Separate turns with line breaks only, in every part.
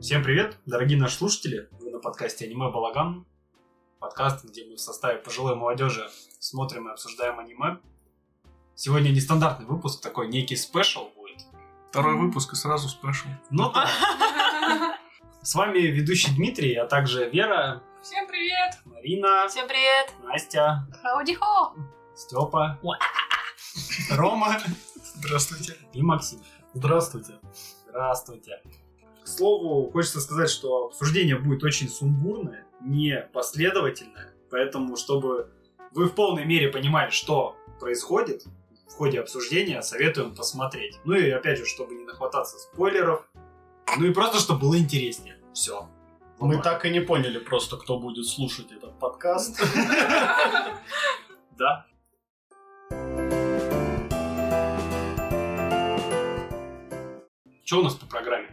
Всем привет, дорогие наши слушатели. Вы на подкасте «Аниме Балаган». Подкаст, где мы в составе пожилой молодежи смотрим и обсуждаем аниме. Сегодня нестандартный выпуск, такой некий спешл будет.
Второй выпуск и сразу спешл.
Но да. С вами ведущий Дмитрий, а также Вера,
Всем привет!
Марина,
Всем привет!
Настя,
Хаудихо!
Степа, Рома
Здравствуйте.
и Максим.
Здравствуйте.
Здравствуйте. К слову, хочется сказать, что обсуждение будет очень сумбурное, не последовательное, поэтому, чтобы вы в полной мере понимали, что происходит в ходе обсуждения, советуем посмотреть. Ну и опять же, чтобы не нахвататься спойлеров, ну и просто, чтобы было интереснее. Все. Ну
Мы так и не поняли просто, кто будет слушать этот подкаст.
Да. Что у нас по программе?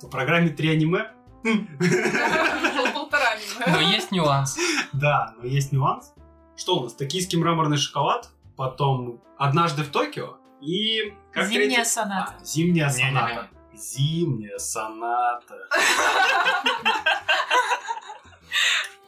По программе три аниме.
Полтора
Но
мимо.
есть нюанс.
Да, но есть нюанс. Что у нас? Токийский мраморный шоколад, потом однажды в Токио и... как
Зимняя
третий?
соната.
А, зимняя
Не-не-не.
соната. Зимняя соната.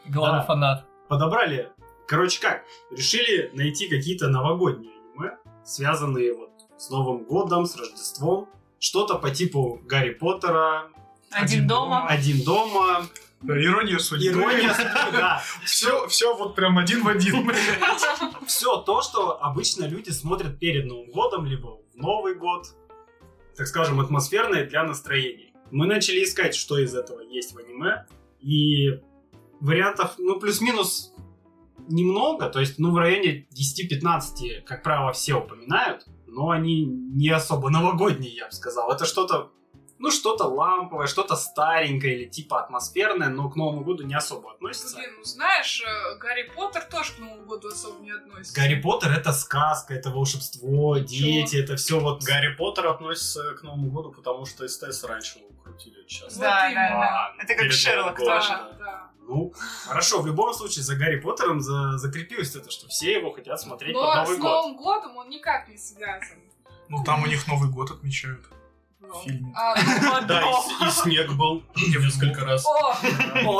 Главный
Да.
фанат.
Подобрали. Короче, как? Решили найти какие-то новогодние аниме, связанные вот с Новым годом, с Рождеством. Что-то по типу Гарри Поттера,
Один дома.
Один дома,
Э, Ирония судьбы.
Ирония судьбы, да.
Все, все вот прям один в один.
все то, что обычно люди смотрят перед Новым годом, либо в Новый год, так скажем, атмосферное для настроения. Мы начали искать, что из этого есть в аниме, и вариантов, ну, плюс-минус немного, то есть, ну, в районе 10-15, как правило, все упоминают, но они не особо новогодние, я бы сказал. Это что-то, ну, что-то ламповое, что-то старенькое или типа атмосферное, но к Новому году не особо относится.
Блин, ну знаешь, э, Гарри Поттер тоже к Новому году особо не относится.
Гарри Поттер это сказка, это волшебство, дети, это все вот...
Гарри Поттер относится к Новому году, потому что СТС раньше его крутили вот сейчас.
Вот именно.
А,
Это как
Перед
Шерлок
Новым
тоже.
Да,
Точно.
да.
Ну, хорошо, в любом случае за Гарри Поттером за- закрепилось это, что все его хотят смотреть под
Но
Новый
с
год.
Новым годом он никак не связан.
Ну там у них Новый год отмечают.
Ну.
Фильм.
А, ну, вот,
Да, и, с- и снег был несколько раз.
О,
О,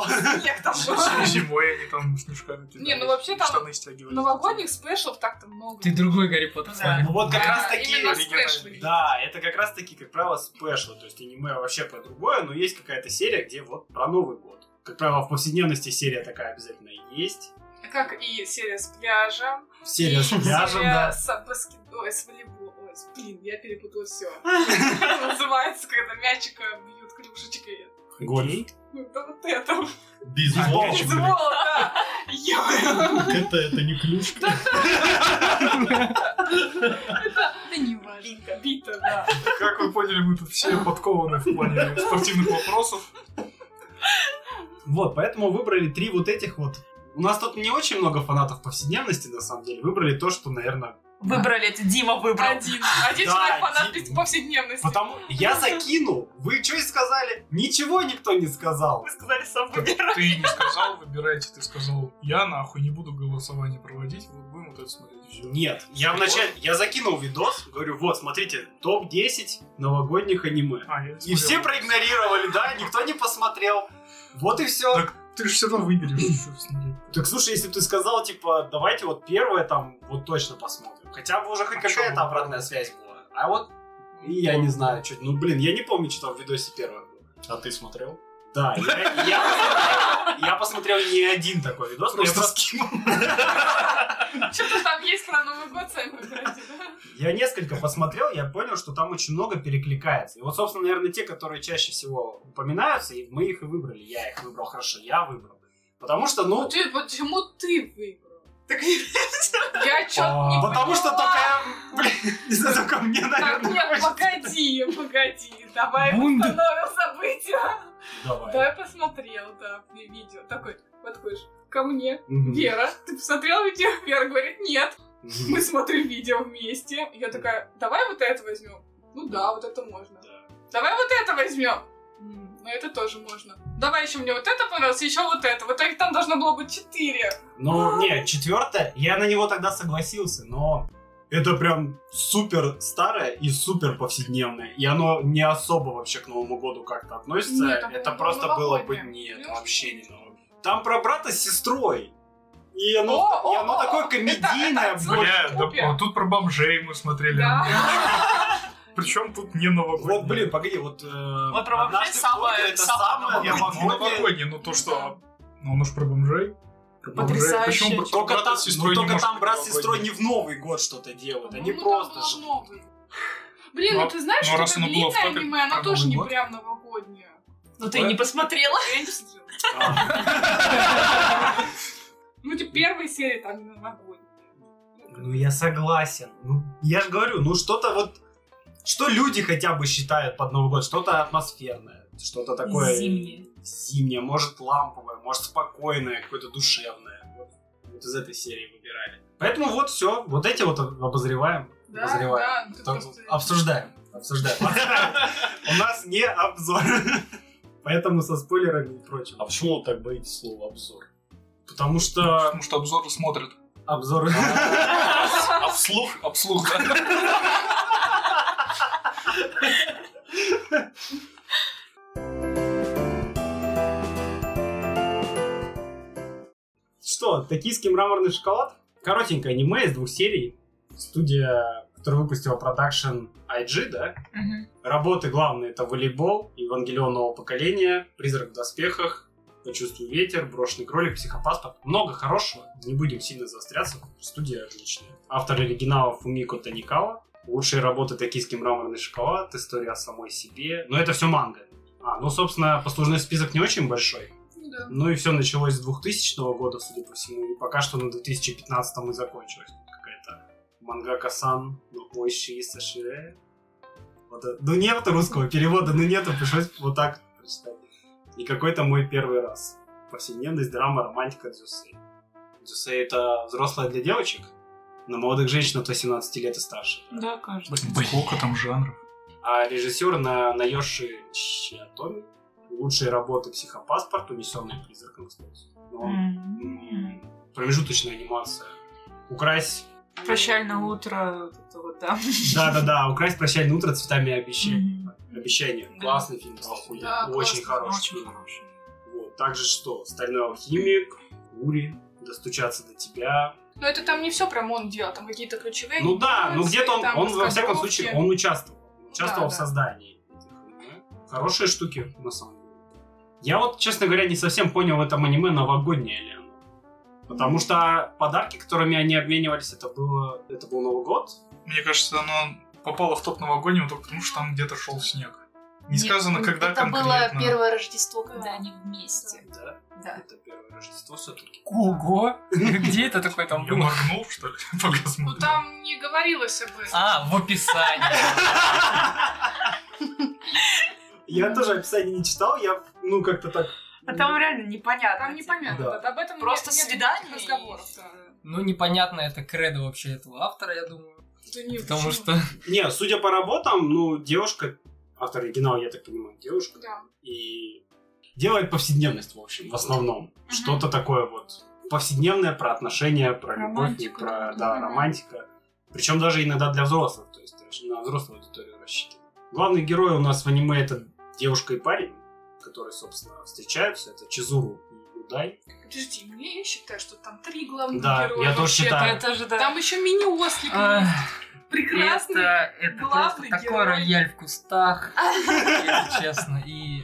снег там был.
Зимой они там снежками
Не, ну вообще там
штаны стягивали.
Новогодних спешлов так-то много.
Ты другой Гарри Поттер
Ну
смотрел.
вот как
Да,
раз таки...
именно спешлы.
Да, это как раз таки, как правило, спешлы, то есть аниме вообще про другое, но есть какая-то серия, где вот про Новый год. Как правило, в повседневности серия такая обязательно есть.
Как и серия с пляжем.
Серия с
и
пляжем,
серия
да.
с баскетбол, ой, с волейбол. Ой, с- блин, я перепутала все. Называется, когда мячика бьют клюшечкой.
Гольф.
Ну, Да вот это.
Бейсбол.
Мячик,
Бейсбол, да. Ё.
Это, это не клюшка.
Да не важно.
Бита, бита, да.
Как вы поняли, мы тут все подкованы в плане спортивных вопросов.
Вот, поэтому выбрали три вот этих вот. У нас тут не очень много фанатов повседневности, на самом деле. Выбрали то, что, наверное...
Выбрали, это Дима выбрал.
Один. Один
Да,
человек фанат
один.
пи- повседневности.
Потому я закинул. Вы что сказали? Ничего никто не сказал.
Вы сказали сам
Так
выбирал.
Ты не сказал, выбирайте, ты сказал, я нахуй не буду голосование проводить, вот будем вот это смотреть. и всё.
Нет, я вначале... Я закинул видос, говорю, вот, смотрите, топ-10 новогодних аниме.
А, я
И
смотрел.
все проигнорировали, да, никто не посмотрел. Вот и все.
Так ты же все равно выберешь, что смотреть.
Так слушай, если бы ты сказал, типа, давайте вот первое там вот точно посмотрим. Хотя бы уже хоть
А
какая-то
чё?
обратная связь была. А вот и я не знаю, что. Ну блин, я не помню, что там в видосе первое было.
А ты смотрел?
Да, я, я- я посмотрел не один такой видос, но я
Просто
просто-
Что-то там есть про Новый год, сами выбирайте, да?
я несколько посмотрел, я понял, что там очень много перекликается. И вот, собственно, наверное, те, которые чаще всего упоминаются, и мы их и выбрали. Я их выбрал хорошо, я выбрал. Потому что, ну,
Ну ты, почему ты выбрал?
Так
Я чё-то не
А, потому что
поняла.
такая, блин, не знаю, только мне,
Так,
наверное,
нет,
хочется.
погоди, погоди, давай
Бунда.
восстановим события.
Давай.
Да, я посмотрел, да, мне видео. Такой, подходишь ко мне.
Мгм.
Вера, ты посмотрел видео? Вера говорит, нет,
Мгм.
мы смотрим видео вместе. Я такая, давай вот это возьмем. Ну да, вот это можно.
Да.
Давай вот это возьмем. Но это тоже можно. Давай еще мне вот это понравилось, еще вот это. Вот так там должно было быть четыре. А.
Ну, не, четвертое, я на него тогда согласился, но это прям супер старое и супер повседневное. И оно не особо вообще к Новому году как-то относится.
Нет, там
это
было
просто было бы
новогоднее.
нет, вообще не новогоднее. Там про брата с сестрой. И оно,
О,
и
о,
оно
о,
такое
это-
комедийное
это
больше.
Бля, да,
копия.
а тут про бомжей мы смотрели.
Ну, Да.
Причем тут не новогодний.
Вот, блин, погоди, вот... э,
Вот про бомжей
«Однажды в
самое-
Токио» это
самое
самое
Не, ну,
новогоднее.
новогодний, ну то что... Ну он уж про бомжей. Про бомжей.
Потрясающе.
Причем про- про
Только
брата
там,
с
ну,
сестрой не
только
может
там
быть
брат с сестрой
новогодний.
не в Новый год что-то делают, они
Ну, там
просто...
было
ж-
новый. Блин,
Ну,
ну ты знаешь,
ну,
что
раз
это
оно было в
длинное
топе
аниме, оно
про
тоже
Новый
не
год.
прям новогоднее.
Ну ты не посмотрела.
Я не посмотрела.
А,
Ну, типа, первые серии там новогодние.
Ну, я согласен. Ну, я же говорю, ну, что-то вот... Что люди хотя бы считают под Новый год? Что-то атмосферное, что-то такое...
Зимнее.
Зимнее, может, ламповое, может, спокойное, какое-то душевное. Вот, вот из этой серии выбирали. Поэтому вот все, вот эти вот обозреваем.
Да,
обозреваем.
да, ну ты
Так,
просто-
Обсуждаем. Обсуждаем. У нас не обзор. Поэтому со спойлерами и прочим.
А почему вы так боитесь слова обзор?
Потому что
Потому что обзоры смотрят.
обзор...
А вслух? А вслух, да.
Что, токийский мраморный шоколад? Коротенькое аниме из двух серий. Студия, которая выпустила продакшн IG, да? Работы главные это волейбол, Евангелион нового поколения, Призрак в доспехах, Почувствуй ветер, Брошенный кролик, Психопаспорт. Много хорошего, не будем сильно заостряться, студия отличная. Автор оригинала Фумико Таникава, лучшие работы «Токийский мраморный шоколад», «История о самой себе», но это все манга. А, ну, собственно, послужной список не очень большой,
Ну да.
ну и все началось с 2000 года, судя по всему, и пока что на 2015 и закончилось. Тут Какая-то мангака-сан, ну, Ойши Сашире. Вот это- Ну нет русского перевода, ну нету, пришлось вот так прочитать. И какой-то мой первый раз. Повседневность, драма, романтика Дзюсей. Дзюсей это взрослая для девочек, на молодых женщин от 18 лет и старше.
Да, кажется.
Блин, сколько там жанров.
А режиссер на Наёши Чиатоми. Лучшие работы «Психопаспорт», «Унесенные призраком», кстати. Но он М, промежуточная анимация. Укрась.
Прощальное утро. вот это вот, да.
Да-да-да, укрась прощальное утро цветами обещания.
Мгм.
Обещание.
Да.
Классный фильм, кстати.
Да,
Очень
классный,
хороший.
Очень хорошее.
Вот. Также что? Стальной алхимик, Ури, достучаться до тебя.
Но это там не все прям он делал, там какие-то ключевые.
Ну да, ну
нюансы,
где-то он,
там
он, во всяком
раскадровки.
случае, он участвовал. Участвовал
Да,
в
да.
создании. этих аниме. Хорошие штуки, на самом деле. Я вот, честно говоря, не совсем понял в этом аниме, новогоднее ли оно. Потому что подарки, которыми они обменивались, это было, это был Новый год,
Мне кажется, оно попало в топ новогодний только потому, что там где-то шел снег. Не сказано, когда
Это
конкретно.
было первое Рождество, когда
Да.
они вместе.
Да,
Да.
это первое Рождество все-таки.
Ого! Где это такое там
Я
было?
моргнул, что ли, пока
Ну
смотрел?
там не говорилось об этом.
А, в описании.
Я тоже описание не читал, я, ну, как-то так...
А там реально непонятно.
Там непонятно,
Да.
да. об этом
Просто
нет- нет
свидание и-
разговоров. Да.
Ну, непонятно это кредо вообще этого автора, я думаю.
Да не,
Потому
почему?
что...
Не, судя по работам, ну, девушка, автор оригинала, я так понимаю, девушка,
Да.
и делает повседневность, в общем, в основном. Что-то такое вот повседневное про отношения, про любовь, и
Романтика.
про, да,
Мгм.
романтика. Причем даже иногда для взрослых, то есть даже на взрослую аудиторию рассчитан. Главный герой у нас в аниме это девушка и парень, которые, собственно, встречаются. Это Чизуру и Удай.
Подожди, мне я считаю, что там три главных
Да,
героя.
я тоже
вообще.
считаю.
Это же да.
Там еще мини-ослик
а,
есть. прекрасный.
Это, это
главный
просто такой
герой.
рояль в кустах, если честно. И,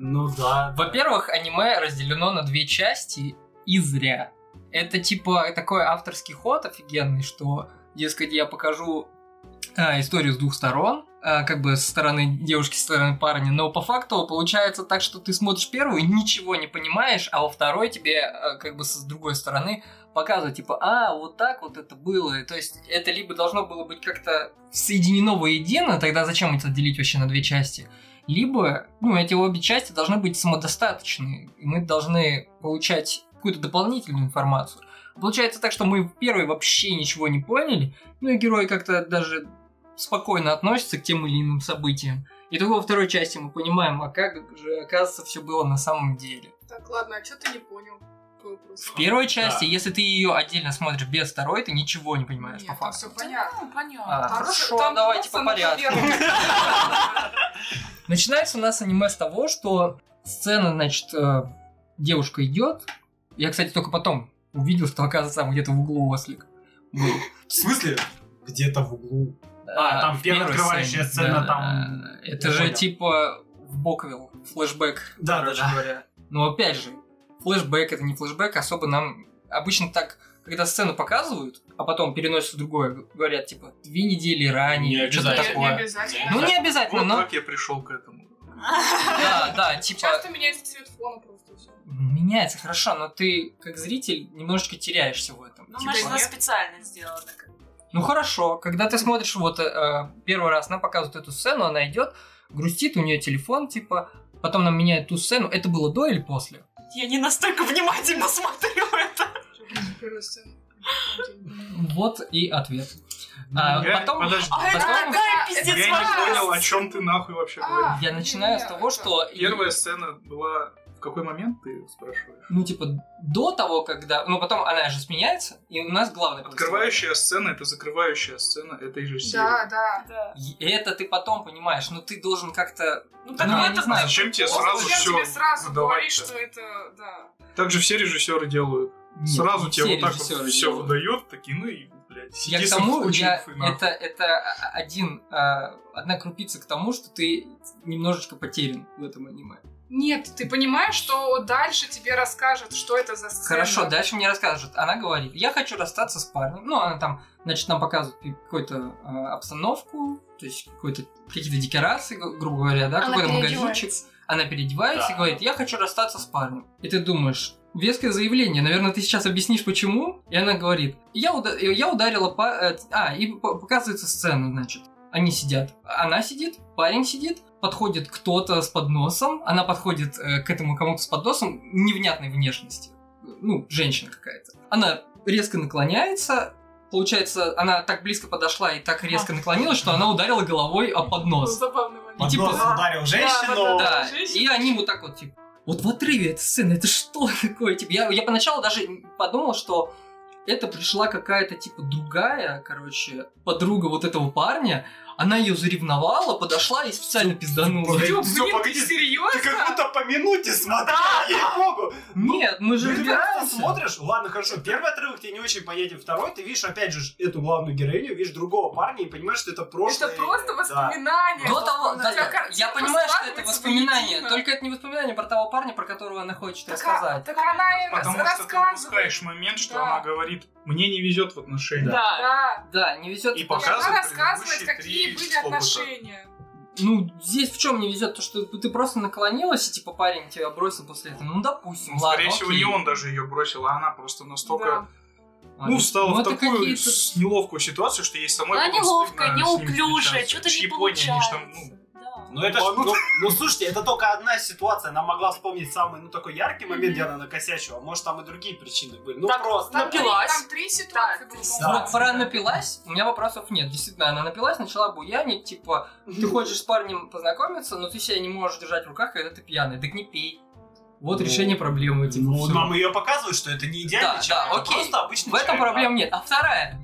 Ну да.
А, во-первых, аниме разделено на две части и зря. Это типа такой авторский ход офигенный, что, дескать, я покажу а, историю с двух сторон, а, как бы со стороны девушки, со стороны парня, но по факту получается так, что ты смотришь первую и ничего не понимаешь, а во второй тебе а, как бы с другой стороны показывают, типа, а, вот так вот это было, И то есть это либо должно было быть как-то соединено воедино, тогда зачем это делить вообще на две части, либо, ну, эти обе части должны быть самодостаточны, и мы должны получать какую-то дополнительную информацию. Получается так, что мы в первой вообще ничего не поняли, ну и герой как-то даже спокойно относится к тем или иным событиям. И только во второй части мы понимаем, а как же, оказывается, все было на самом деле.
Так, ладно, а что ты не понял? Какой вопрос?
В первой части, если ты ее отдельно смотришь без второй, ты ничего не понимаешь по
Нет, там
факту.
все понятно.
Ну, понятно.
А,
Там
хорошо,
просто- там
давайте
просто
по
на
порядку.
поверхности.
Начинается у нас аниме с того, что сцена, значит, э, девушка идет. Я, кстати, только потом увидел, что оказывается там где-то в углу ослик. был.
В смысле? Где-то в углу. А, там
в
первая
первой
открывающая
сцене,
сцена,
да,
там-
да, да. Это
Я
же
понял.
типа в Боквилл, флешбэк,
Да,
короче
да, да.
говоря. Но опять же, флешбэк это не флешбэк, особо нам обычно так, когда сцену показывают, а потом переносят в другое, говорят типа две недели ранее,
Не
что-то
обязательно.
Не не
такое.
обязательно.
Ну не обязательно,
Вот
но
как я пришел к этому.
да, да, типа
Часто меняется цвет фона просто. всё.
меняется хорошо, но ты как зритель немножечко теряешься в этом.
Ну,
Типа,
может, оно
нет.
специально сделано. как бы.
Ну хорошо, когда ты смотришь, вот э, э, первый раз нам показывают эту сцену, она идет, грустит, у нее телефон, типа, потом нам меняют ту сцену. Это было до или после?
Я не настолько внимательно смотрю это.
Чё, блин, первая сцена?
Вот и ответ. А,
Ну, Я-
потом
Подожди.
А это
Потом-
такая
Я
пиздец
не
важная
понял, о чем ты нахуй вообще
А.
говоришь.
я
не,
начинаю
не,
с того,
это
что... и-
Первая сцена была... В какой момент ты спрашиваешь?
Ну, типа, до того, когда... Ну, потом она же сменяется, и у нас главное...
Открывающая сцена — это закрывающая сцена этой же серии.
Да, да.
Да.
И это ты потом понимаешь, но ты должен как-то...
Ну,
Ну, я не
это
знаю.
Зачем тебе
Просто
сразу
я
все
тебе сразу говоришь,
выдавать?
что это, да.
Так же все режиссеры делают.
Нет,
сразу
не
тебе
все
вот так
режиссеры
вот все
делают.
выдают, такие, ну и, блядь, сиди
Я к
с этим
тому,
кучей
я,
инфы, нахуй.
это, это а, один, а, одна крупица к тому, что ты немножечко потерян в этом аниме.
Нет, ты понимаешь, что дальше тебе расскажут, что это за сцена.
Хорошо, дальше мне расскажут. Она говорит, я хочу расстаться с парнем. Ну, она там, значит, нам показывает пи- какую-то а, обстановку, то есть какой-то, какие-то декорации, гру- грубо говоря, да, какой-то магазинчик. Она переодевается
Да.
и говорит, я хочу расстаться с парнем. И ты думаешь, веское заявление, наверное, ты сейчас объяснишь почему. И она говорит, я, уда- я ударила па... э, т- А, и п- показывается сцена, значит. Они сидят. Она сидит, парень сидит, подходит кто-то с подносом, она подходит э, к этому кому-то с подносом невнятной внешности. Ну, женщина какая-то. Она резко наклоняется, получается, она так близко подошла и так резко наклонилась, что она ударила головой о поднос.
Ну, Забавный момент.
И
Поднос
типа-
ударил женщину.
Да,
Женщина.
и они вот так вот, типа, вот в отрыве эта сцена, это что такое? Типа, я, я поначалу даже подумал, что это пришла какая-то, типа, другая, короче, подруга вот этого парня, она ее заревновала, подошла и специально пизданула.
Блин,
Всё,
всё,
блин, ты
погоди.
серьезно?
Ты как будто по минуте смотрел, ей-богу.
Нет,
Ну,
мы
ты
же
просто
разбираемся.
смотришь, ладно, хорошо, первый отрывок тебе не очень понятен, второй ты видишь, опять же, эту главную героиню, видишь другого парня и понимаешь, что это прошлое.
Это просто
Да.
воспоминания.
До того,
У
да,
тебя
да,
картина
я понимаю, что это
типа складывается
воспоминание,
воедино.
только это не воспоминание про того парня, про которого она хочет
Так, а-
рассказать.
так она и
Потому
рас-
что ты
рассказывает.
упускаешь момент, что
Да.
она говорит, мне не везет в отношениях.
Да.
Да, не везет.
И
И она
показывает
рассказывает,
предыдущие
какие
три
были
опыта.
отношения.
Ну, здесь в чем не везет, то, что ты просто наклонилась, и типа парень тебя бросил после этого. Ну, допустим,
Ну,
ладно.
Скорее всего,
окей.
не он даже ее бросил, а она просто настолько
Да.
Ладно.
ну, встала в
это
такую
какие-то-
с- неловкую ситуацию, что ей самой
Она
было
неловкая,
стыдно с ним
неуклюжая,
встречаться.
что-то
С
не
Японией они ж там, ну,
получается. Да.
Ну это ж- ну, ну, слушайте, это только одна ситуация. Она могла вспомнить самый, ну такой яркий момент, где она накосячила. А может там и другие причины были. Ну
Так,
просто.
Там три,
Напилась.
там три ситуации было,
Да.
Да.
Вот пора напилась, у меня вопросов нет. Действительно, она напилась, начала буянить, типа, ты хочешь с парнем познакомиться, но ты себя не можешь держать в руках, когда ты пьяный. Так не пей. Вот
Ну,
решение проблемы, типа,
Ну,
всё.
нам ее показывают, что это не идеальный
Да,
человек,
да,
это
окей.
просто обычный
В этом
человек,
проблем нет. А вторая,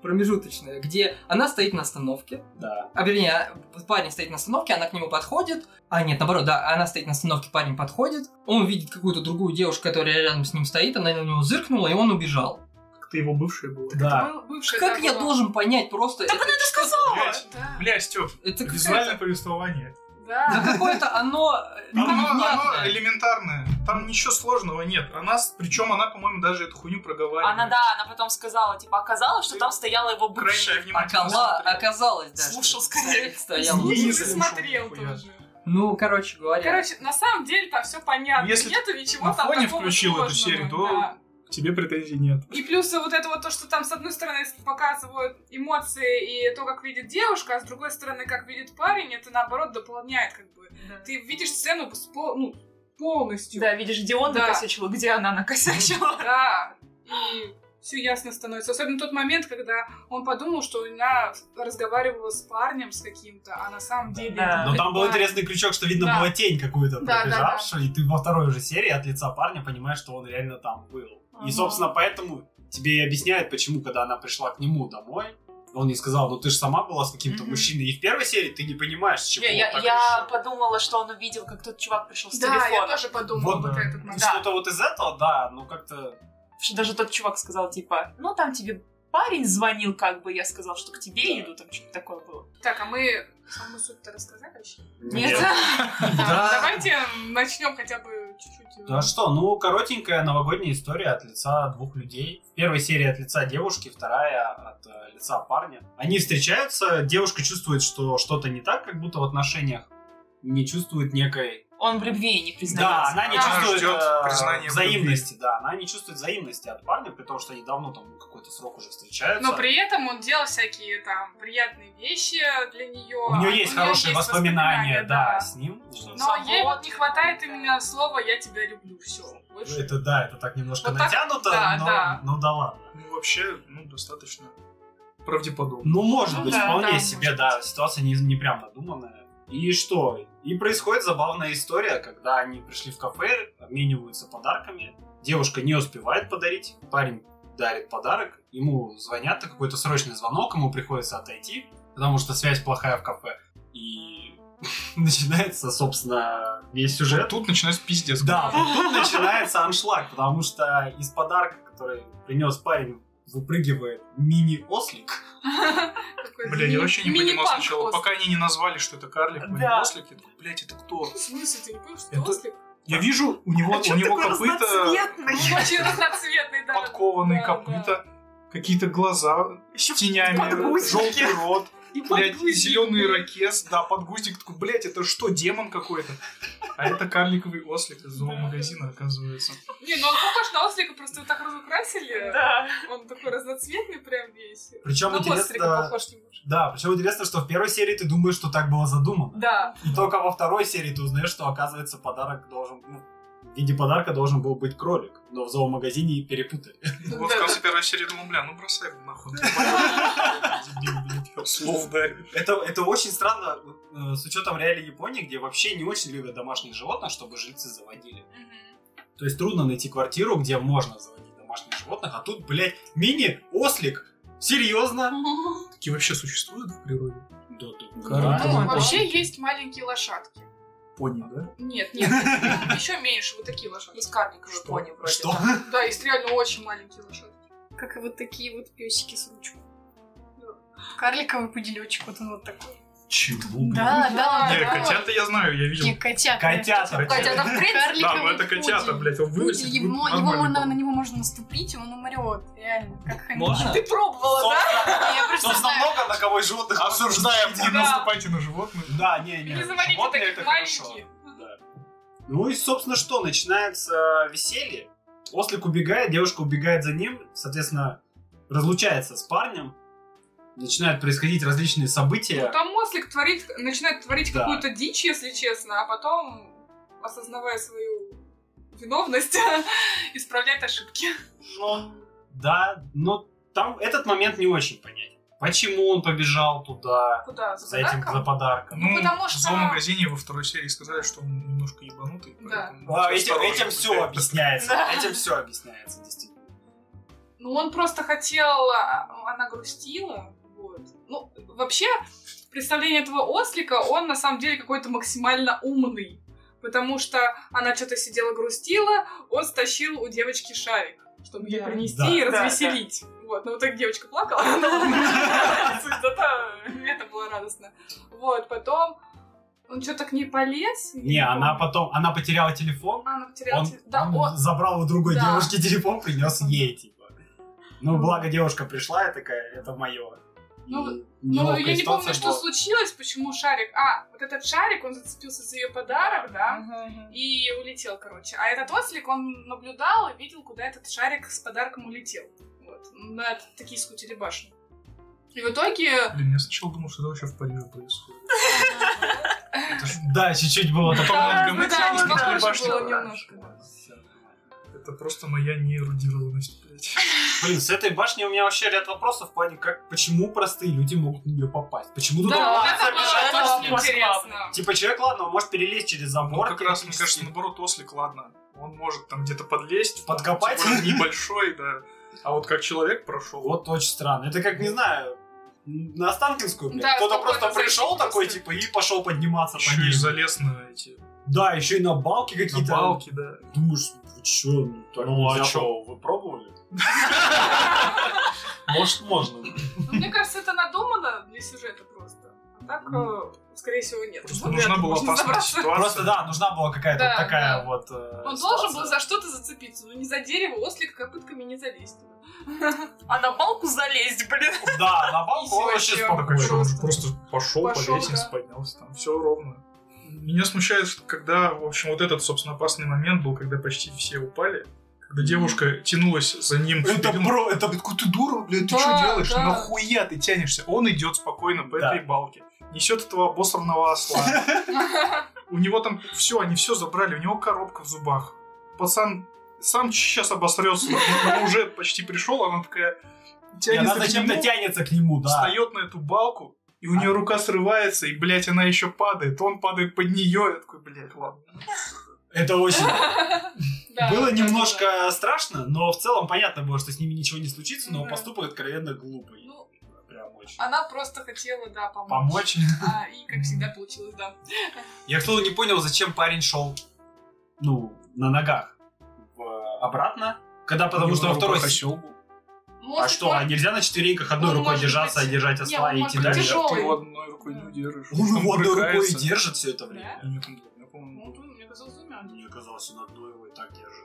промежуточная, где она стоит на остановке,
Да.
А вернее, а, парень стоит на остановке, она к нему подходит. А, нет, наоборот, да, она стоит на остановке, парень подходит. Он видит какую-то другую девушку, которая рядом с ним стоит, она на него зыркнула, и он убежал.
Как ты его бывшая была.
Да.
Был- бывшая
как
там
я
была.
должен понять просто...
Так
это,
она это сказала!
Блять,
Да.
блять, Степ,
это какая-то-
визуальное повествование.
Да
Да.
какое-то оно... э,
Ну,
Оно, оно
невнятное.
элементарное. Там ничего сложного нет. Она, причем она, по-моему, даже эту хуйню проговаривает.
Она, да, она потом сказала, типа, оказалось, что там стояла его
Крайне
бывшая.
внимательно
Окола-
смотрела.
оказалось, да.
Слушал
что
скорее.
стоял.
Не,
Лучше
не
ты
слышал
смотрел
нихуя.
тоже.
Ну, короче говоря.
Короче, на самом деле там все понятно.
Если
Нету ничего
на
там
фоне
такого
включил эту
сложного,
серию, то-
да.
а
К Тебе претензий нет.
И плюс вот это вот то, что там с одной стороны показывают эмоции и то, как видит девушка, а с другой стороны, как видит парень, это наоборот дополняет как бы. Ты видишь сцену с пол- ну, полностью.
Да, видишь, где он
Да.
накосячил, где она накосячила.
Да. И все ясно становится. Особенно тот момент, когда он подумал, что она разговаривала с парнем с каким-то, а на самом деле...
Да.
Но там был
Да.
интересный крючок, что видно
Да.
была тень какую-то
Да, да,
пробежавшую, и ты во второй уже серии от лица парня понимаешь, что он реально там был. И,
Ага.
собственно, поэтому тебе и объясняет, почему, когда она пришла к нему домой, он ей сказал, ну ты же сама была с каким-то
Мгм.
мужчиной. И в первой серии ты не понимаешь, с чего
Не, я,
он так
я
решил.
подумала, что он увидел, как тот чувак пришел с
Да, я
телефона.
тоже подумала
Вот,
вот,
да. Ну,
этот момент.
Да.
Что-то вот из этого, да, ну как-то...
Что даже тот чувак сказал, типа, ну там тебе парень звонил, как бы я сказал, что к тебе
Да.
иду, там что-то такое было.
Так, а мы саму суть-то рассказали вообще?
Нет.
Да, Давайте начнем хотя бы чуть-чуть. э,
Да что, ну, коротенькая новогодняя история от лица двух людей. В первой серии от лица девушки, вторая от э, лица парня. Они встречаются, девушка чувствует, что что-то не так, как будто в отношениях не чувствует некой...
Он в любви не
Да,
признается.
она не
Она
чувствует
ждёт
э,
признания в
взаимности, да, она не чувствует взаимности от парня, при том, что они давно там ну, какой-то срок уже встречаются.
Но Ну, при этом он делал всякие там приятные вещи для А нее.
У нее есть хорошие воспоминания, да, с ним.
Что
Но
Забота.
ей вот не хватает именно слова «я тебя люблю», все.
Ну, Это да, это так немножко
Вот Ну, так,
натянуто,
да,
но
да.
ну да ладно.
Ну, вообще, ну, достаточно правдеподобно.
Ну, может
Ну
быть,
да,
вполне
да,
себе,
может
да.
быть.
Ситуация не, не прям надуманная. И что? И происходит забавная история, когда они пришли в кафе, обмениваются подарками. Девушка не успевает подарить, парень дарит подарок, ему звонят, это какой-то срочный звонок, ему приходится отойти, потому что связь плохая в кафе. И начинается, собственно, весь сюжет.
Вот тут начинается пиздец.
Да, вот тут начинается аншлаг, потому что из подарка, который принес парень, выпрыгивает мини-ослик.
Бля, я вообще не понимал сначала, пока они не назвали, что это карлик, мы не
Да.
ослики. думаю, Блядь, это кто?
В смысле, ты не понимаешь, что
Это-
ослик? Ну,
Я вижу, у него,
А чё
у него
такой
копыта,
разноцветный?
Он очень разноцветный, да.
подкованные
Да,
копыта, какие-то глаза
Еще
с тенями,
подгузники.
желтый рот,
И
блядь,
подгузники.
зеленый ракес, да, подгузник такой, блядь, это что, демон какой-то? А это карликовый ослик из зоомагазина, оказывается.
Не, ну он похож на ослика, просто его так разукрасили.
Да.
Он такой разноцветный прям весь.
Причем
На монстрика
интересно,
похож немножко.
Да, причем интересно, что в первой серии ты думаешь, что так было задумано.
Да.
И только во второй серии ты узнаешь, что, оказывается, подарок должен... ну, в виде подарка должен был быть кролик, но в зоомагазине перепутали.
Вот в
Да.
конце первой серии думал, бля, ну бросай его нахуй. Типа, Слов дарю.
Это, это очень странно э, с учетом реалий Японии, где вообще не очень любят домашних животных, чтобы жильцы заводили.
Мгм.
То есть трудно найти квартиру, где можно заводить домашних животных, а тут, блядь, мини-ослик. Серьезно?
Такие вообще существуют в природе?
Да, да.
Ну,
Карликовый
вообще есть маленькие лошадки.
пони, да?
Нет, нет, еще меньше, вот такие лошадки.
Из карликовой
Что?
пони вроде.
Что?
там.
Да, есть реально очень маленькие лошадки. Как и вот такие вот песики с ручкой.
Карликовый пуделечек, вот он вот такой.
Чего,
Да, да,
Не,
Не,
да.
котята я знаю, я видел.
Не, котята.
Котята.
Хотя в принципе...
Да, ну
Карликовый
это котята,
пудель.
блядь, он вылетит.
Пудель,
будет
ему- его
нормальный
можно-
был.
на него можно наступить, и он умрет. Реально, как хомяк.
Можно?
Ты пробовала, да?
Я просто
Собственно,
знаю.
много на кого из животных
Осуждаем, не
Да.
наступайте на животных.
Да, не, не.
Не заводите
животные
таких
это хорошо.
маленьких.
Да. Ну и, собственно, что? Начинается э, веселье. Ослик убегает, девушка убегает за ним, соответственно, разлучается с парнем. Начинают происходить различные события.
Ну, Там ослик творит, начинает творить
Да.
какую-то дичь, если честно, а потом, осознавая свою виновность, исправляет ошибки.
Ну, да, но там этот момент не очень понятен. Почему он побежал туда
Куда? За
за этим за
подарком?
подарком?
Ну,
потому что-
в зоомагазине во второй серии сказали, что он немножко ебанутый.
Да.
поэтому
А,
будьте
этим,
осторожны,
этим все
блядь.
объясняется.
Да.
Этим все объясняется, действительно.
Ну, он просто хотел, а, она грустила, вот. Ну, вообще, представление этого ослика, он на самом деле какой-то максимально умный. Потому что она что-то сидела грустила, он стащил у девочки шарик, чтобы ей
Да.
принести
Да.
и
Да,
развеселить. Вот, ну вот так девочка плакала, ну ладно. Суть, зато мне это было радостно. Вот, потом он что-то к ней полез. я
Не, она
помню.
потом, она потеряла телефон,
А, Она потеряла...
Он,
те- Да,
он
он...
забрал у другой
Да.
девушки телефон, принес ей, типа. Ну, благо девушка пришла и такая, это мое.
Ну, Ну, я не помню, что случилось, почему шарик. А, вот этот шарик, он зацепился за ее подарок, да, и улетел, короче. А этот ослик, он наблюдал и видел, куда этот шарик с подарком улетел. Вот, на токийскую телебашню. И в итоге...
Блин, я сначала думал, что это вообще в Париже происходит.
Да, чуть-чуть было
Потом
такое.
на
Да,
ГМТ
да,
не
похоже
башню.
было немножко.
Это просто моя неэрудированность, блядь.
Блин, с этой башни у меня вообще ряд вопросов в плане, как, почему простые люди могут на нее попасть? Почему тут
Да, вот
ломается
это
обижать?
было
обижать.
точно интересно.
Типа человек, ладно, он может перелезть через
Ну,
забор.
как раз, мне
теоретически.
кажется, наоборот, ослик, ладно, он может там где-то подлезть.
Подкопать?
тем более небольшой, да. А вот как человек прошел,
Вот очень странно. Это как, не знаю, на Останкинскую, блядь.
Да,
Кто-то
спокойно
просто
зайти
пришел
просто.
такой, типа, и пошел подниматься по
еще
ней.
и залез на эти
Да, еще и на балки
на
какие-то.
балки, да.
Думаешь, вы че, ну, так
Ну а
нельзя
что, вы пробовали? Может, можно.
Ну, Мне кажется, это надумано для сюжета просто. А так, э, скорее всего, нет.
Просто
Вот
нужна
это
была
можно
опасная
забраться.
ситуация.
Просто да, нужна была какая-то
Да,
вот такая
да.
вот. э,
Он
ситуация.
должен был за что-то зацепиться, но не за дерево, ослик копытками не залезть.
А на балку залезть, блин.
Да, на балку он
Ещё,
вообще
ещё.
спокойно.
Так а чё, он же
Просто.
просто пошел,
Пошёл,
по лестнице
да.
поднялся, там все ровно. Меня смущает, что когда, в общем, вот этот, собственно, опасный момент был, когда почти все упали, когда девушка тянулась за ним.
Это
вперед.
бро,
Да
это
такой, ты дура, блядь, ты
Да,
что делаешь?
да.
Нахуя ты тянешься? Он идет спокойно по
Да.
этой балке. Несет этого обосранного осла. У него там все, они все забрали, у него коробка в зубах. Пацан сам сейчас обосрется, он уже почти пришел, а она такая
И она
тянется к
зачем-то
нему,
тянется к нему, да.
встает на эту балку, и у нее рука срывается, и, блядь, она еще падает. Он падает под нее, я такой, блядь, ладно.
Это очень.
Да,
Было
да,
немножко
да.
страшно, но в целом понятно было, что с ними ничего не случится, но
Да.
поступок откровенно глупый.
Ну,
Прям очень.
Она просто хотела, да, помочь.
Помочь?
А, и, как всегда, получилось, да.
Я, к слову, не понял, зачем парень шел, ну, на ногах в- обратно, когда, потому
него
что во
рука
второй...
косёл
А
Может,
что, а нельзя на четвереньках одной
он
рукой
может
держаться,
быть-
а держать
Не,
осла
он
и
может
идти
быть
дальше?
тяжёлый.
Ты его одной рукой не удержишь.
Он его
там
одной рукой
брыкается.
держит все это
Да?
время.
У неё там, я помню,
Ну, мне казалось, двумя.
Мне казалось, он одной его и так держит.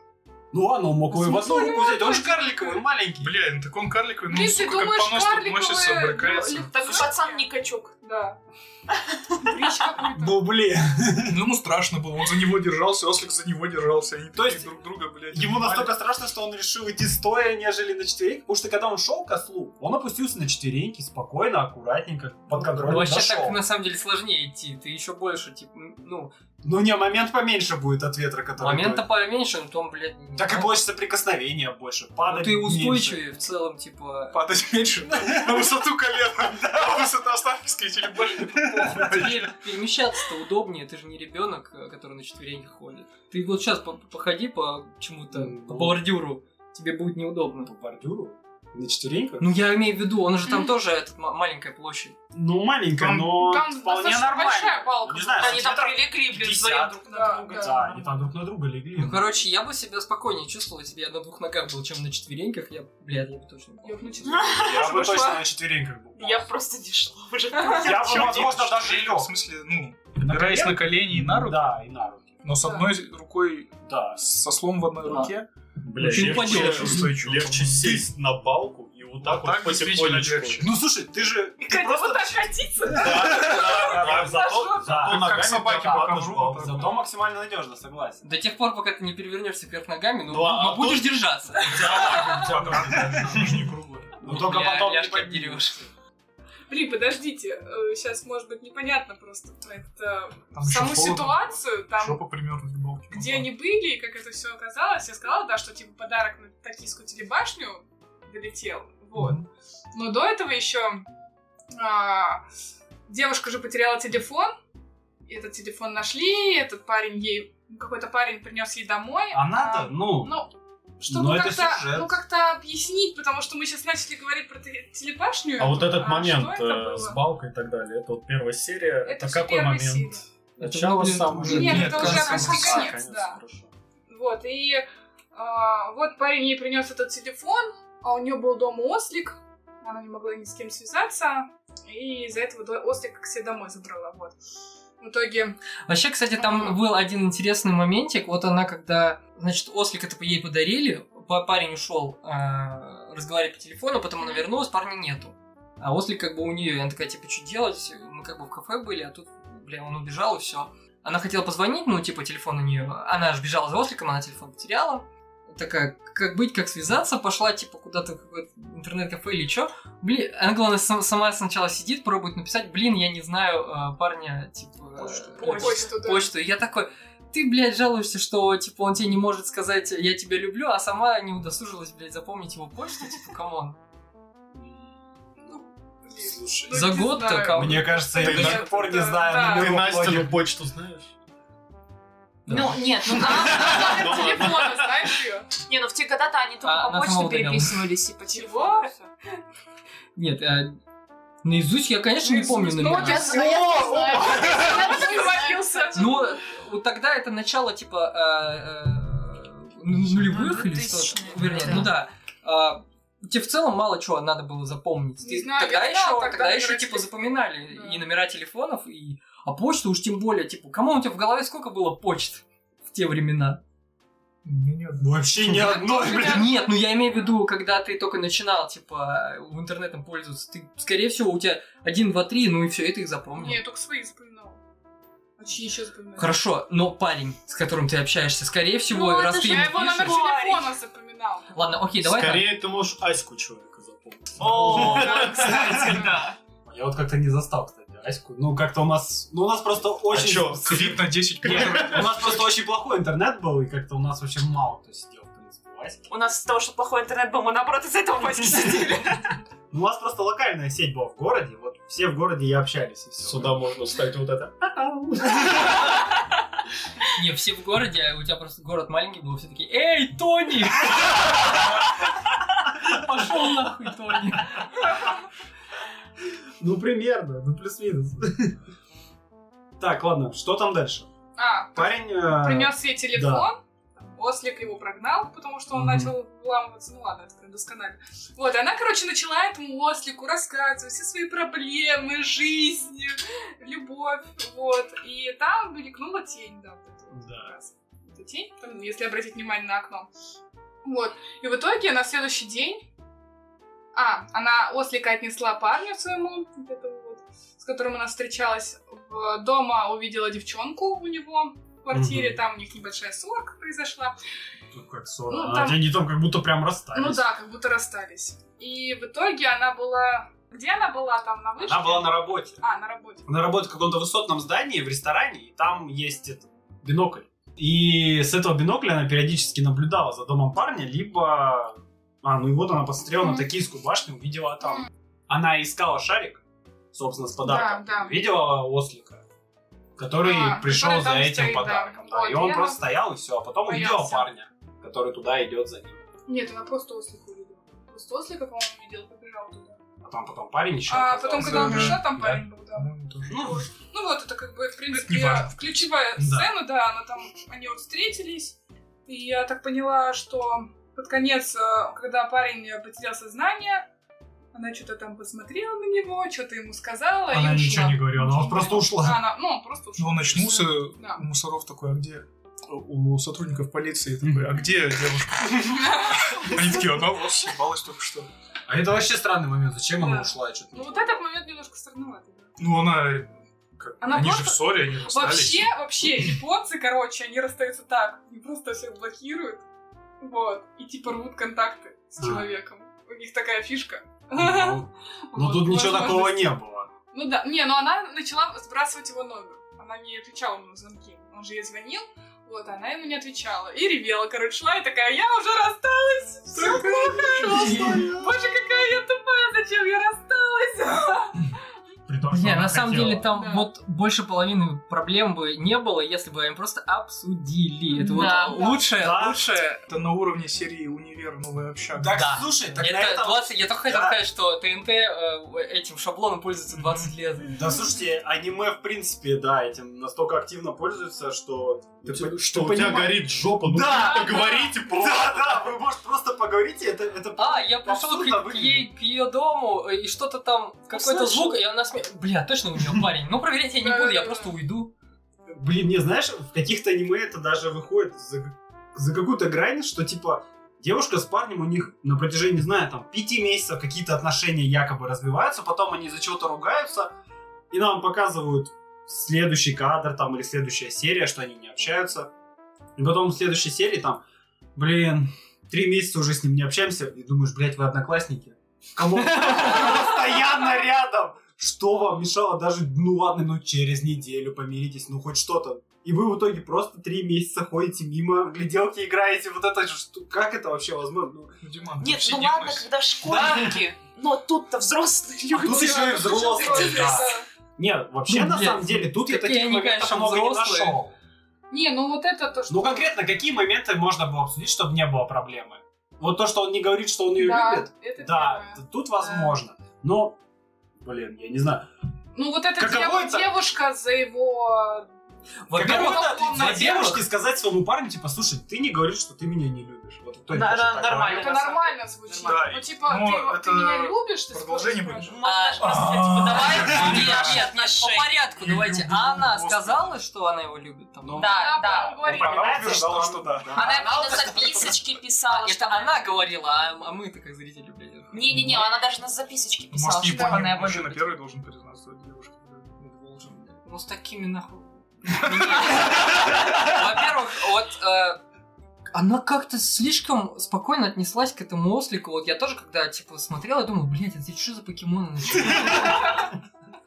Ну ладно, он мог его и в одну
Смысл
руку взять, он же карликовый, маленький.
Бля, ну так он карликовый, ну,
Блин, ты
сука, как
думаешь, ну,
понос тут мощится,
карликовые...
брыкается.
лю-
Так
Так
и пацан не качок.
Да. Брич какой-то.
Ну блин.
Ну, ему страшно было, он за него держался, ослик за него держался, они
То
такие
есть
друг друга, блядь,
Ему
обнимали.
настолько страшно, что он решил идти стоя, нежели на четвереньках, потому что когда он шел к ослу, он опустился на четвереньки спокойно, аккуратненько,
Ну,
под контролем
Вообще
дошел.
так на самом деле сложнее идти. Ты еще больше, типа, ну,
Ну не, момент поменьше будет от ветра, который...
момента
дует.
поменьше, но там, блядь, не
Так и
знаю.
больше соприкосновения больше,
Ну,
падать
ты
меньше.
устойчивее в целом, типа.
падать меньше на высоту колена, на высоту останкинской телебашни.
а Теперь перемещаться-то удобнее, ты же не ребенок, который на четвереньках ходит. Ты вот сейчас походи по чему-то,
Ну.
по бордюру, тебе будет неудобно.
По бордюру? На четвереньках?
Ну я имею в виду, он же там тоже этот, ма- маленькая площадь.
Ну, маленькая,
Там-
но
там
вполне
достаточно
нормально.
большая балка.
Не знаю,
Они там
сантиметров-
прилегли, блин,
50.
вдвоем друг на
Да,
друга.
Да, они там друг на друга легли.
Ну, короче, я бы себя спокойнее чувствовал, если бы я на двух ногах был, чем на четвереньках, я, блядь, я бы точно упал.
Я бы начала
я бы
Хорошо,
точно
пошла.
на четвереньках был.
Я просто не шла уже.
Я бы, возможно, даже
В
лег.
смысле, ну, опираясь на колени и на руки,
Да, и на руки.
но с
Да.
одной рукой,
Да.
со слом в одной
Да.
руке,
Бля,
Ты упадёшь.
устойчиво,
легче
по-моему.
сесть на балку и вот так
Вот так
вот
действительно
потихонечку.
легче.
Ну, слушай, ты же...
И,
Ты
кстати,
просто...
вот так катиться.
Да, зато-
Да,
как
ногами
собаки
да,
по
да,
ковру,
да,
вот так
Зато
вот.
максимально надежно, согласен.
До тех пор, пока ты не перевернешься вверх ногами, ну,
Ну, а
ну,
тут-
будешь держаться.
нижний круглый.
Ну, только
Бля,
потом не
ляжки
поднимешь.
отдерешь.
Блин, подождите, сейчас может быть непонятно просто про это,
Там ещё
саму
холодно.
ситуацию, там,
Жопа примерно в балке. Ну,
где они были и как это все оказалось. Я сказала, да, что типа подарок на токийскую телебашню долетел, вот. Но до этого еще девушка же потеряла телефон, и этот телефон нашли, этот парень ей, ну, какой-то парень принес ей домой.
Она-то,
А,
ну...
ну,
Но
чтобы
это
как-то,
сюжет.
ну, как-то объяснить, потому что мы сейчас начали говорить про те- телепашню.
А вот этот
а
момент
что это
э,
было?
с балкой и так далее, это вот первая серия,
Это
это
всё
какой
первая
момент?
серия.
Начало
Это, блин,
самое.
уже-
Нет,
Нет,
это уже
кажется,
почти
конец,
конец, да. Вот, и а, вот парень ей принес этот телефон, а у нее был дома ослик, она не могла ни с кем связаться, и из-за этого до- ослика к себе домой забрала, вот. В итоге,
Вообще, кстати, там
Ага.
был один интересный моментик. Вот она, когда, значит, ослика это ей подарили, па- парень ушел э, разговаривать по телефону, потом она вернулась, парня нету. А ослик как бы у нее, она такая, типа, что делать? Мы как бы в кафе были, а тут, бля, он убежал и все. Она хотела позвонить, ну, типа, телефон у нее. Она же бежала за осликом, она телефон потеряла. Такая, как быть, как связаться, пошла, типа, куда-то в какое-то интернет-кафе или что. Блин, она, главное, сам- сама сначала сидит, пробует написать, блин, я не знаю э, парня, типа... э,
Почту, да.
почту. И я такой, ты, блядь, жалуешься, что, типа, он тебе не может сказать «я тебя люблю», а сама не удосужилась, блядь, запомнить его почту, типа, камон.
Слушай,
За
Ну, не
год-то
знаю.
кого?
Мне кажется, я
Ты
до
на-
сих пор не
да, да.
знаю.
Ты
номер
Настину
Влади.
почту знаешь?
Да.
Ну, нет, ну,
А, номер телефона, знаешь ее?
не, ну в те года-то они
А,
только по
она
почте
самого удалила.
переписывались и по
Чего?
телефону. всё.
Нет, а, наизусть я, конечно, не помню
Наизусть, ну,
номера.
вот
Я знаю, я знаю.
А
Он договорился.
Ну, вот тогда это начало, типа, э, э, ну- нулевых или что-то.
2000-е,
Вернее,
да.
ну да. А, Тебе в целом мало чего надо было запомнить.
Не
Ты
знаю,
тогда
я
еще,
знала
тогда,
тогда
еще
номера
типа
телефона.
запоминали
Да.
и номера телефонов, и а почту уж тем более, типа, кому у тебя в голове сколько было почт в те времена?
Вообще ни одной, блин.
Да.
Нет, ну я имею в виду, когда ты только начинал, типа, в интернетом пользоваться, ты, скорее всего, у тебя один, два, три, ну и все, и ты их запомнил.
Не, я только свои запоминала. А чьи еще запоминала?
Хорошо, но парень, с которым ты общаешься, скорее всего,
Ну,
раз
это
ты
же
ему
Я его номер
пишешь-
телефона запоминал.
Ладно, окей, давай так.
Скорее ты можешь Аську человека запомнить.
О,
Да,
кстати, да. Я вот как-то не застал, кстати, Аську. Ну, как-то у нас... Ну, у нас
А
просто очень...
чё,
Кредит на 10
Нет,
пунктов.
у нас просто очень плохой интернет был, и как-то у нас очень мало кто сидел, в принципе, в Аське.
У нас из-за того, что плохой интернет был, мы наоборот из-за этого почти сидели.
Ну, у нас просто локальная сеть была в городе, вот все в городе и общались, и все.
Сюда можно вставить вот это.
Не, все в городе, а у тебя просто город маленький был, все такие, эй, Тони! Пошел нахуй, Тони.
Ну, примерно, ну, плюс-минус. Так, ладно, что там дальше?
А,
Парень... э,
принес ей телефон, Ослик его прогнал, потому что он
Мгм.
начал вламываться. Ну ладно, это прям досконально. Вот, и она, короче, начала этому Ослику рассказывать все свои проблемы, жизнь, любовь, вот. И там мелькнула тень, да, вот эта вот
Да.
как раз. Эта тень, там, если обратить внимание на окно. Вот. И в итоге на следующий день... А, она Ослика отнесла парню своему, вот этому вот, с которым она встречалась. В- Дома увидела девчонку у него в квартире,
Мгм.
там у них небольшая ссорка произошла.
Ну, как ссора.
Ну,
а
там-
Они там как будто прям расстались.
Ну да, как будто расстались. И в итоге она была... Где она была? Там на вышке?
Она была на работе.
А, на работе.
Она работает в каком-то высотном здании, в ресторане, и там есть этот бинокль. И с этого бинокля она периодически наблюдала за домом парня, либо... А, ну и вот она посмотрела на
Мгм.
токийскую башню, увидела там. Она искала шарик, собственно, с подарком.
Да, да.
Видела ослика, который
А,
пришел
который
за
там
этим
стоит, да.
подарком. да.
Вот,
и он
я-
просто стоял, и все. А потом увидела
Боялся.
парня, который туда идет за ним.
Нет, она просто ослика увидела. Просто ослика, по-моему, видела, побежала туда.
А там потом парень еще
А потом, когда она
Ага.
пришла, там
Да.
парень был, да.
Ну, вот.
Ну вот, это как бы, в
не
принципе,
важно.
в ключевая
Да.
сцена, да, она там, они вот встретились, и я так поняла, что под конец, э, когда парень э, потерял сознание, она что-то там посмотрела на него, что-то ему сказала
она
и
ничего
ушла.
не говорила, она вот просто ушла.
А, она, ну, он просто ушла.
Ну, он очнулся,
Да.
у мусоров такой, а где? У сотрудников полиции такой, а где девушка? Они такие, она вас ебалась только что.
А это вообще странный момент, зачем она
Да.
ушла? Я чё-то не
Ну вот
понимаю.
этот момент немножко странноватый. да.
Ну, она... как-
Она
Они же
просто-
в ссоре, они расстались.
Вообще, вообще, японцы, короче, они расстаются так. Они просто всех блокируют. Вот. И типа рвут контакты с
А.
человеком. У них такая фишка.
Ну, Но
Вот,
тут ничего
возможность.
такого не было.
Ну да, не, но она начала сбрасывать его номер. Она не отвечала ему на звонки. Он же ей звонил, вот, а она ему не отвечала. И ревела, короче, шла и такая, я уже рассталась, все плохо. Боже, какая я тупая, зачем я рассталась?
При том, что
Не,
она
на самом
хотела.
деле там
Да.
вот больше половины проблем бы не было, если бы они просто обсудили. Это
Да.
вот лучшее,
Да.
лучшее.
Это на уровне серии «Универ. Новая общага».
Так,
Да.
слушай, так на
Это
этом...
20, я только хотел
Да.
сказать, что ТНТ э, этим шаблоном пользуется 20 лет.
Да слушайте, аниме в принципе, да, этим настолько активно пользуются, что... типа
У тебя-
по-
Типа, Что
ты
у тебя
понимаешь-
горит жопа, ну
Да,
просто говорите просто.
Да, да, вы, может, просто поговорите, это... это
А, я пришел
Абсурдно Ну,
к, к ей, к ее дому, э, и что-то там, какой-то
Услышал.
звук, и она сме... Бля, точно у нее парень. Ну, проверять я не буду, я просто уйду.
Блин, не, знаешь, в каких-то аниме это даже выходит за, за какую-то грань, что типа девушка с парнем у них на протяжении, не знаю, там, пяти месяцев какие-то отношения якобы развиваются, потом они из-за чего-то ругаются, и нам показывают следующий кадр там или следующая серия, что они не общаются. И потом в следующей серии там, блин, три месяца уже с ним не общаемся, и думаешь, блядь, вы одноклассники. Кому постоянно рядом? Что вам мешало даже, ну ладно, ну через неделю помиритесь, ну хоть что-то. и вы в итоге просто три месяца ходите мимо, в гляделки играете, вот это же, шту- как это вообще возможно? Ну,
Ну, Диман,
Нет,
вообще
ну
не
ладно,
относится.
когда школьники. Но тут-то взрослые
А тут
люди.
еще и взрослые. да. Нет, вообще,
Ну,
на
блядь,
самом деле, тут я
какие
таких
они,
моментов
конечно,
много не
взрослые.
нашел.
Не, ну вот это то, что...
Ну, конкретно, какие моменты можно было обсудить, чтобы не было проблемы? Вот то, что он не говорит, что он ее любит,
Да, это
да,
первое.
т- тут возможно. Но, блин, я не знаю.
Ну вот эта
Каково
дев-
это?
девушка за его...
Каково
Во-первых,
это для
во-первых-
девушки сказать своему парню, типа, слушай, ты не говоришь, что ты меня не любишь. Вот кто-нибудь
Да,
же
да,
так
нормально.
Это
на самом
нормально звучит.
Да,
Ну типа,
ну,
ты, его-
это
ты меня любишь, ты
продолжение
спросишь,
будет?
спрашиваешь.
Можно даже просто, типа, давай разбери
а, нет,
наши
нет, нет, по
отношения.
порядку, давайте.
Люблю,
А она
господи.
сказала, что она его любит? Там,
Ну,
Да,
Да,
да.
по говорит.
Она
Понимаете,
утверждала,
что
что да. да.
Она ему на
вот-
записочке
А,
писала,
это
что...
она говорила, а, а мы-то как зрители, блядь.
Не-не-не, она даже на записочке
Ну, Может,
писала,
в
что она
Японии
его
мужчина
любит.
первый должен признаться девушке.
Ну, должен, блядь. Ну, с такими нахуй. Во-первых, вот э, она как-то слишком спокойно отнеслась к этому ослику. Вот я тоже, когда, типа, смотрел, я думал, блядь, это что за покемоны? начались?»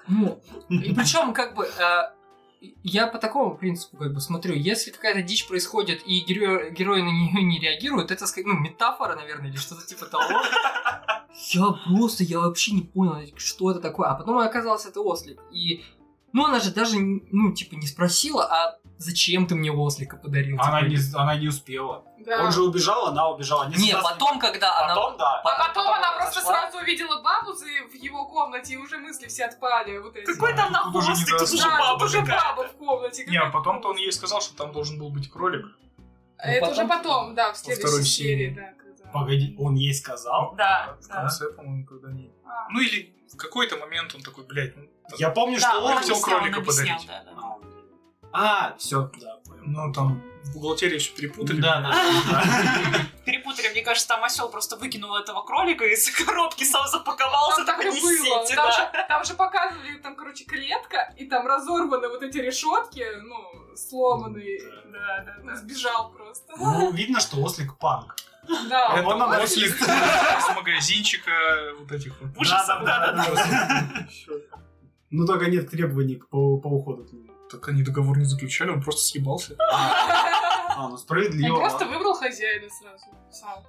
Ну, и причем, как бы, э, я по такому принципу, как бы, смотрю, если какая-то дичь происходит, и геро- герои на нее не реагируют, это, ска- ну, метафора, наверное, или что-то типа того. Я просто, я вообще не понял, что это такое. А потом оказалось, это ослик. И, ну, она же даже, ну, типа, не спросила, а зачем ты мне ослика подарил?
Она
Типа,
не, она не успела.
Да.
Он же убежал, она убежала. Они
Не,
всегда с ним-
потом, когда она...
Потом, да.
А потом она просто
зашла.
сразу увидела бабу за- в его комнате, и уже мысли все отпали. Вот эти.
Какой там
Ну, Тут уже не
нахвостик, тут
даст.
уже
Да,
баба
тут уже
какая.
баба в комнате.
Не, а
какая
потом-то он
баба?
ей сказал, что там должен был быть кролик.
Это
Ну,
уже потом, да, в
второй
следующей
серии.
серии. да, когда-
Погоди, он ей сказал.
Да,
в
да.
конце, по-моему, когда они...
А.
Ну или в какой-то момент он такой, блядь, ну... там-
Я помню,
Да,
что
он
он...
хотел
объяснял,
кролика
он объяснял,
подарить.
да, да.
А, все. Да, понял. Ну,
Ну там в бухгалтерии все перепутали.
Да, да,
Перепутали, мне кажется, там осел просто выкинул этого кролика из коробки, сам запаковался,
Там так и было.
несите,
Там,
да.
же, там же показывали, там, короче, клетка, и там разорваны вот эти решетки, ну, сломанные. Да, да, да. Сбежал просто.
да. Ну, видно, что ослик панк.
Да.
Это
Он нам
ослик
ослик.
А из магазинчика вот этих вот.
Ужасов, да, да,
Ну, только нет требований к- по, по уходу к нему.
Так они договор не заключали, он просто съебался.
А, ну
Он
справедливо.
просто
ладно.
выбрал хозяина сразу. Сам.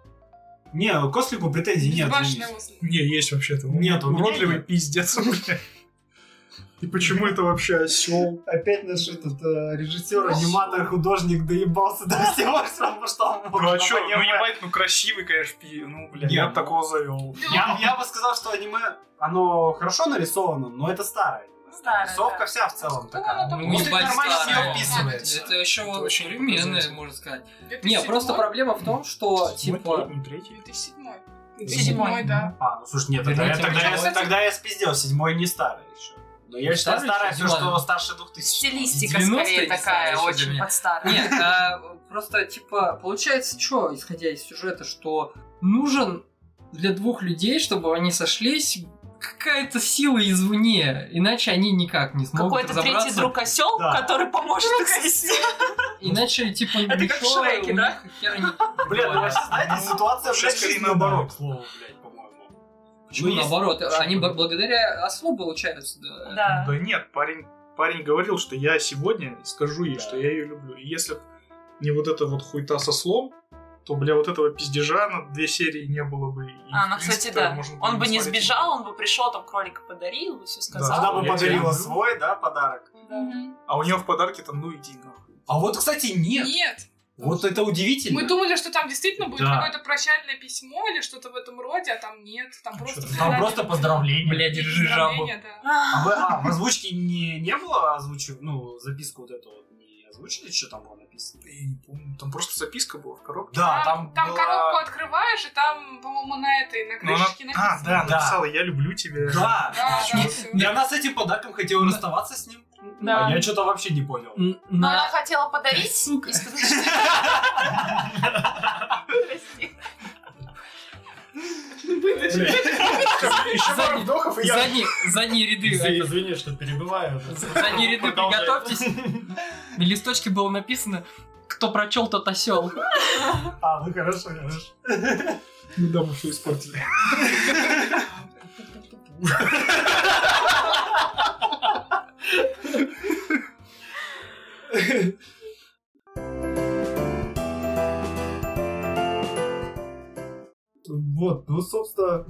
Не, ну, к ослику претензий нет.
Безбашенный
извините.
ослик.
Не, есть вообще-то. Он
Нет, у меня
уродливый
нет.
пиздец, блядь. И почему это вообще осел?
Опять наш этот э, режиссер, аниматор, художник доебался до всего, потому что он...
Ну а чё, ну
аниме.
ебать, ну красивый, конечно, пи... Ну, блядь,
Не,
я
ну-
бы такого завел.
Я, я бы сказал, что аниме, оно хорошо нарисовано, но это старое.
Старое,
Рисовка
да.
вся в целом
Ну,
такая.
оно там
Ну,
Ослик
ебать,
нормально в
старое.
нее вписывается.
Это еще
Это
вот
очень
современное,
показательно.
можно сказать.
2007?
Не, просто проблема в том, что, типа...
Седьмой, Ну, третий.
2007.
Седьмой.
2007, да.
А, ну слушай, нет, тогда, я-
Верните
тогда,
мне.
я, тогда я спиздил, седьмой не старый еще. Но я
Не
считаю
старый
старое
еще?
все,
Ну,
что
ладно.
старше двух тысяч.
Стилистика
90-е
скорее
не
такая,
знаю,
очень
что-то
под старое.
Нет, а, просто, типа, получается, что, исходя из сюжета, что нужен для двух людей, чтобы они сошлись, какая-то сила извне, иначе они никак не смогут
Какой-то третий
разобраться.
друг осел,
Да.
который поможет их свести.
Иначе, типа,
Это как в
ничего
Шреке,
у
да?
них хер не-
Бля, ну вообще, знаете, ситуация,
вообще,
блядь,
скорее
чуть
наоборот.
наоборот, к слову, блядь, по-моему.
Почему
Ну, есть-
наоборот?
Почему?
Они б- благодаря ослу, получается, да.
Да.
Да нет, парень, парень говорил, что я сегодня скажу ей, что я ее люблю. И если б не вот эта вот хуйта со слом, то, бля, вот этого пиздежа на две серии не было бы. И,
А, ну,
в принципе,
кстати, да.
можно было
Он бы не
смотреть.
сбежал, он бы пришел, там кролика подарил, все
Она
сказал.
бы
Я тебя
подарила
люблю.
свой, да, подарок.
А у него в подарке там, ну иди нахуй.
А вот, кстати, нет.
Нет.
Вот это удивительно.
Мы думали, что там действительно будет
Да.
какое-то прощальное письмо или что-то в этом роде, а там нет. Там просто...
Там просто поздравления.
Бля, держи жабу.
поздравления, да.
А, вы- а, в озвучке не, не было озвучи, ну, записку вот эту вот не озвучили, что там было написано?
Я не помню, там просто записка была в коробке.
Да, А,
там,
там,
там
была-
коробку открываешь, и там, по-моему, на этой, на
Ну, она-
крышечке
А,
написано.
да,
Да.
написала, я люблю тебя.
Да,
Да, да, всё.
И она с этим подарком хотела расставаться с ним.
Да.
А я что-то вообще не понял.
Н-
Но
на-
она хотела подарить
Сука.
и сказать, что... Прости.
Еще
пару Сзади.
вдохов,
задние, задние ряды.
Извини,
это,
извини, что перебиваю.
Задние ряды,
Продолжай.
приготовьтесь. На листочке было написано, кто прочел, тот осел.
А, ну хорошо, хорошо.
Ну да, мы все испортили.
Ну, собственно,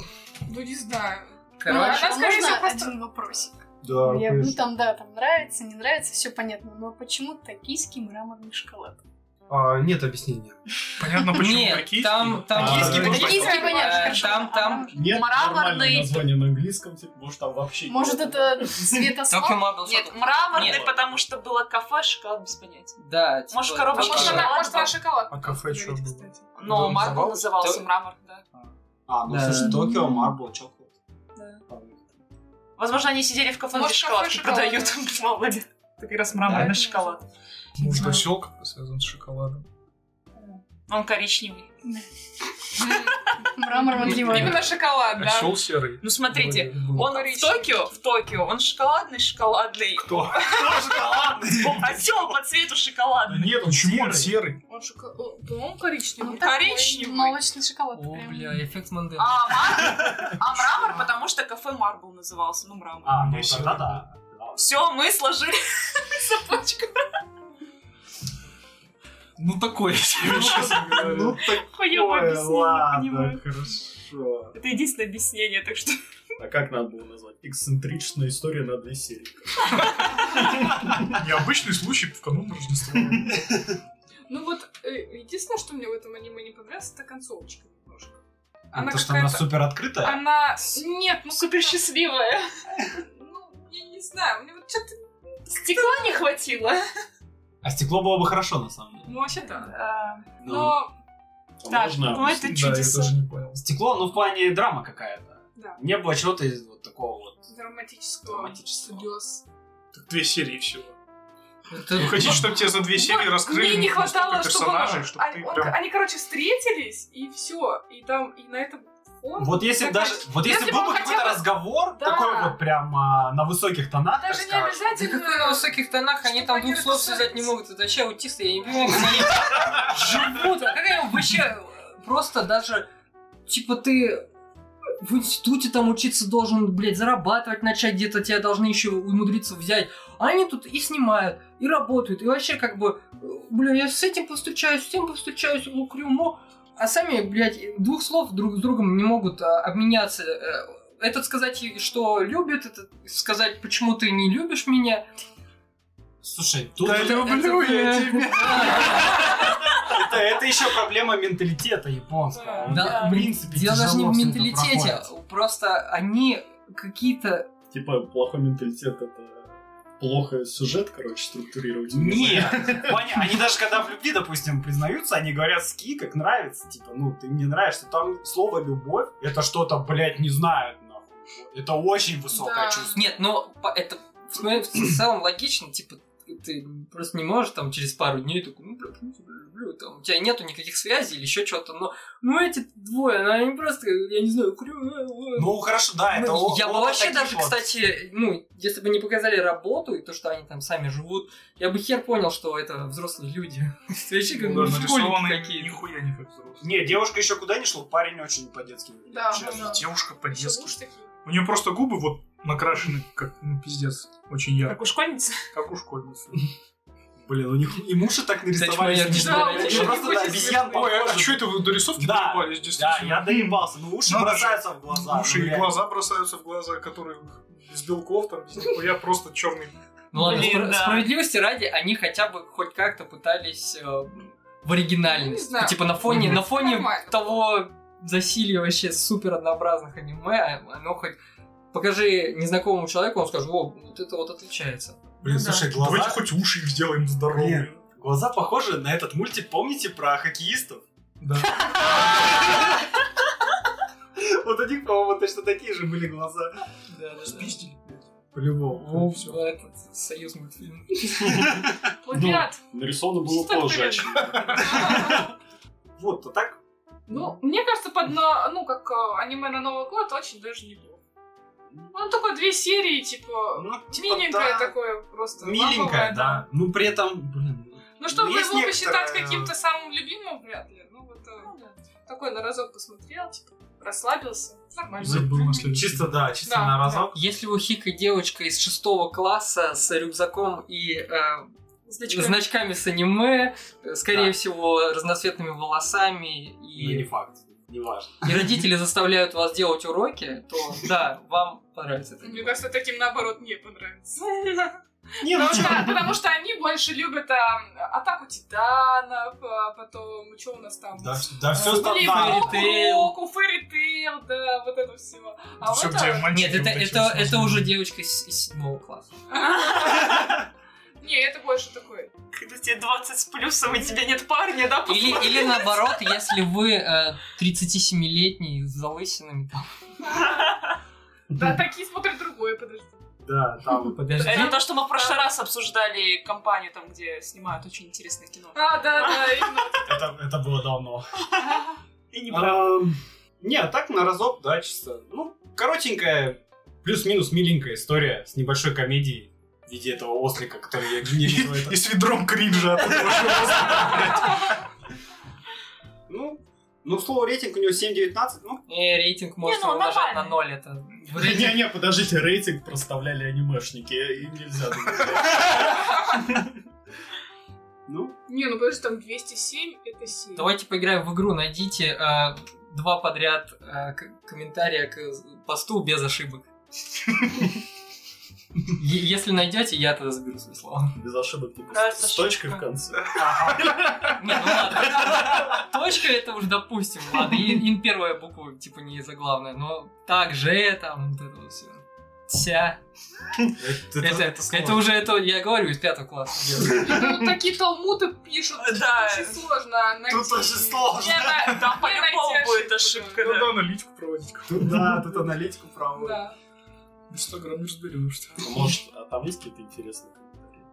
Ну, не знаю. Ну,
Короче,
она, скорее всего,
А можно
просто-
один вопросик?
да.
Я- ну,
конечно.
там, да, там нравится, не нравится, все понятно. Но почему токийский мраморный шоколад?
А, нет объяснения.
Ну,
Понятно, почему
Нет,
такие.
там- там
А,
киски
да,
были-
да,
Токийский,
да.
понятно,
Э,
хорошо.
там-
а
там-
мраморный?
Нет
Мраморный.
нормальное название на английском, типа, может, там вообще...
Может, это
Tokyo
цветослав?
Marble
Нет,
Shuttle.
мраморный,
Нет.
потому что было кафе, шоколад без понятия.
Да, типа,
Может, коробочка
А
Tokyo
может,
шоколад.
она,
Marble.
может, она шоколад.
А кафе что
говорит,
было?
кстати.
Но
Дом
Марбл
Забавы?
назывался
То-
мрамор, да.
А, ну
Да.
слушай, Токио, Марбл, Чоколад.
Возможно, они сидели в кафе, где
Может, кафе
шоколадки
шоколад,
продают. Мало ли. Это как раз мраморный
Да.
шоколад.
Может,
Да.
осел как-то связан с шоколадом?
Он коричневый.
Мраморный лимон.
Именно шоколад, да.
Осел серый.
Ну, смотрите,
Вроде был.
он в Токио, в Токио, он шоколадный, шоколадный.
Кто?
Осел по цвету шоколадный.
Нет, почему он серый?
Он шоколад. Он коричневый.
Коричневый.
Молочный шоколад.
О,
прям.
бля, эффект Мандела.
А мрамор, а мрамор, потому что кафе Марбл назывался, ну мрамор.
А, ну
Я
тогда
серый.
да.
Все, мы сложили цепочку.
Ну, такой себе, честно говоря.
Ну, так-
Хуёвое
Ой,
объяснение,
ладно,
понимаю.
хорошо.
Это единственное объяснение, так что...
А как надо было назвать? Эксцентричная история на две серии.
Необычный случай в канун Рождества.
Ну вот, э, единственное, что мне в этом аниме не понравилось, это концовочка немножко. Она
То, что она
какая-то-
супер открытая?
Она... Нет, ну
Супер
как-то-
счастливая.
Ну, я не знаю, мне вот что-то...
Стекла не хватило.
А стекло было бы хорошо, на самом деле.
Ну, вообще да.
Да,
Ну,
Но
А можно
ну это
Да, я
чудеса.
даже не понял.
Стекло, ну, в плане драма какая-то.
Да.
Не было чего-то из вот такого вот.
драматического
Драматического.
слез.
Так две серии всего.
Это-
Вы хотите, чтобы тебе за две серии
Вот
раскрыли
Ну, Мне не
настолько
хватало, чтобы...
персонажей, чтобы
а-
ты
он-
прям...
Они, короче, встретились, и все. И там, и на этом... фоне
Вот если
какая-то-
даже, вот если,
а Если бы
был
он
бы какой-то
хотя бы-
разговор,
Да.
такой вот прям а, на высоких тонах,
Даже
так
не
скажем.
Да
обязательно...
какой на высоких тонах, они
Чтобы
там
они
двух слов
расписались.
связать не могут. Это вообще аутисты, я не понимаю, как они живут. А как они вообще э, просто даже, типа, ты в институте там учиться должен, блядь, зарабатывать начать где-то, тебя должны еще умудриться взять. А они тут и снимают, и работают, и вообще как бы, э, бля, я с этим повстречаюсь, с тем повстречаюсь, лукрюмо. А сами, блядь, двух слов друг с другом не могут а, обменяться. Э, Этот сказать, что любит, этот сказать, почему ты не любишь меня.
Слушай, тут
Да
это,
люблю я
э,
тебя.
это еще проблема менталитета японского.
Да,
в
блин,
принципе,
Дело даже не
тяжело
в
всё это
менталитете,
проходит.
просто они какие-то...
Типа, плохой менталитет это плохо сюжет, короче, структурировать.
Нет, поня- они даже когда в любви, допустим, признаются, они говорят ски, как нравится, типа, ну, ты мне нравишься. Там слово «любовь» — это что-то, блядь, не знают, нахуй. Это очень высокое
Да.
чувство.
Нет, ну, по- это в смы- в целом логично, типа, ты просто не можешь там через пару дней такой, ну, блядь, я тебя люблю, там, у тебя нету никаких связей или еще чего-то, но, ну, эти двое, ну, они просто, я не знаю, крю... э, э.
Ну, хорошо, да, это...
Ну,
о-
я бы
вот
вообще
таких
даже,
вот.
кстати, ну, если бы не показали работу и то, что они там сами живут, я бы хер понял, что это взрослые люди. Вообще как бы школьники
Нарисованные
какие-то.
нихуя не как
Ну,
взрослые.
Не, девушка еще куда не шла, парень очень по-детски выглядит,
Да,
честно.
да.
Девушка
Ещё
по-детски.
уж такие.
У нее просто губы вот накрашены, как, ну, пиздец, очень
Как
ярко.
у школьницы.
Как у школьницы.
Блин, у них и муши так нарисовали.
чмо, я не
что-
знаю,
Они
ничего не
просто
хочется
на обезьян
слышать.
Ой, а
похожи.
что это вы до рисовки
Да.
докопались,
Да,
действительно?
я доебался, но уши
Надо же.
бросаются в глаза.
Уши
ну,
и
реально.
глаза бросаются в глаза, которые без белков, там, без нихуя, просто черный.
Ну ладно,
Блин,
спра-
да.
справедливости ради, они хотя бы хоть как-то пытались э, в
Ну, не
оригинальность.
знаю.
Типа на фоне,
Мгм.
на фоне
Нормально.
того засилия вообще супер однообразных аниме, а оно хоть покажи незнакомому человеку, он скажет, о, вот это вот отличается.
Блин,
Ну да.
слушай,
Давайте
глаза...
хоть уши им сделаем здоровые.
Блин, глаза похожи на этот мультик, помните, про хоккеистов?
Да.
Вот у них, по-моему, точно такие же были глаза. Ну,
Да, да,
Спиздили.
По-любому.
этот союз мультфильм.
Ну,
Плагиат.
Нарисовано было
Что
позже,
ты?
очевидно.
Вот, а так...
Ну, мне кажется, под на- ну, как э, аниме на Новый год очень даже неплохо. Он только две серии, типа,
Ну, типа,
миленькое
да,
такое просто.
Миленькое,
ламповое,
да. Ну, при этом, блин...
Ну, чтобы
Есть э,
его посчитать
некоторое-
каким-то самым любимым, вряд ли. Ну, вот э, такой на разок посмотрел, типа, расслабился. Нормально.
Забыл на следующий.
Чисто, да, чисто
Да,
на
да.
разок.
Если у Хика девочка из шестого класса с рюкзаком и э,
Значками.
значками с аниме, э, скорее
Да.
всего, разноцветными волосами
Ну, не
и
факт. Неважно.
и родители заставляют вас делать уроки, то да, вам понравится это.
Мне кажется, таким наоборот не понравится.
Не, ну
Потому
чё?
что, потому что они больше любят а, атаку титанов, а потом, что у нас там? А,
Да, да все стандартно.
Фэри Тейл.
Фэри Фэри Тейл, да, вот это все. А
Всё,
вот
где
это-
мальчики
Нет, это,
учатся,
это, это
на
уже
самом деле.
девочка из, из седьмого класса.
Не, это больше такое.
Когда тебе 20 с плюсом, и тебе нет парня, да?
Или, или наоборот, если вы э, 37-летний с залысинами, там,
Да, такие смотрят другое, подожди.
Да, там.
подожди.
Это то, что мы в прошлый раз обсуждали компанию, там, где снимают очень интересное кино.
А, да, да, именно.
Это, это было давно.
И не
Эм, Не, а так на разок, да, чисто. Ну, коротенькая, плюс-минус миленькая история с небольшой комедией в виде этого ослика, который я не вижу. это.
И с ведром кринжа от этого жёстко,
Ну, ну, к слову, рейтинг у него 7.19, ну,
Э, рейтинг можно
ну,
умножать на
нормально.
ноль. Это в рейтинг-
Не-не, подождите, рейтинг проставляли анимешники, и нельзя.
ну,
Не, ну подожди, там 207, это 7.
Давайте поиграем в игру. Найдите э, два подряд э, к- комментария к посту без ошибок. Е- Если найдете, я тогда заберу свои слова.
Без ошибок, типа,
Да,
с
это
с точкой в
ошибка.
конце.
Не, ну ладно. Точка это уже допустим. Ладно, и, и первая буква типа не заглавная, но также там вот это вот все. Ся.
это,
Это, это
сложно.
уже это, я говорю, из пятого класса. делаю.
Ну, такие талмуты пишут.
Да.
Очень сложно найти.
Тут очень сложно.
Не, на-
Там
не найти
по-любому будет
ошибку,
ошибка,
да.
да.
Надо аналитику проводить.
Тут, да, тут аналитику проводят.
Да.
Инстаграм не разберешься.
Может, а там есть какие-то интересные комментарии?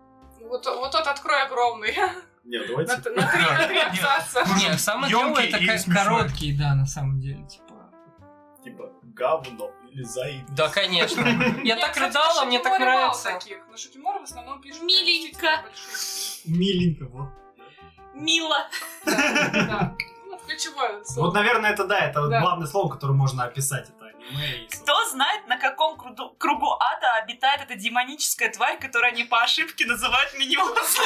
Вот, вот тот открой огромный. На,
Нет, давайте...
т- на три, на три абзаца.
Не, самое клевое
Ёмкий
это
и
ко-
смешной.
короткие, да, на самом деле, типа.
Типа, говно или заебись.
Да, конечно. Я
Не,
так
кстати,
рыдала,
на
мне так
Шакиморе мало
нравится.
таких. На Шакиморе в основном пишут.
Миленько.
Миленько, вот.
Мило.
Да, да. Ну, вот ключевое
Вот,
слово.
наверное, это да, это вот
Да.
главное слово, которое можно описать, это аниме. и, собственно,
Кто знает, на каком круду- кругу ада обитает эта демоническая тварь, которую они по ошибке называют миньонс?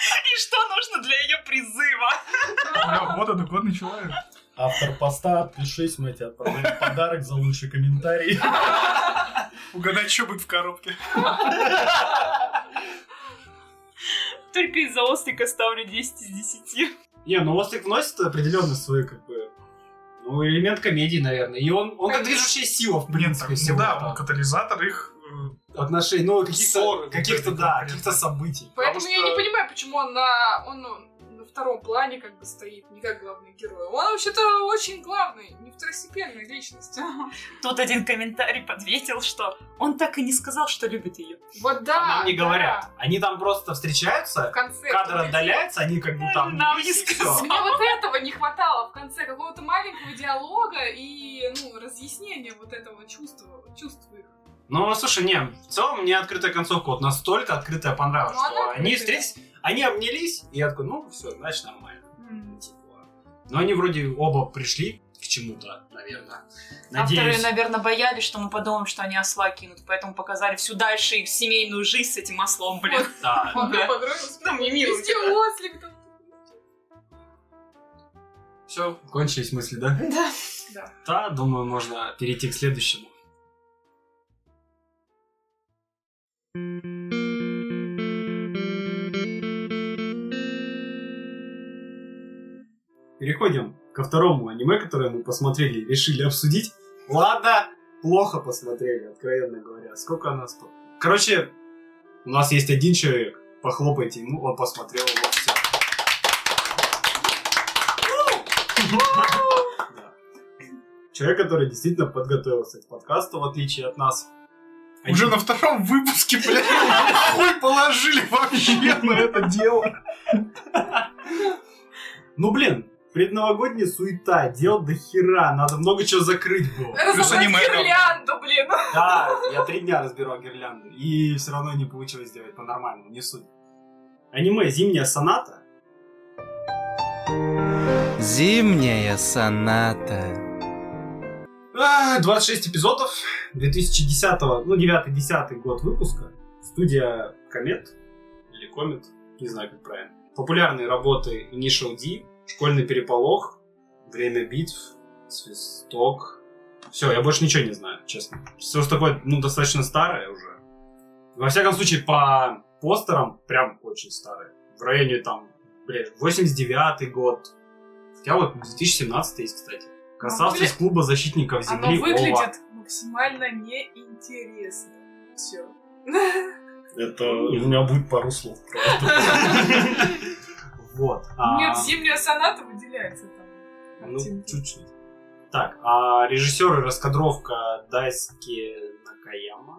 И что нужно для ее призыва?
Бля, вот адекватный человек.
Автор поста, отпишись, мы тебе отправляем подарок за лучший комментарий.
Угадать, что будет в коробке.
Только из-за острика ставлю 10 из 10.
Не, ну Ослик вносит определенно свой, как бы, ну, элемент комедии, наверное. И он, он как движущая сила, в
Блин,
принципе,
так,
всего.
Ну да,
там.
он катализатор их э,
отношений, ну, каких-то,
Ссоры,
каких-то
вот это
да,
конкретно.
каких-то событий.
Поэтому
потому
я не
что-
понимаю, почему он на, он ну, на втором плане как бы стоит, не как главный герой. Он вообще-то очень главный, не второстепенная личность.
Тут один комментарий подветил, что он так и не сказал, что любит ее.
Вот да,
Они не
да.
говорят. Они там просто
В
встречаются,
конце.
кадр
вот эти-
отдаляется, они как бы там...
Нам
и
не
всё.
сказали.
Мне а вот этого не хватало в конце, какого-то маленького диалога и, ну, разъяснения вот этого чувства, чувств их.
Ну, слушай, не, в целом мне открытая концовка вот настолько открытая понравилась,
Ну,
что
она
они
открытая.
встретились, они обнялись, и я такой, ну, все, значит, нормально. Типа. Но они вроде оба пришли к чему-то, наверное.
Авторы,
Надеюсь.
А наверное, боялись, что мы подумаем, что они осла кинут, поэтому показали всю дальше их семейную жизнь с этим ослом, блин.
Да.
Он мне
Да.
понравился.
Ну, мне мило.
Везде ослик там.
Все, кончились мысли, да?
Да.
Да.
Да, думаю, можно перейти к следующему. Переходим ко второму аниме, которое мы посмотрели и решили обсудить. Ладно, плохо посмотрели, откровенно говоря. Сколько у нас тут? Короче, у нас есть один человек. Похлопайте ему, он посмотрел его все. Человек, который действительно подготовился к подкасту, в отличие от нас.
Уже на втором выпуске, блядь, хуй положили вообще на это дело.
Ну, блин, предновогодняя суета, дел до хера, надо много чего закрыть было.
Разобрать
аниме, да.
гирлянду, блин.
Да, я три дня разбирал гирлянду, и все равно не получилось сделать по-нормальному, не суть. Аниме «Зимняя соната».
Зимняя соната.
А, 26 эпизодов, 2010, ну, 9-10 год выпуска. Студия Комет, или Комет, не знаю, как правильно. Популярные работы Initial D, Школьный переполох, Время битв, свисток. Все, я больше ничего не знаю, честно. Все такое, ну, достаточно старое уже. Во всяком случае, по постерам прям очень старое. В районе там, блядь, 89-й год. Хотя вот 2017 есть, кстати. Красавцы из
выглядит-
клуба защитников земли.
Оно
Ова.
выглядит максимально неинтересно. Все.
Это у меня будет пару слов.
Вот. а-
Нет, зимняя соната выделяется там.
Ну,
Картинки.
чуть-чуть. Так, а режиссер и раскадровка Дайски Накаяма.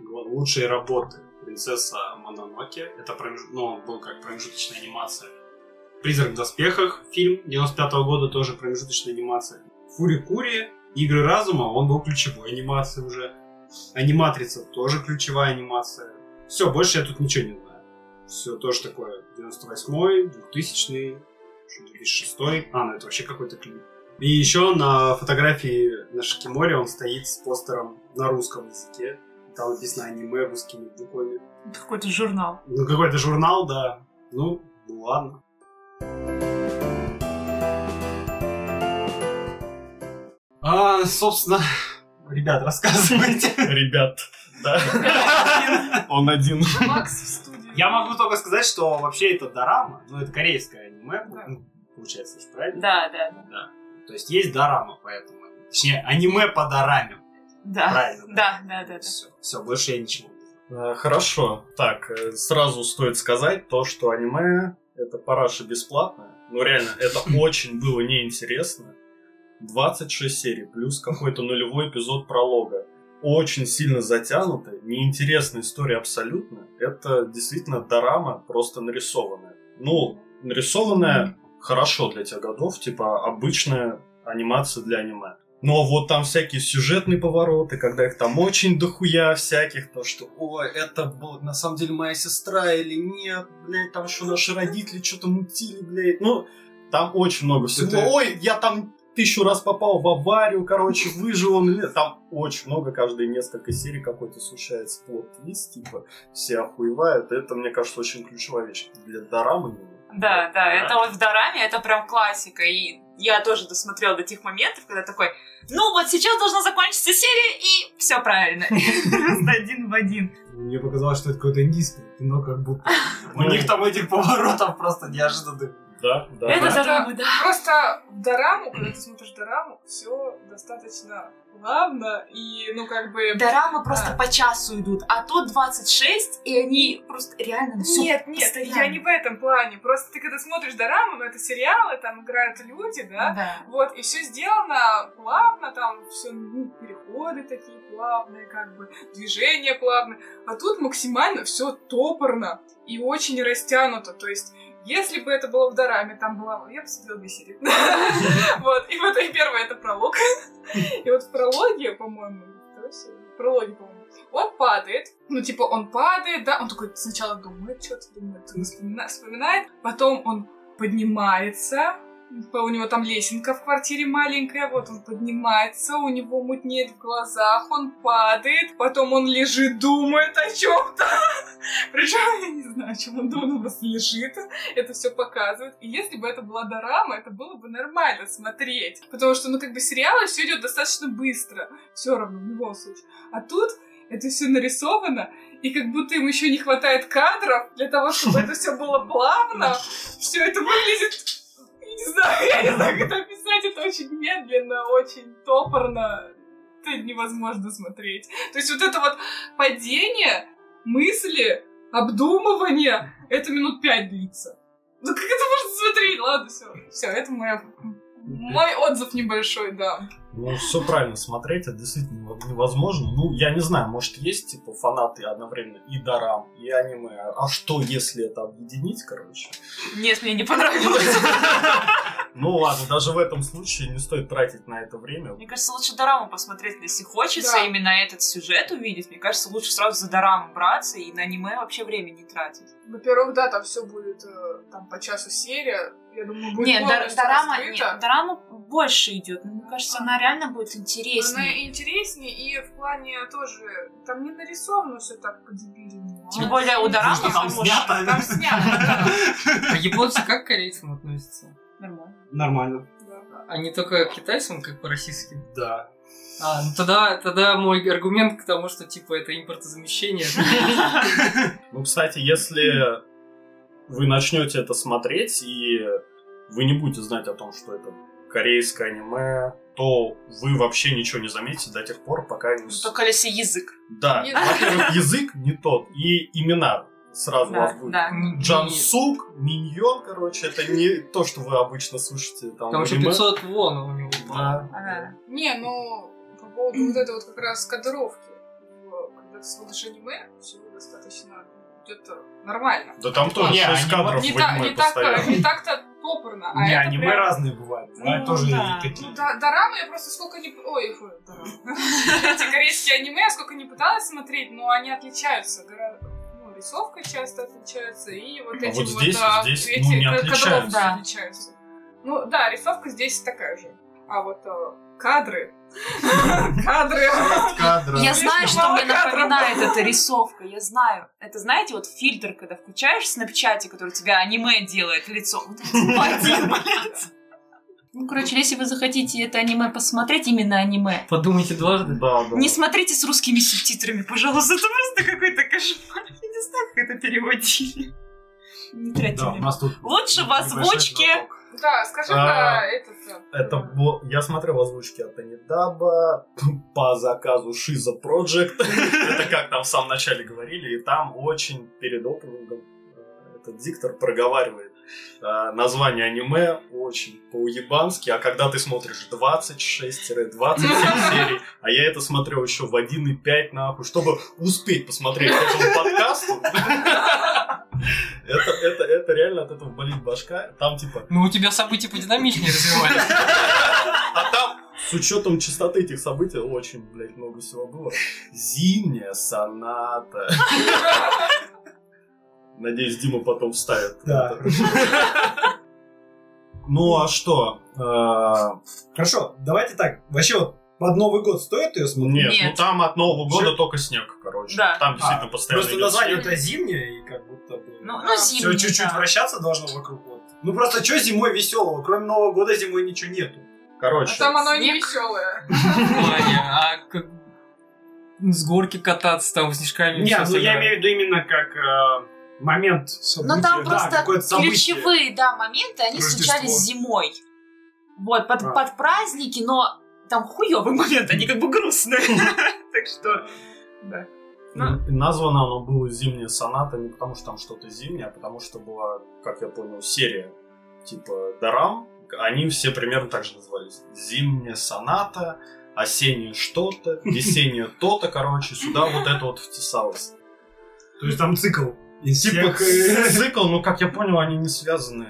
Гла- Лучшие работы «Принцесса Мононоке». Это промеж- ну, он был как промежуточная анимация. «Призрак в доспехах» фильм 95 года, тоже промежуточная анимация. «Фури-кури», «Игры разума», он был ключевой анимацией уже. «Аниматрица» тоже ключевая анимация. Все, больше я тут ничего не знаю. Все тоже такое 98-й, 2000 2006. А, ну это вообще какой-то клип. И еще на фотографии на Шикиморе он стоит с постером на русском языке. Там написано аниме русскими буквами.
Какой-то журнал.
Ну, какой-то журнал, да. Ну, ну ладно. А, собственно, ребят, рассказывайте.
Ребят, да. Он один.
Макс в студии.
Я могу только сказать, что вообще это дорама, ну это корейское аниме, ну, получается, же, правильно?
Да, да,
То есть есть дорама, поэтому. Точнее, аниме по дораме.
да.
Правильно.
Да, да, да. да.
Все, все, больше я ничего не знаю.
Э, Хорошо. Так, э, сразу стоит сказать то, что аниме это параша бесплатная. Ну реально, это очень было неинтересно. 26 серий плюс какой-то нулевой эпизод пролога. Очень сильно затянутая, неинтересная история абсолютно. Это действительно дорама, просто нарисованная. Ну, нарисованная хорошо для тех годов, типа обычная анимация для аниме. Но вот там всякие сюжетные повороты, когда их там очень дохуя всяких, то что, ой, это была на самом деле моя сестра или нет, блядь, там еще наши родители что-то мутили, блядь. Ну, там очень много всего.
Это-
Ой, я там тысячу раз попал в аварию, короче, выжил он. или нет». Там очень много, каждые несколько серий какой-то случается плод-твист, типа, все охуевают. Это, мне кажется, очень ключевая вещь для дорамы.
Да, да, это вот в Дораме, это прям классика. И я тоже досмотрела до тех моментов, когда такой, ну вот сейчас должна закончиться серия, и все правильно. Просто один в один.
Мне показалось, что это какое-то индийское кино, как будто. У
Ну.
них там этих поворотов просто неожиданных.
Да, да.
Это
да.
Дорама, да.
Просто в дораму, когда ты смотришь дораму, все достаточно плавно и, ну, как бы...
Дорамы просто
Да.
по часу идут, а тут 26, и они просто реально всё
Нет, нет,
постоянно.
я не в этом плане. Просто ты когда смотришь дораму, ну, это сериалы, там играют люди, да?
Да.
Вот, и все сделано плавно, там все, ну, переходы такие плавные, как бы, движения плавные. А тут максимально все топорно и очень растянуто. То есть, если бы это было в Дораме, там была... Я посмотрела две серии. Вот, и вот и первое это пролог. И вот в прологе, по-моему, второй серии, в прологе, по-моему, он падает, ну, типа, он падает, да, он такой сначала думает, что-то думает, вспомина- вспоминает, потом он поднимается, П- Типа, у него там лесенка в квартире маленькая, вот он поднимается, у него мутнеет в глазах, он падает, потом он лежит, думает о чем-то. Причем я не знаю, о чем он думает, он просто лежит, это все показывает. И если бы это была дорама, это было бы нормально смотреть. Потому что, ну, как бы сериалы все идет достаточно быстро. Все равно, в любом случае. А тут это все нарисовано, и как будто им еще не хватает кадров для того, чтобы это все было плавно. Все это выглядит я не знаю, я не знаю, как это описать. Это очень медленно, очень топорно. Это невозможно смотреть. То есть вот это вот падение, мысли, обдумывание, это минут пять длится. Ну как это можно смотреть? Ладно, все. Все, это моя... Мой отзыв небольшой, да.
Ну, все правильно смотреть, это действительно невозможно. Ну, я не знаю, может, есть, типа, фанаты одновременно и дарам, и аниме. А что, если это объединить, короче?
Нет, мне не понравилось.
Ну, ладно, даже в этом случае не стоит тратить на это время.
Мне кажется, лучше дораму посмотреть, если хочется
Да.
именно этот сюжет увидеть. Мне кажется, лучше сразу за дораму браться и на аниме вообще время не тратить.
Во-первых, да, там все будет э, там по часу серия. Я думаю, будет
Нет, дор-
полностью
дорама,
раскрыто. А.
нет, дорама больше идет. Мне кажется, она реально будет
Она
интереснее.
интереснее и в плане тоже... Там не нарисовано все так по-дебильному.
Тем более у дорамы хорошая-
снято.
Там снято.
А японцы как к корейцам относятся?
Нормально.
Нормально.
Да.
Они только китайцам, как по-российски.
Да.
А, ну тогда, тогда мой аргумент к тому, что типа это импортозамещение.
Ну, кстати, если вы начнете это смотреть, и вы не будете знать о том, что это корейское аниме, то вы вообще ничего не заметите до тех пор, пока не...
Ну,
с-
Только если язык.
Да,
Нет.
во-первых, язык не тот, и имена сразу у
Да,
вас будут.
да.
Джансук, Миньон, короче, это не то, что вы обычно слышите там
Потому
в
что
аниме.
500 вон у него было.
Да.
Ага.
Не, ну, по поводу вот этой вот как раз кадровки. в- Когда ты смотришь аниме, все достаточно где-то нормально.
Да там тоже
Не,
6
аниме-
кадров
Не,
в
так,
аниме
не, так,
постоянно.
не так-то топорно, а
Не,
это
аниме
прям...
разные бывают. Бывают
Ну,
тоже
да.
и такие.
Да, дорамы я просто сколько не... Ой, фу, дорамы. Эти корейские аниме я сколько не пыталась смотреть, но они отличаются. Дора- Ну, рисовка часто отличается, и вот
А
эти
вот здесь-
да,
здесь,
эти
ну, не
к- кадровки
отличаются.
отличаются. Ну, да, рисовка здесь такая же. А вот э, кадры... Кадры...
Кадры.
ну Я знаю, что мне
Мало кадров.
напоминает эта рисовка, я знаю. Это, знаете, вот фильтр, когда включаешь в снапчате, который у тебя аниме делает лицо. Вот это один, блядь. Ну, короче, если вы захотите это аниме посмотреть, именно аниме,
Подумайте дважды.
Да, да.
не смотрите с русскими субтитрами, пожалуйста. Это просто какой-то кошмар. Я не знаю, как это переводили. Не тратьте
Да, у
время.
нас тут
Лучше в озвучке.
небольшой знаток.
Да, скажи
А,
про этот... э,
Это бо- я смотрел озвучки от Анидаба по заказу Шиза Project. Это как там в самом начале говорили, и там очень перед опенингом э, этот диктор проговаривает э, название аниме очень по-уебански, а когда ты смотришь 26-27 серий, а я это смотрел еще в 1,5 нахуй, чтобы успеть посмотреть к этому подкасту. Это, это, это реально от этого болит башка. Там типа
Ну, у тебя события подинамичнее развивались.
а там, с учетом частоты этих событий, очень, блядь, много всего было. Зимняя соната. Надеюсь, Дима потом вставит.
Да.
это. Ну а что? Э,
Хорошо, давайте так. Вообще вот под Новый год стоит ее смотреть?
Нет,
Нет.
ну там от Нового года
Жи-
только снег, короче.
Да.
Там действительно
А,
постоянно
Просто
идет снег.
название-то зимнее, и как будто бы...
Ну, ну,
Все
зимний,
чуть-чуть
да.
вращаться должно вокруг. Вот. Ну просто что зимой веселого? Кроме Нового года зимой ничего нету.
А
Короче,
там оно не
Снег.
веселое.
Ваня, а как с горки кататься там снежками?
Не,
всё
ну я
остальное?
имею в виду именно как э, момент события.
Ну,
Но там
да,
просто
какое-то событие.
ключевые да, моменты, они
Рождество.
случались зимой. Вот, под,
А.
под праздники, но там хуёвый момент, они как бы грустные. Так что, да.
н- названо оно было «Зимняя соната» не потому, что там что-то зимнее, а потому что была, как я понял, серия типа Дарам. Они все примерно так же назывались. «Зимняя соната», «Осеннее что-то», «Весеннее то-то», короче, сюда вот это вот втесалось.
То есть там цикл. Из
Типа
всех,
ц-
э,
цикл, но, как я понял, они не связаны.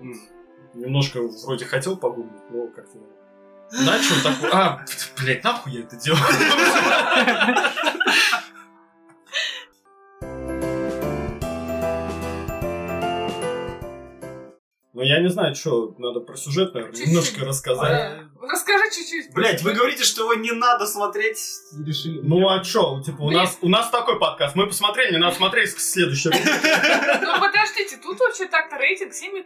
М, Немножко вроде хотел погуглить, но как-то... Начал такой, а, блядь, нахуй я это делаю? Ну, я не знаю, что, надо про сюжет, наверное,
Чуть-чуть.
немножко рассказать.
Да. Э, Расскажи чуть-чуть. Ну,
Блять, вы говорите, что его не надо смотреть. Решили.
Ну, а что, типа, у нас, у нас такой подкаст, мы посмотрели, не надо смотреть следующий.
Ну подождите, тут вообще так-то рейтинг 7,3.
Э,
Ну,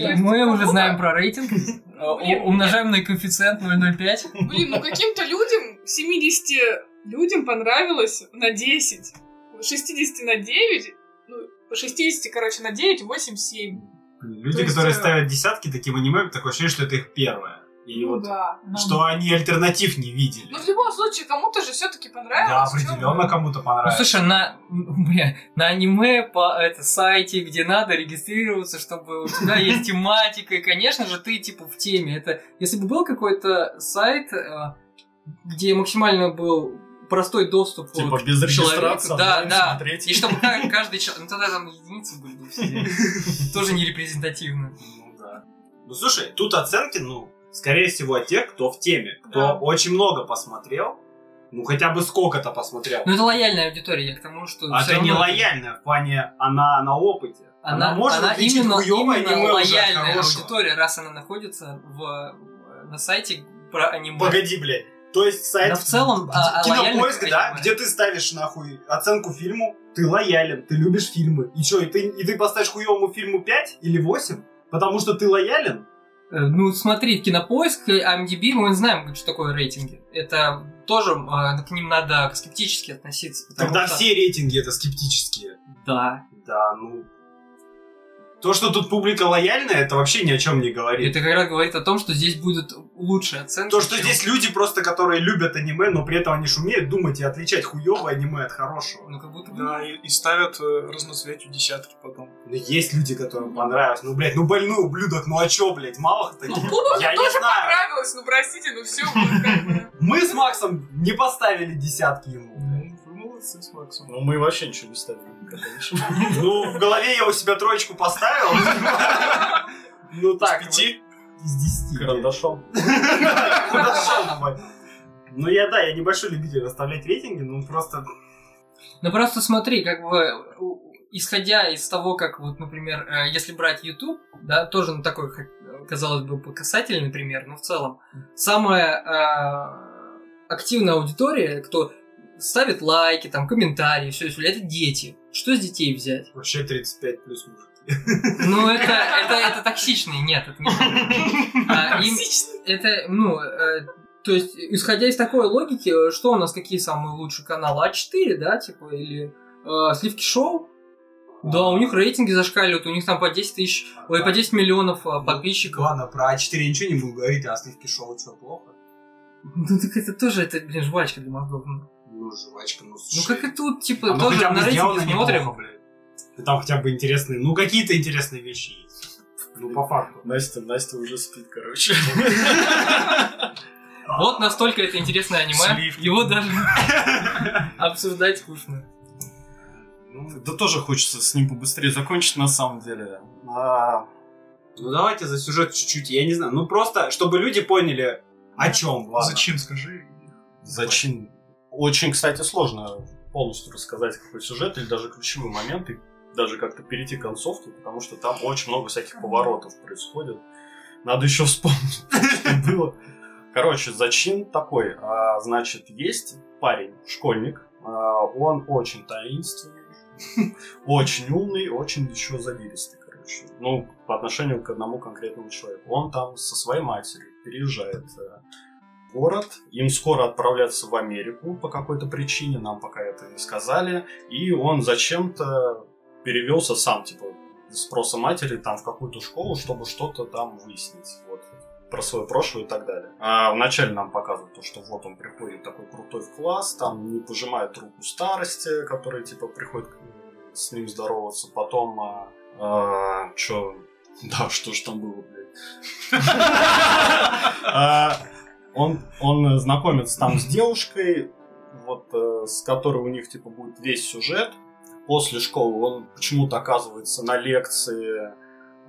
То есть
Мы уже
ну,
кому-то-
знаем про рейтинг. Э, у- Умножаем на коэффициент 0,05.
Блин, ну каким-то людям, 70 людям понравилось на 10. 60 на 9, ну, по 60, короче, на 9, 8, 7.
Люди,
То есть,
которые
э,
ставят десятки таким аниме, такое ощущение, что это их первое. И
ну
вот,
да.
что они альтернатив не видели.
Ну в любом случае, кому-то же все-таки
Да,
понравилось.
определенно кому-то
Ну,
понравилось.
слушай, на, бля, на аниме по это, сайте, где надо регистрироваться, чтобы у тебя есть тематика, и, конечно же, ты, типа, в теме. Это, если бы был какой-то сайт, э, где максимально был простой доступ
Типа,
к
без
человеку,
регистрации
да,
онлайн
да,
смотреть.
и чтобы ка- каждый человек... Ну, тогда там единицы были бы все. Тоже не репрезентативно.
Ну да. Ну слушай, тут оценки, ну, скорее всего, от тех, кто в теме, кто
Да.
очень много посмотрел, ну хотя бы сколько-то посмотрел.
Ну, это лояльная аудитория, я к тому, что...
А
Ну, всё
это не
равно-
лояльная, в плане она на опыте. Она, может
она
отличить хуёвое
именно
аниме уже от
лояльная
хорошего.
аудитория, раз она находится в, э, на сайте про аниме.
Погоди, блядь. То есть сайт...
Да в целом, а, а
Кинопоиск,
лояльных
да,
аниме.
где ты ставишь нахуй оценку фильму, ты лоялен, ты любишь фильмы. И что, и ты, и ты поставишь хуевому фильму 5 или 8? Потому что ты лоялен?
Э, Ну, смотри, кинопоиск, э, IMDb, мы знаем, что такое рейтинги. Это тоже э, к ним надо скептически относиться. потому
Тогда
что-
все рейтинги это скептические.
Да.
Да, ну... То, что тут публика лояльная, это вообще ни о чем не говорит.
Это как раз говорит о том, что здесь будут лучшие оценки.
То, что
чем-
здесь люди просто, которые любят аниме, но при этом они же умеют думать и отличать хуёвое аниме от хорошего.
Ну, как будто бы...
Да, и, и ставят э, разноцветью десятки потом.
Ну, есть люди, которым понравилось. Ну, блядь, ну больной ублюдок, ну а чё, блядь, мало их таких?
Пупу
Я
мне
не
тоже
знаю.
понравилось, ну простите, ну все, как бы.
Мы с Максом не поставили десятки ему.
Ну, вы молодцы с Максом.
Ну, мы вообще ничего не ставили. конечно.
Ну, в голове я у себя троечку поставил. Ну так. вот,
пяти?
Из десяти.
Карандашом.
Куда шел, бать? Ну я, да, я небольшой любитель расставлять рейтинги, ну просто...
Ну просто смотри, как бы у- исходя из того, как вот, например, э, если брать YouTube, да, тоже ну, такой, как, э, казалось бы, показательный пример, но в целом самая э, активная аудитория, кто ставит лайки, там комментарии, все, все, это дети. Что с детей взять?
Вообще 35 плюс мужик.
Ну это это это токсичные, нет, это не так. А, им- это, ну, э, то есть, исходя из такой логики, э, что у нас, какие самые лучшие каналы? А4, да, типа, или э, Сливки Шоу? Да, у них рейтинги зашкаливают, у них там по 10 тысяч, ой, по 10 миллионов э, подписчиков.
Ладно, про А4 я ничего не буду говорить, а сливки шоу что, плохо?
Ну, так это тоже, это, блин, жвачка для мозгов. Ну,
Ну, жвачка, ну
Ну,
слушай.
как и тут, типа,
Оно
тоже
А хотя бы
на рейтинги
сделано
смотрим.
неплохо, блядь. И Там хотя бы интересные, ну какие-то интересные вещи есть. Ну, по факту.
Настя, Настя уже спит, короче.
Вот настолько это интересное аниме,
Сливки.
его даже обсуждать скучно.
Ну,
Да тоже хочется с ним побыстрее закончить, на самом деле. А,
ну, давайте за сюжет чуть-чуть, я не знаю. Ну просто, чтобы люди поняли, о чем, ладно.
Зачем, скажи.
Зачем? Очень, кстати, сложно полностью рассказать какой сюжет или даже ключевые моменты, даже как-то перейти к концовке, потому что там очень много всяких поворотов происходит. Надо еще вспомнить, что было. Короче, зачин такой. А, значит, есть парень, школьник. А, он очень таинственный, очень умный, очень еще задиристый, короче. Ну, по отношению к одному конкретному человеку. Он там со своей матерью переезжает э, в город. Им скоро отправляться в Америку по какой-то причине, нам пока это не сказали. И он зачем-то перевелся сам, типа, без спроса матери там в какую-то школу, чтобы что-то там выяснить. Вот про свое прошлое и так далее. А вначале нам показывают то, что вот он приходит такой крутой в класс, там не пожимает руку старости, которая типа приходит к- с ним здороваться, потом а, а, чё, да, что ж там было, блядь. А, Он, он знакомится там с девушкой, вот э, с которой у них типа будет весь сюжет. После школы он почему-то оказывается на лекции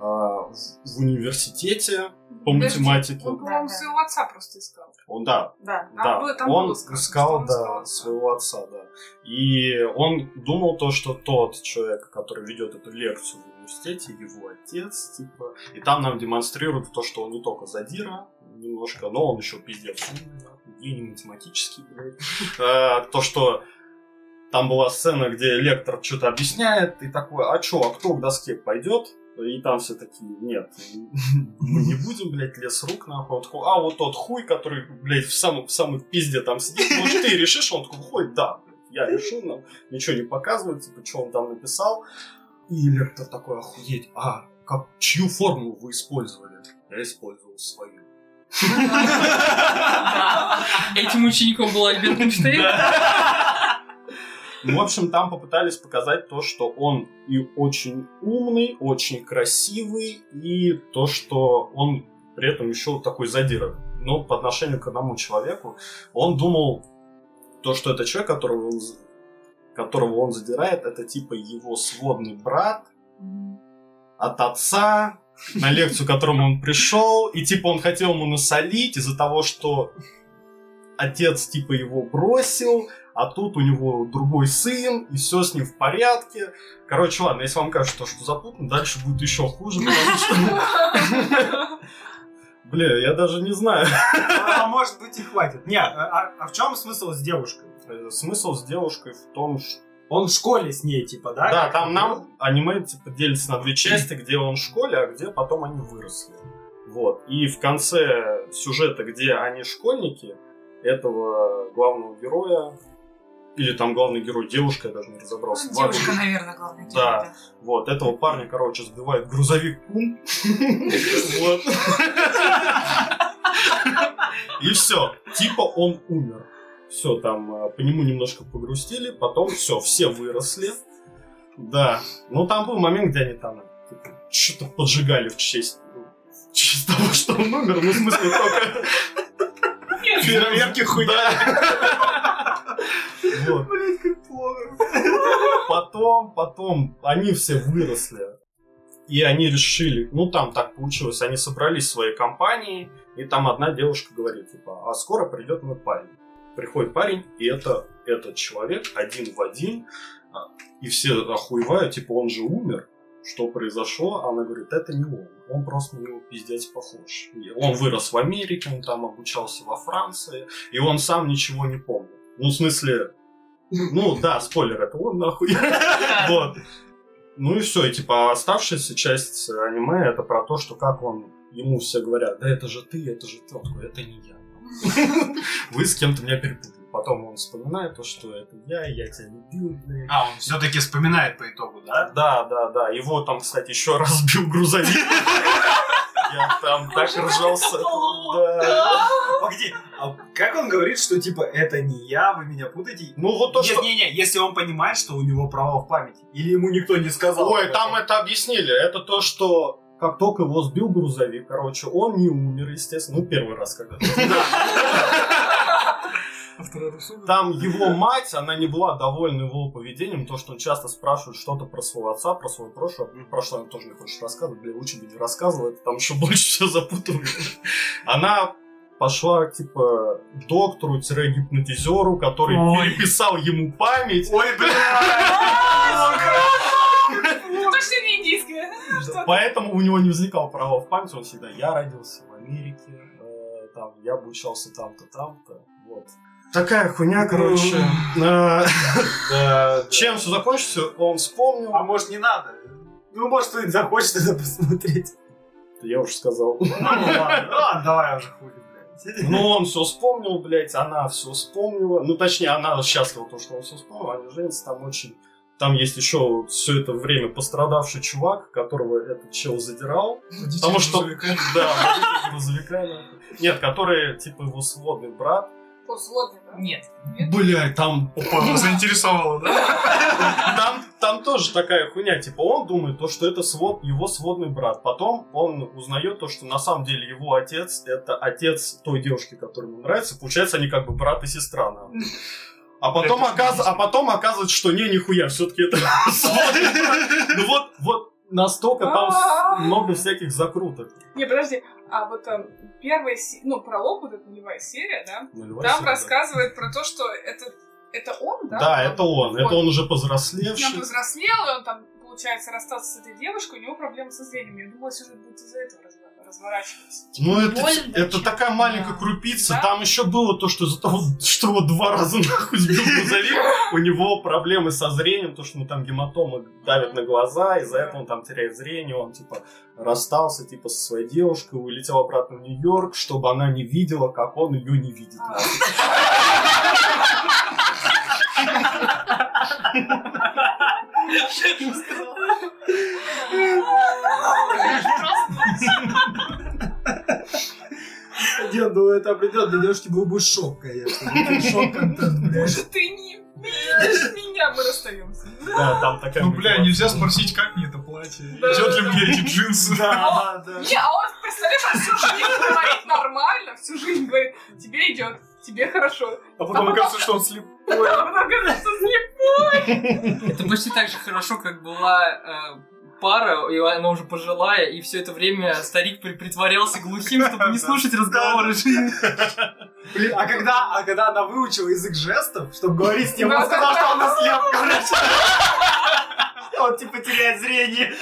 а, в в университете по
Подожди,
математике.
Он, Ну, по-моему,
Да, да.
своего отца просто искал.
Он, да,
Да.
Там
да,
было- там
он
было сказано, что
искал
он
да,
искал отца.
своего отца, да. И он думал то, что тот человек, который ведет эту лекцию в университете, его отец, типа. И там нам демонстрируют то, что он не только задира немножко, но он еще пиздец. умный, нахуй, Гений математический, блядь. Э, То, что там была сцена, где лектор что-то объясняет, и такой, а чё, а кто к доске пойдет? И там все такие, нет, мы не будем, блядь, лес рук нахуй. Он такой, а вот тот хуй, который, блядь, в самом, в самой пизде там сидит, может, ты решишь? Он такой, хуй, да, блядь, я решу, нам ничего не показывает, типа, что он там написал. И лектор такой, охуеть, а как, чью формулу вы использовали? Я использовал свою.
Этим учеником был Альберт Эйнштейн.
Ну, в общем, там попытались показать то, что он и очень умный, очень красивый, и то, что он при этом еще такой задира. Но по отношению к одному человеку, он думал, то, что это человек, которого он, з- которого он задирает, это типа его сводный брат от отца, на лекцию, к которому он пришел, и типа он хотел ему насолить из-за того, что отец типа его бросил, а тут у него другой сын, и все с ним в порядке. Короче, ладно, если вам кажется, что запутано, дальше будет еще хуже, потому что... Бля, я даже не знаю.
А может быть и хватит. Не, а, а- а в чем смысл с девушкой?
Э, Смысл с девушкой в том, что...
Он в школе с ней, типа, да?
Да,
Как
там
это
нам аниме типа делится на две части, где он в школе, а где потом они выросли. Вот. И в конце сюжета, где они школьники, этого главного героя, или там главный герой девушка, я даже не разобрался. ладно.
Девушка, наверное, главная.
Да. Вот, этого парня, короче, сбивает грузовик кум. Вот. И все. Типа он умер. Все, там э, по нему немножко погрустили, потом все, все выросли. Да. Ну там был момент, где они там что-то поджигали в честь, ну, в честь того, что он умер. Ну, в смысле, только... Фейерверки хуйня. Вот.
Блять, как плохо.
Потом, потом, они все выросли. И они решили, ну там так получилось, они собрались в своей компании, и там одна девушка говорит, типа, а скоро придет мой парень. Приходит парень, и это этот человек один в один, а, и все охуевают, типа, он же умер, что произошло, а она говорит, это не он, он просто на него пиздец похож. И он вырос в Америке, он там обучался во Франции, и он сам ничего не помнит. Ну, в смысле, ну да, спойлер, это он нахуй. Вот. Ну и все, и типа оставшаяся часть аниме это про то, что как он, ему все говорят, да это же ты, это же ты, он такой, это не я. Вы с кем-то меня перепутали. Потом он вспоминает то, что это я, я тебя любил, блядь.
А, он все-таки вспоминает по итогу, да?
А? Да, да, да. Его там, кстати, еще раз бил грузовик. Я там так ржался. Да.
Погоди, а как он говорит, что типа это не я, вы меня путаете?
Ну вот то,
Нет,
что...
не, не, если он понимает, что у него провал в памяти, или ему никто не сказал.
Ой,
об
там
этом.
это объяснили. Это то, что как только его сбил грузовик, короче, он не умер, естественно. Ну, первый раз когда Там его мать, она не была довольна его поведением, то, что он часто спрашивает что-то про своего отца, про свое прошлое. Ну, Прошлое она тоже не хочет рассказывать, бля, лучше бы не рассказывала, это там еще больше все запутывает. Она пошла, типа, к доктору-гипнотизеру, который
Ой.
переписал ему память.
Ой, бля!
Ну,
Точно не индийская.
Да, Поэтому у него не возникало права в памяти, он всегда я родился в Америке, э, там я обучался там-то, там-то. Вот. Ну, Такая хуйня, короче. Э, Чем все закончится, он вспомнил.
А может не надо? Ну, может, кто-нибудь захочет это посмотреть.
Я уже сказал.
Ну, ладно, ладно, давай уже хуй, блядь.
Ну, он все вспомнил, блядь, она все вспомнила. Ну, точнее, она счастлива, то, что он все вспомнил, они женятся там очень. Там есть еще все это время пострадавший чувак, которого этот чел задирал. Потому что... Да, водитель Типа грузовика, нахуй. Нет, который, типа, его сводный брат.
Условно, да?
Нет.
Блядь, там
Опа, заинтересовало, да?
там, там тоже такая хуйня, типа он думает то, что это свод, его сводный брат. Потом он узнает то, что на самом деле его отец это отец той девушки, которая ему нравится. Получается, они как бы брат и сестра. нахуй. А потом,
Это ж
оказ... а потом оказывается, что не, нихуя, все-таки это сводный брат. Ну вот, вот настолько там с- много всяких закруток.
Не, подожди, а вот там первая, се- ну, пролог, вот эта нулевая серия, да?
Наливай
Там
себе, да.
рассказывает про то, что это, это он, да?
Да, это он. Это он уже
И он
повзрослевший.
повзрослел, и он там, получается, расстался с этой девушкой, у него проблемы со зрением. Я думала, сюжет будет из-за этого разва- разворачиваться.
Ну, это,
Больно,
это
чем-
такая маленькая
Да.
крупица.
Да.
Там еще было то, что из-за того, что его два раза нахуй сбил грузовик, у него проблемы со зрением, то, что ну, там гематомы давят на глаза, из-за этого он там теряет зрение, он типа расстался типа со своей девушкой, улетел обратно в Нью-Йорк, чтобы она не видела, как он ее не видит.
А.
нахуй.
Нет, ну это придет, для девушки был бы шок, конечно. Шок-контент, блядь.
Боже, ты не видишь меня, мы расстаемся.
Да, там такая...
Ну, бля, нельзя спросить, как мне это платье.
Да.
Идет ли мне эти джинсы?
Да, да, да.
Не, а он, представляешь, он всю жизнь говорит нормально, всю жизнь говорит, тебе идет, тебе хорошо.
А потом оказывается, что он слеп.
А потом оказывается, слеп.
Это почти так же хорошо, как была э, пара, и она уже пожилая, и все это время старик при- притворялся глухим, чтобы не слушать разговоры жены.
Блин, а когда, а когда она выучила язык жестов, чтобы говорить с ним, он
Да,
сказал,
да,
что
да.
она слеп, короче. Он типа теряет зрение.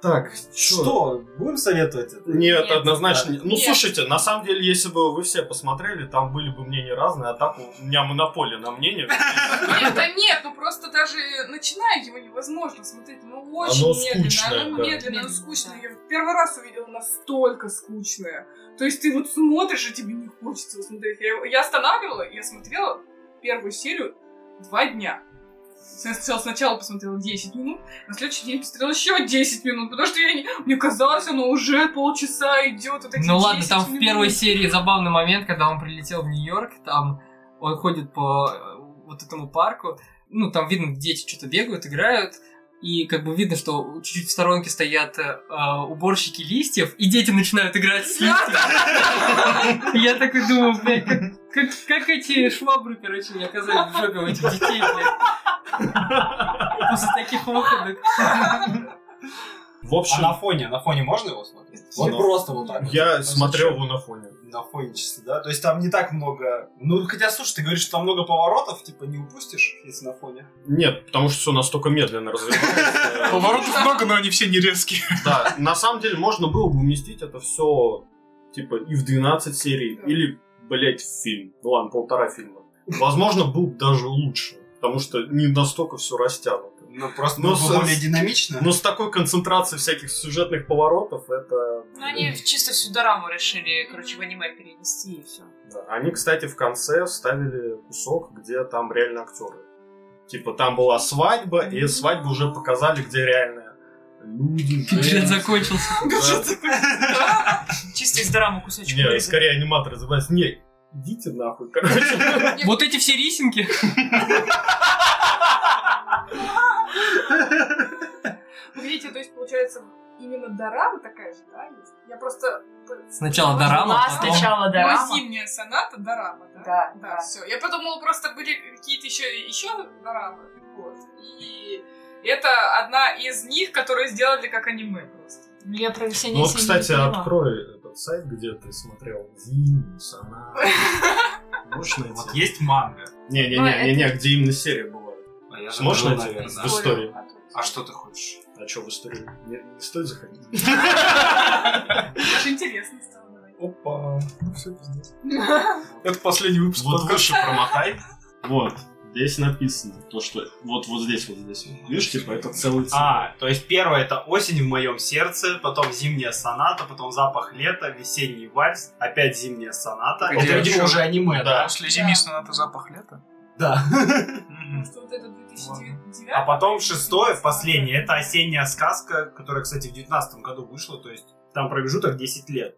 Так, чё?
Что? Будем советовать это?
Нет,
Нет.
однозначно. не- Ну,
Нет.
слушайте, на самом деле, если бы вы все посмотрели, там были бы мнения разные, а так у меня монополия на мнение.
Нет, да нет, ну просто даже начиная его невозможно смотреть. Ну очень
Оно
медленно, оно
скучное, да.
медленно, оно
Медленно,
скучное.
да.
Я в первый раз увидела настолько скучное. То есть ты вот смотришь, и тебе не хочется его смотреть. Я, его- я останавливала, и я смотрела первую серию два дня. То есть Я сначала, сначала посмотрела 10 минут, на следующий день посмотрела еще 10 минут, потому что я не- мне казалось, оно уже полчаса идет. Вот эти
Ну ладно,
10
там в
минут.
первой серии забавный момент, когда он прилетел в Нью-Йорк, там он ходит по э, вот этому парку, ну там видно, дети что-то бегают, играют, и как бы видно, что чуть-чуть в сторонке стоят э, э, уборщики листьев, и дети начинают играть с листьями. И Я так и думаю, блядь, как, как, как эти швабры, короче, не оказались в жопе у этих детей, блядь. После таких выходок.
В
А на
общем,
фоне, на фоне можно его смотреть?
Вот
Вот просто вот так. вот.
я
А
смотрел
зачем?
его на фоне.
на фоне чисто, да? То есть там не так много... Ну, хотя, слушай, ты говоришь, что там много поворотов, типа, не упустишь, если на фоне.
Нет, потому что все настолько медленно развивается.
Поворотов много, но они все не резкие.
Да, на самом деле можно было бы уместить это все типа и в 12 серий,
Да.
или, блять, в фильм. Ну ладно, полтора фильма. Возможно, был бы даже лучше, потому что не настолько все растянуто.
Ну, просто
Ну,
было бы
со- ну,
более динамично.
Но с такой концентрацией всяких сюжетных поворотов это...
Ну, они чисто всю дораму решили, короче, в аниме перенести и все.
Да. Они, кстати, в конце вставили кусок, где там реально актеры. Типа там была свадьба, и свадьбу уже показали, где реально люди.
Бюджет
женщины.
закончился.
Да.
Чисто из дорамы кусочек.
Не,
вырезали.
скорее аниматоры забрались. Не, идите нахуй, короче.
Вот эти все рисинки.
Видите, то есть получается именно дорама такая же, да? есть? Я просто...
Сначала дорама,
Была
потом...
сначала
Была
дорама.
зимняя соната дорама, да?
Да,
Да, все. Я подумала, просто были какие-то еще, еще дорамы. Вот. И это одна из них, которые сделали как аниме просто.
Я про весеннее
Ну вот, кстати, открой этот сайт, где ты смотрел Зиму, Сана. Можешь
Вот
найти?
есть манга.
Не-не-не, где именно серия была.
А я
Сможешь
забыл,
найти?
наверное,
В истории.
А что ты хочешь?
А что в истории? Не, не стоит заходить.
Даже интересно стало. давай.
Опа. Ну, все, пиздец. Это последний выпуск
Вот
подкаста.
выше промотай. Вот. Здесь написано то, что вот вот здесь, вот здесь. Видишь, типа, это целый цикл.
А, то есть первое это осень в моем сердце, потом зимняя соната, потом запах лета, весенний вальс, опять зимняя соната.
Погоди,
Это,
а
видимо,
чё?
уже аниме, да?
После зимней соната запах лета.
Да.
Мгм.
Что вот это 2009
А потом шестое, последнее, это осенняя сказка, которая, кстати, в девятнадцатом году вышла, то есть там промежуток 10 лет.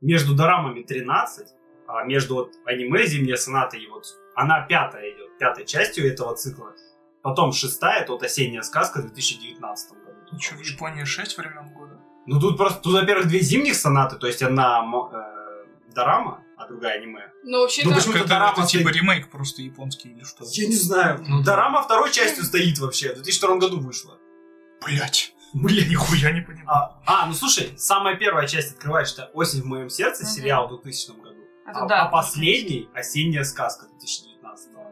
Между дорамами 13, а между вот аниме «Зимняя соната» и вот она пятая идет, пятой частью этого цикла. Потом шестая, это вот осенняя сказка в 2019 году.
Ну чё, в Японии 6 времен года?
Ну тут просто, тут, во-первых, две зимних сонаты, то есть одна м- э, дорама, а другая аниме.
Ну, вообще,
Ну,
да.
почему-то
Это,
дорама
это типа
стоит.
ремейк просто японский или что?
Я не знаю.
Ну да.
дорама второй частью стоит вообще, в 2002 году вышла.
Блять.
Блин.
Нихуя не понимаю.
А, а, ну слушай, самая первая часть открывает, что «Осень в моем сердце»,
Мгм.
сериал в 2000 году.
Это
а,
да.
а последний «Осенняя сказка» 2019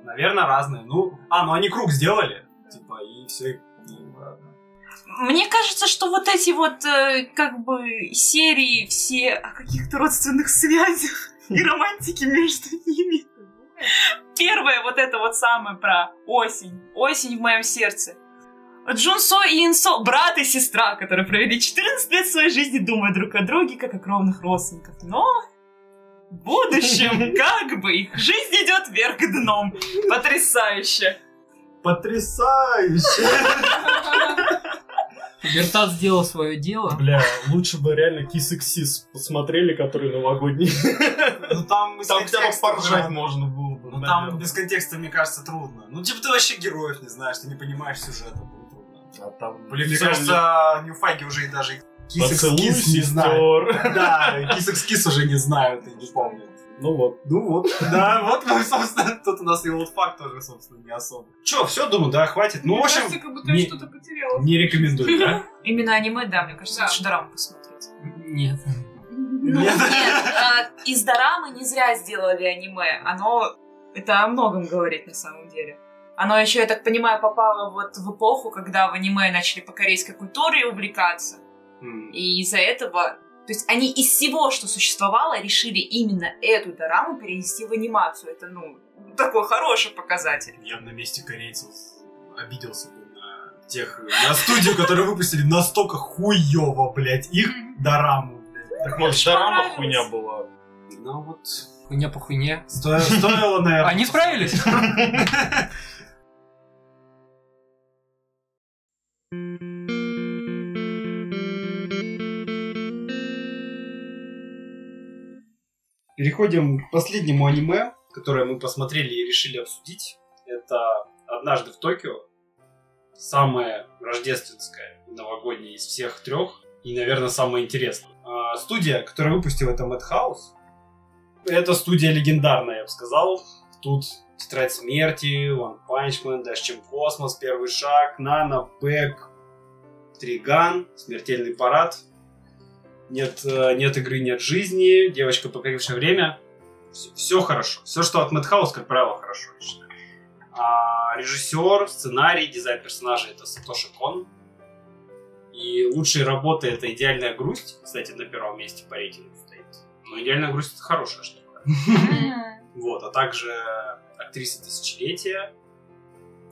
Наверное, разные. Ну, а, ну они круг сделали. Типа, и все.
Мне кажется, что вот эти вот, э, как бы, серии все о каких-то родственных связях и романтике между ними. Первое вот это вот самое про осень. Осень в моем сердце. Джунсо и Инсо, брат и сестра, которые провели 14 лет своей жизни, думая друг о друге, как о кровных родственников. Но в будущем, как бы, их жизнь идет вверх дном. Потрясающе.
Потрясающе!
Бертат сделал свое дело.
Бля, лучше бы реально Kiss Xis посмотрели, которые новогодние.
Ну там без
Там хотя бы
контекста
поржать
было.
можно было бы.
Ну
наверное.
там без контекста, мне кажется, трудно. Ну типа ты вообще героев не знаешь, ты не понимаешь сюжета. будет трудно.
А там,
Блин, мне
реально
кажется, ньюфаги уже и даже
поцелуй
кисекс-кис не знают.
сестер.
Да, кисекс-кис уже не знают и не помнят.
Ну вот.
Ну вот, да, вот, мы, собственно, тут у нас и олдфак тоже, собственно, не особо. Че, все, думаю, да, хватит. Ну, в
Мне
общем,
кажется, как будто я
не-
что-то потеряла.
не рекомендую, да?
Именно аниме, да, мне кажется,
Да.
лучше дораму посмотреть.
Нет.
Ну,
Нет.
нет, а, из дорамы не зря сделали аниме. Оно это о многом говорит на самом деле. Оно еще, я так понимаю, попало вот в эпоху, когда в аниме начали по корейской культуре увлекаться.
М.
И из-за этого... То есть они из всего, что существовало, решили именно эту дораму перенести в анимацию. Это, ну, такой хороший показатель.
Я бы на месте корейцев обиделся бы на тех, на студию, которые выпустили настолько хуёво, блядь, их дораму, блядь.
Так может, дорама
понравилось.
хуйня была.
Ну вот,
Хуйня по хуйне.
сто- стоило, наверное.
Они справились.
Переходим к последнему аниме, которое мы посмотрели и решили обсудить. Это «Однажды в Токио». Самое рождественское, новогоднее из всех трех. И, наверное, самое интересное. А, студия, которая выпустила это Madhouse, это студия легендарная, я бы сказал. Тут «Тетрадь смерти», «One Punch Man», «Дальше чем космос», «Первый шаг», «Нано», «Бэк», «Триган», «Смертельный парад», нет, э, нет игры, нет жизни, девочка, покорившая время. Все хорошо. Все, что от Мэтхаус, как правило, хорошо, я считаю. А, режиссер, сценарий, дизайн персонажей это Сатоши Кон. И лучшие работы это идеальная грусть. Кстати, на первом месте по рейтингу стоит. Но идеальная грусть это хорошая штука. Вот, а также актриса тысячелетия,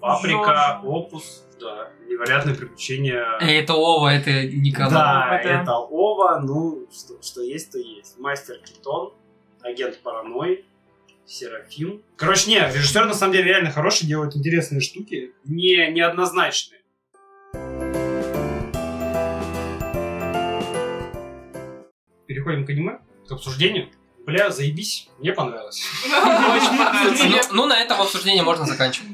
Паприка, Опус, да, невероятные приключения.
Э, Это Ова, это никого.
Да,
да.
это Ова, ну, что, что есть, то есть. Мастер Китон, агент Параной, Серафим. Короче, не, режиссер на самом деле реально хороший, делает интересные штуки, не, неоднозначные. Переходим к аниме, к обсуждению. Бля, заебись, мне понравилось.
Очень понравится. Ну- Ну, на этом обсуждение можно заканчивать.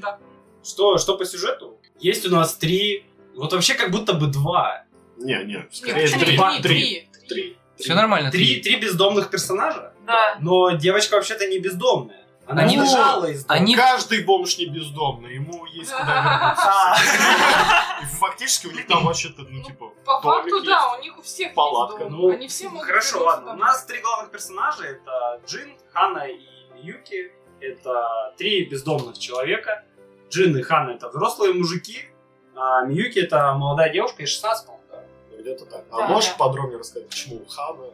Что, что по сюжету? Есть у нас три, вот вообще как будто бы два.
Не, не,
Нет,
скорее
Три,
три.
три,
Три.
три.
Три.
Все нормально.
Три, три бездомных персонажа.
Да.
Но девочка вообще-то не бездомная. Она
Они- ну,
бежала из дома.
Они
Каждый бомж не бездомный, ему есть куда
А,
вернуться. И Фактически у них там вообще-то, ну, типа,
По факту,
домик
да,
есть.
у них у всех
палатка,
есть дом.
ну,
Они все могут
Хорошо,
вернуться
ладно. ну, У
домой.
нас три главных персонажа. Это Джин, Хана и Юки. Это три бездомных человека. Джин и Хана это взрослые мужики. А Миюки это молодая девушка, и 16, по-моему, да.
Ну, Где-то так.
Да,
А можешь
да.
подробнее рассказать, почему Хана?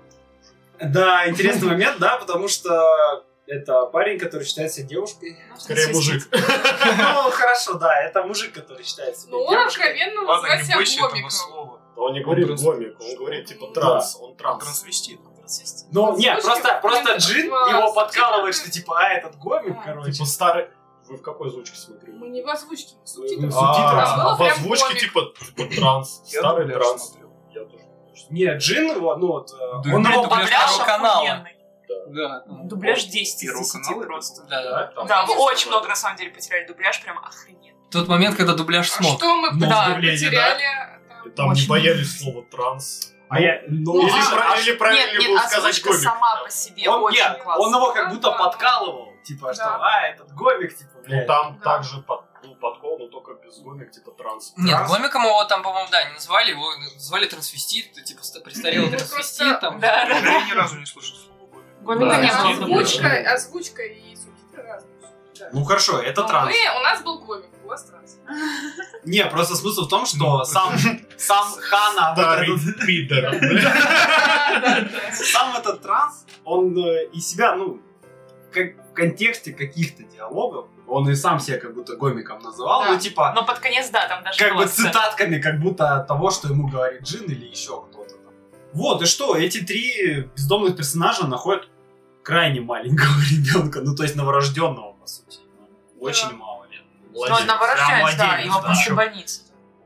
Да, интересный момент, да, потому что это парень, который считает себя девушкой.
Скорее мужик.
Ну, хорошо, да, это мужик, который считает себя
Но Ну, он
девушкой.
откровенно
Ладно,
называет
не бойся
себя
этого
гомиком.
слова.
Он не говорит
транс-
гомик, он говорит, типа, транс, он транс.
Трансвестит.
Ну, нет,
Слушай,
просто, просто
блин,
Джин
класс.
его подкалывает, что типа, а, этот гомик,
А,
короче.
Типа, старый... Вы в какой озвучке смотрели?
Мы не в озвучке, мы в
Ну,
субтитрах.
субтитры.
А,
Было
а в
прям
озвучке
гомик.
типа типа транс,
Я
старый
дубляж
транс.
смотрел.
Я тоже.
Нет, Джин его, ну вот, э,
Дубляж
он его
дубляж второго канала.
охуенный.
Да.
Дубляж 10 из
Первого
10
канала это
просто.
было?
Да.
Да, там
Да,
есть
вы очень
такое.
много на самом деле потеряли дубляж, прям охрененно.
Тот момент, когда дубляж
А
смог.
что мы
Ну,
да,
удивление,
потеряли? там?
И там не
Очень
боялись слова транс.
А я, ну,
Или
а,
прав- или
Нет,
правильнее
нет,
было сказать
озвучка
гомик.
сама по себе
он,
очень
не,
классная.
он его как будто
Да.
подкалывал, типа,
Да.
что, а, этот гомик, типа,
Ну
блядь.
там
Да.
также под- был подкол, но только без гомик, типа транс.
Нет,
Транс.
гомиком его там, по-моему, да, не назвали, его звали трансвестит, типа ст- престарелый
Ну,
трансвестит
просто-
там.
Да, да,
Да, Я ни разу не слышал слово гомик.
Гомика
Да,
не
я
А,
было.
слышал.
дубляж.
Озвучка, озвучка и субтитры разные. Да.
Ну хорошо, это
Но
транс.
мы- у нас был гомик, у вас транс.
Не, просто смысл в том, что
Ну,
сам, сам Хана, вот
Старый
этот-
пидор, бля.
сам этот транс, он э, и себя, ну, как в контексте каких-то диалогов, он и сам себя как будто гомиком называл,
Да.
ну, типа,
Но под конец, да, там даже
как бы
была сцена.
цитатками, как будто от того, что ему говорит Джин или еще кто-то там. Вот, и что, эти три бездомных персонажа находят крайне маленького ребенка, ну то есть новорожденного, по сути. Ну, Очень мало лет.
Ну,
Молодец.
новорожденец,
Прям
да,
младенец,
его
да.
после больницы.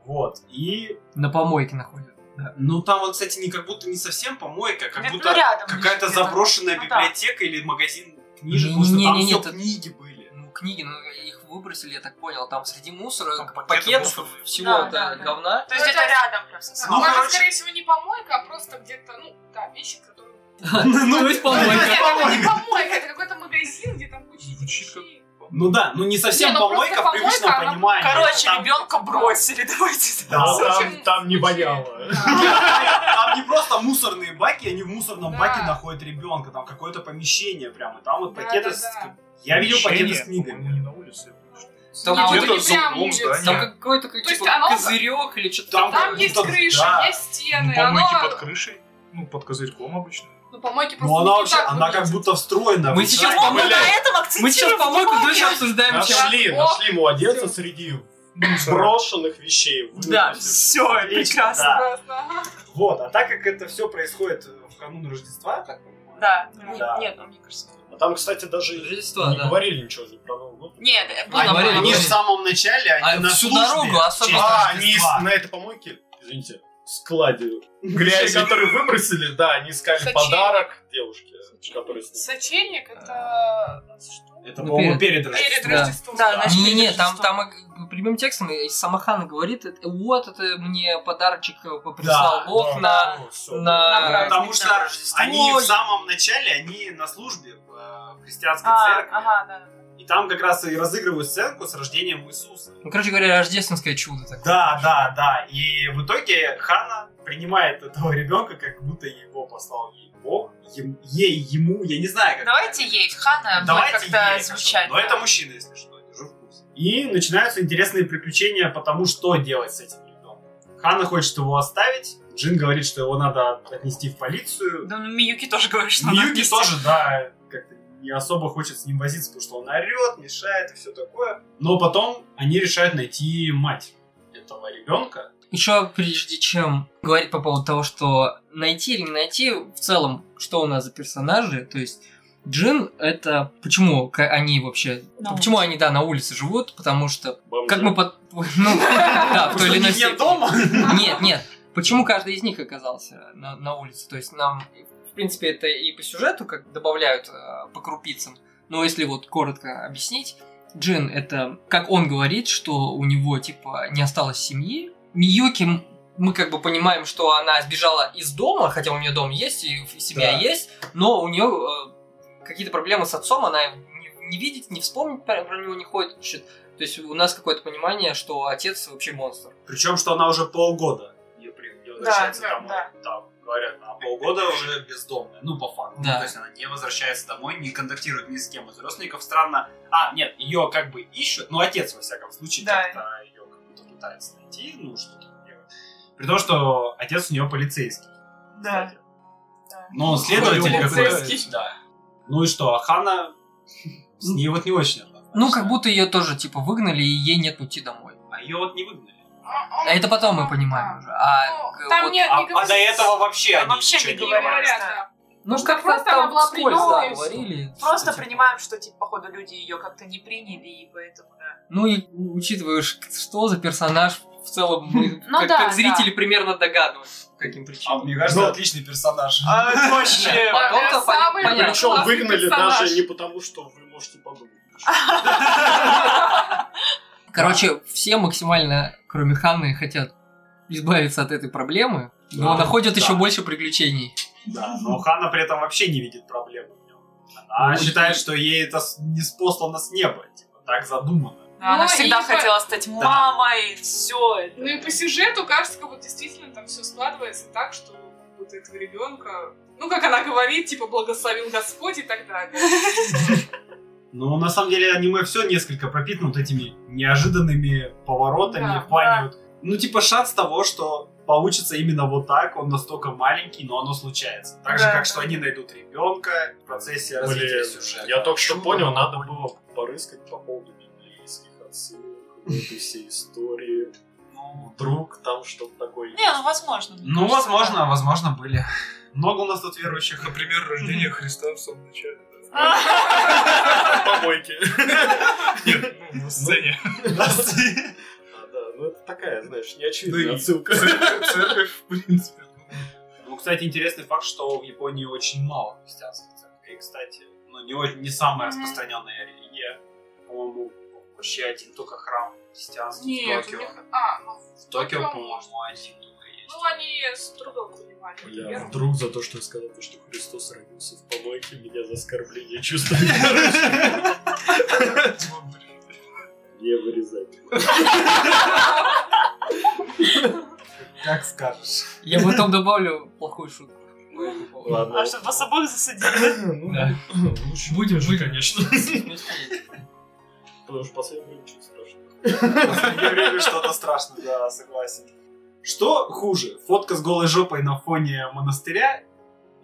Вот, и...
На помойке находят.
Ну там вот, кстати, не как будто не совсем помойка, а как
Ну,
будто
рядом
какая-то
где-то.
заброшенная
Ну, да.
библиотека или магазин книжек,
Не-
потому что
не-
там
не-
все
нет, это-
книги были.
Ну, книги, ну, их выбросили, я так понял, там среди мусора,
Там
пакетов,
пакеты мусорные.
всего
Да,
да,
да, да.
говна.
То есть
Ну,
это
это-
рядом прям со
Ну,
Ну,
короче.
это, скорее всего, не помойка, а просто где-то, ну, да, вещи, которые...
Ну, то
Нет,
есть помойка.
это не помойка, это какой-то магазин, где там куча
Звучит
детей.
Ну да, ну не совсем
Не, ну, просто
помойка в привычном
помойка, она-
понимании.
Короче,
Там-
ребенка бросили, давайте
Да.
так.
Там-
Очень-
Там не
очень-
воняло.
Да.
Там не просто мусорные баки, они в мусорном
Да.
баке находят ребенка, там какое-то помещение прям, и там вот
Да,
пакеты
да,
с...
да.
Я видел пакеты с
Помещение, по-моему,
книгами.
не на улице.
Там
Нет,
вот
это
где-то
не
за
А прям
углом
улица.
здания.
Там какой-то как,
То есть
типа,
оно-
козырек или что-то
Там
такое.
а Там есть
там-
крыша,
да.
есть
Ну,
стены,
помойки
оно...
под крышей. Ну, под козырьком обычно.
Ну, помойки просто
Ну она
не
вообще,
так
она как
выглядят.
будто встроена.
Мы
в
сейчас
здание.
там, блядь,
этом
Мы сейчас помойку дольше обсуждаем, чем...
Нашли,
О!
нашли младенца среди брошенных вещей.
Да,
Все,
Да.
прекрасно.
Просто, ага.
Вот, а так как это все происходит э, в канун Рождества, я так понимаю,
Да.
Да.
Нет, Нет, ну, мне кажется.
А там, кстати, даже и
Рождество,
не
да.
говорили ничего же про Новый год.
Нет, э,
А,
было
говорили,
бы-
они
говорили.
же в самом начале, они
А
на
всю
службе.
дорогу особенно.
Честно.
А, они
Рождества.
на этой помойке, извините, складе
Грязи.
вещей, которые выбросили, да, они искали
Сочи.
подарок девушке, которая с ним.
Сочельник это... у нас что?
Это,
Ну,
по-моему, перед
Перед
Рождеством.
Да.
Рождеством.
Да, значит,
Не, не,
это
там,
что?
там э, прямым текстом э, Самохана говорит, это- вот это мне подарочек э, прислал
Да,
Бог на...
Ну, всё.
на-
На праздник.
Потому что
Да.
они
Ой.
в самом начале, они на службе в, э, в христианской
А,
церкви.
ага, да.
И там как раз и разыгрывают сценку с рождением Иисуса.
Ну, короче говоря, рождественское чудо такое.
Да, да, да. И в итоге Хана принимает этого ребенка, как будто его послал ей Бог. Ем- ей, ему, я не знаю, как.
Давайте ей, Хана, будет
Давайте
как-то
ей,
звучать.
хорошо. Но это мужчина, если что, я держу в курсе. И начинаются интересные приключения по тому, что делать с этим ребенком. Хана хочет его оставить. Джин говорит, что его надо отнести в полицию.
Да, ну, Миюки тоже говорит, что она
Миюки
вместе.
тоже, да, как-то не особо хочет с ним возиться, потому что он орет, мешает и все такое. Но потом они решают найти мать этого ребенка.
Еще прежде чем говорить по поводу того, что найти или не найти, в целом, что у нас за персонажи, то есть Джин это почему к- они вообще
На
почему они да на улице живут, потому что
Бомжи.
как мы под ну да в той или иной
нет
степени.
дома.
Нет, нет. Почему каждый из них оказался на, на улице? То есть нам, в принципе, это и по сюжету как добавляют э, по крупицам. Но если вот коротко объяснить, Джин это, как он говорит, что у него типа не осталось семьи. Миюки м, мы как бы понимаем, что она сбежала из дома, хотя у нее дом есть и и семья
Да.
есть, но у нее какие-то проблемы с отцом, она не, не видит, не вспомнит про, про него не ходит. Значит, То есть у нас какое-то понимание, что отец вообще монстр.
Причем, что она уже полгода ее при- ее
Да,
возвращается
да,
домой.
да.
Там говорят, она полгода уже бездомная. Ну, по факту.
Да.
Ну, то есть она не возвращается домой, не контактирует ни с кем из родственников. Странно. А, нет, ее как бы ищут, ну, отец, во всяком случае,
Да.
как-то ее как будто пытается найти, ну, что-то делает. При том, что отец у нее полицейский.
Да.
кстати. Но он Ну, следователь
Ой,
какой-то.
полицейский.
Да. Ну и что, Ахана с ней вот не очень отношения.
Ну, как будто ее тоже, типа, выгнали, и ей нет пути домой.
А ее вот не выгнали.
А Это потом мы понимаем уже. А,
Ну, там
вот-
не-
А,
не
а до этого вообще
Да,
они
вообще
ничего
не
не
говорят.
говорят.
да.
Ну,
что
как
просто она была приёмной, и всё.
говорили.
Просто
что, типа,
принимаем, что, типа, походу, люди ее как-то не приняли, и поэтому, да.
Ну, и учитываешь, что за персонаж в целом, мы,
Ну
как,
да,
как зрители примерно догадываются, по каким
А
причинам.
мне кажется,
Ну,
отличный персонаж. а,
Вообще.
Да.
Э,
Потом-то
самый
понятно.
классный
Причем выгнали
персонаж.
даже не потому, что вы можете подумать.
Короче, все максимально, кроме Ханны, хотят избавиться от этой проблемы, но
Да,
находят
да.
еще больше приключений.
Да, но ну, Хана при этом вообще не видит проблемы в нем. Она
Ну,
считает, что ей это с- не спослано с неба. Типа, так задумано.
Да, Она
Ну,
всегда
и-
хотела стать мамой, все.
Ну и по сюжету кажется, как будто действительно там все складывается так, что как будто этого ребенка, ну как она говорит, типа благословил Господь и так далее.
Но на самом деле аниме все несколько пропитано вот этими неожиданными поворотами
Да,
в плане
да.
вот- ну типа шанс того, что получится именно вот так, он настолько маленький, но оно случается. Так же,
Да,
как
да.
что они найдут ребенка в процессе развития
Блин,
сюжета.
я только что
Чудо.
понял, надо было порыскать по поводу библейских отсылок, вот этой всей истории. Ну, вдруг там что-то такое
Не, ну, возможно. мне
Ну,
кажется,
возможно, возможно, были. Много у нас тут верующих.
Например, рождение Христа в самом начале.
в помойке.
Нет, ну, на сцене.
А, Да, ну это такая, знаешь,
Ну
неочевидная
и-
отсылка.
Церковь, в принципе.
Ну, кстати, интересный факт, что в Японии очень мало христианских церквей, кстати. Ну, не, о- не самая
Мгм.
распространенная религия. По-моему, вообще один только храм христианский в
Нет, у
Токио.
них... А, ну,
В Токио,
Токио,
по-моему, один только есть.
ну они с другом понимали.
Я
например.
вдруг за то, что я сказал, что Христос родился в помойке, меня за оскорбление чувствую. короче. Не вырезать.
Как скажешь.
Я потом добавлю плохую шутку.
Ладно.
А чтобы вас обоих засадили.
Ну,
Да.
Лучше
Будем,
же,
будем.
конечно. Потому что последний ничего страшного.
последнее время что-то страшно, да, согласен. Что хуже, фотка с голой жопой на фоне монастыря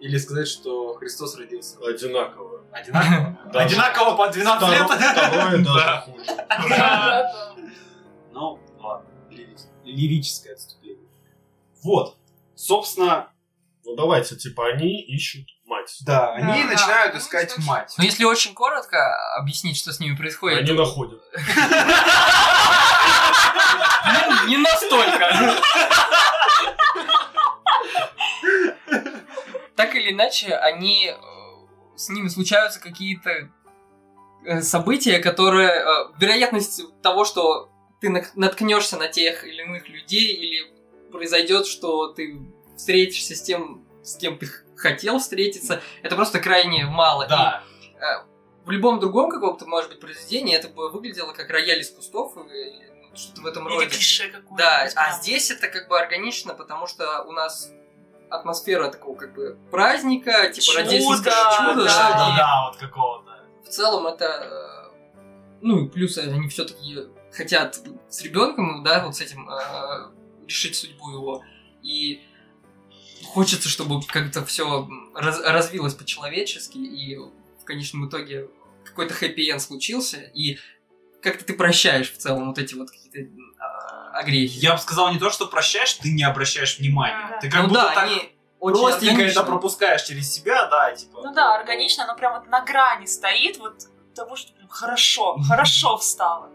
или сказать, что Христос родился?
Одинаково.
Одинаково?
Да.
Одинаково по 12
Второ-
лет?
Второе
Да.
даже хуже.
Да, да.
Ну, ладно, лирическое- лирическое отступление. Вот, собственно,
Ну давайте, типа, они ищут мать.
да, они
Да.
начинают
Ну,
искать
значит,
мать.
Но если очень коротко объяснить, что с ними происходит,
Они находят.
Ну, не настолько. Так или иначе, они э, с ними случаются какие-то э, события, которые э, вероятность того, что ты нак- наткнешься на тех или иных людей, или произойдет, что ты встретишься с тем, с кем ты х- хотел встретиться, это просто крайне мало. И
Да,
в любом другом каком-то, может быть, произведении это бы выглядело как рояль из кустов, э, или, ну, что-то в этом
Или
роде.
клише какое-то.
Да,
вот
а
прям.
здесь это как бы органично, потому что у нас атмосфера такого как бы праздника, типа
Чуда,
рождественского
да,
чуда.
да,
да, и
да, вот какого-то.
В целом это... э, Ну, и плюс они все таки хотят с ребенком, да, вот с этим э, решить судьбу его. И хочется, чтобы как-то все развилось по-человечески, и в конечном итоге какой-то хэппи-энд случился, и как-то ты прощаешь в целом вот эти вот какие-то э, огрехи.
Я бы сказал не то, что прощаешь, ты не обращаешь внимания.
Да.
Ты как
ну
будто
да,
так
они очень
простенько это
органично.
пропускаешь через себя, да, типа.
Ну да, органично, оно прям вот на грани стоит, вот того, что прям хорошо, хорошо встало.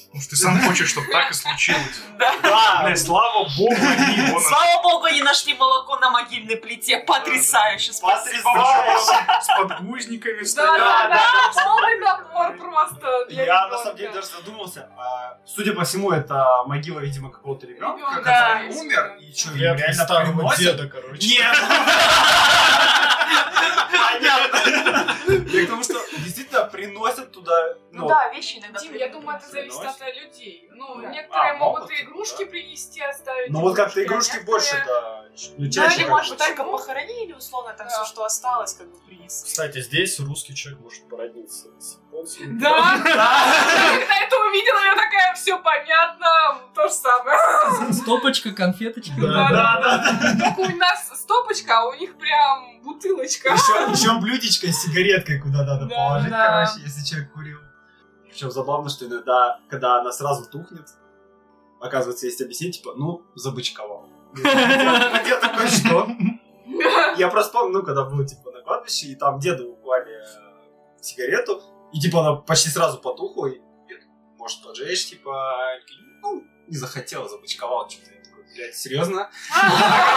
Потому что ты сам хочешь, чтобы так и случилось.
Да.
Да,
Бля, слава богу, они его нашли.
Слава богу, они нашли молоко на могильной плите. Потрясающе. спасибо.
потрясающе.
С подгузниками
Да,
стоят.
да, да, полный набор просто. для
Я на
ребёнка.
самом деле даже задумался. а, Судя по всему, это могила, видимо, какого-то ребенка,
Ребёнка,
который
да.
умер. И что,
Я
им реально
старого
приносят?
деда, короче.
Нет! Понятно. Я к тому, что действительно приносят туда...
Ну да, вещи иногда.
Дим, я
придумывают.
думаю, это зависит
Приносит.
от людей. Ну,
Да.
некоторые
А,
могут
могут,
и игрушки
да.
принести, оставить.
Ну вот как-то
а
игрушки
некоторые-
больше, да. Ну,
Ну,
чаще
или,
как
может,
бы.
только похоронили, условно, там
Да.
все, что осталось, как бы принесли.
Кстати, здесь русский человек может породиться с японцем.
Да, да. Я когда это увидела, я такая, все понятно, то же самое.
Стопочка, конфеточка.
Да,
да,
Ну Только у нас стопочка, а у них прям бутылочка.
Еще, блюдечко с сигареткой куда надо
Да,
положить,
да.
короче, если человек курил. Причем забавно, что иногда, когда она сразу тухнет, оказывается, есть объяснение, типа, ну, забычковал. Я такой, что? Я просто помню, ну, когда был, типа, на кладбище, и там деду упали э, сигарету, и, типа, она почти сразу потухла, и я думаю, может, поджечь, типа, они такие, ну, не захотела, забычковал, что-то. Я такой, блядь, серьезно? Так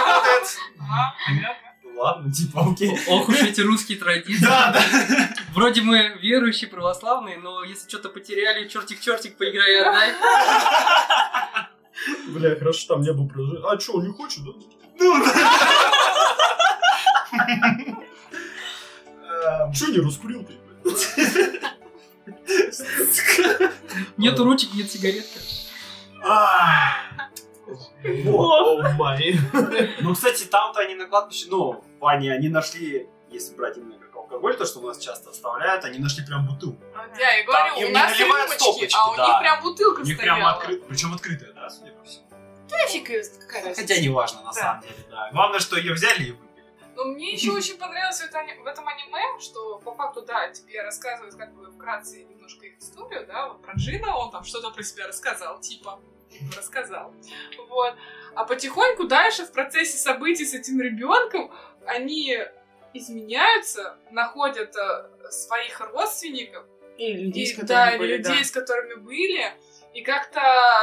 работает?
А, понятно.
Ну, ладно, типа, окей.
Ох уж эти русские традиции.
Да, да.
Вроде мы верующие, православные, но если что-то потеряли, чертик-чертик, поиграй и отдай.
Бля, хорошо, там не был прожи- А чё, не хочет, да?
Эм,
А Чё не раскурил
Ну,
ты, блядь?
Нет ручек, нет сигаретки.
а, вот.
О, май.
Ну, кстати, там-то они на кладбище, ну, в плане, они нашли, если брать именно как алкоголь, то, что у нас часто оставляют, они нашли прям бутылку.
Да, я говорю,
им
у
не
нас
наливают
рюмочки,
стопочки,
а у
да.
них прям бутылка
У них
стояла.
прям открыто, причем открытая, да, судя по всему.
Нафиг её, какая разница.
Хотя не важно, на
Да.
самом деле, да. Главное, что ее взяли и выпили.
Но мне еще очень понравилось в, это- в этом аниме, что по факту, да, тебе рассказывают как бы вкратце немножко их историю, да, вот про Джина, он там что-то про себя рассказал, типа, типа, рассказал. Вот. А потихоньку дальше в процессе событий с этим ребенком они изменяются, находят э, своих родственников,
И людей, с
и,
которыми
да,
были,
людей,
да.
с которыми были, и как-то,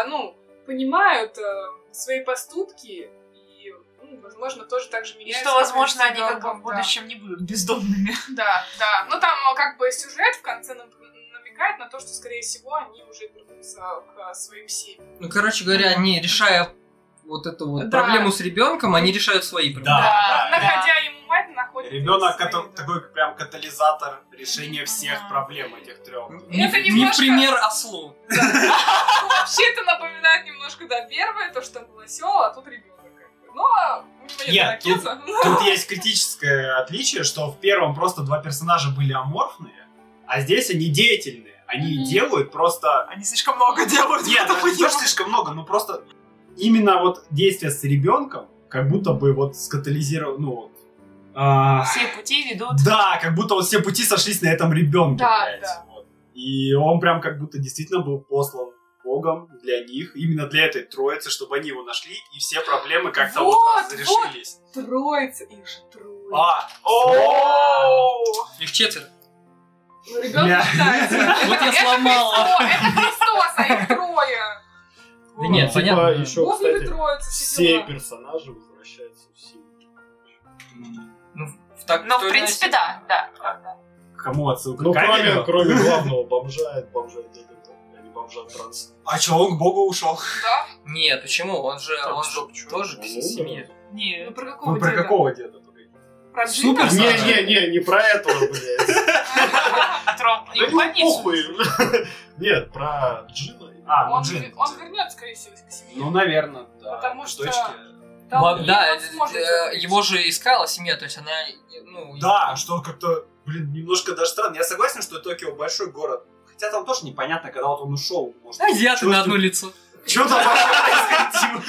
ну, понимают э, свои поступки, и, ну, возможно, тоже так же
И
меняются.
что, возможно,
как
они как бы в
ребёнком, да.
будущем не будут бездомными.
Да, да. Ну там э, как бы сюжет в конце нам- намекает на то, что, скорее всего, они уже вернутся к э, своим семьям.
Ну, короче говоря, они, решая вот эту вот
Да.
проблему с ребенком, они решают свои проблемы.
Да.
На- Находя ему мать, находит...
Ребенок
свои,
ката-
да.
такой прям катализатор решения всех
Ага.
проблем этих трех.
Не,
Это
в- не в
немножко-
пример ослу.
Ну, вообще это напоминает немножко, да, первое, то, что был осел, а тут ребенок. Но а, у него
Нет,
нет
тут-
ракета.
Тут есть критическое отличие, что в первом просто два персонажа были аморфные, а здесь они деятельные. Они
Мгм.
делают просто...
Они слишком много делают.
Нет,
поэтому
даже не то, что слишком много, но просто именно вот действие с ребенком, как будто бы вот скатализировал, ну вот... а,
Все пути ведут.
Да, как будто вот все пути сошлись на этом ребенке.
Да,
блядь,
да.
вот. И он прям как будто действительно был послан Богом для них, именно для этой троицы, чтобы они его нашли, и все проблемы как-то вот,
Вот,
разрешились.
Троица, их же троица.
А, о
Их четверо.
Ну, ребенок
Бля.
пытается.
Вот я
Это
сломала.
Христос, Это Христос, а их трое.
Да нет, понятно.
еще,
Бог любит
Типа, кстати,
троицу,
все
все дела.
персонажи возвращаются в силу.
Ну, в так-
Ну,
той
в
или иной
принципе,
степени.
да, да.
Кому отсылка?
Ну, кроме,
Камеру?
кроме главного бомжа, это бомжа деда, а не бомжа транс.
А чё, он к Богу ушел?
Да?
Нет, почему? Он же, он же тоже к семье.
Ну,
Не.
про какого
Вы про
деда?
какого деда?
Про
Супер.
Джина?
Не-не-не, не про этого, блядь.
Тром-
Да
и
не
больницу.
Ну, похуй. Нет, про Джина.
А, ну
Он,
Джин.
ве- он вернется, скорее всего, к себе.
Ну, наверное, да.
Потому что-
Точки.
Там
Ладно,
и
да,
он сможет
э,
это
его же искала семья, то есть она, ну...
Да, что как-то, блин, немножко даже странно. Я согласен, что Токио большой город. Хотя там тоже непонятно, когда вот он ушел. Может,
Азиаты
чё
на
с
одно
ним-
лицо.
Чё там вообще происходило?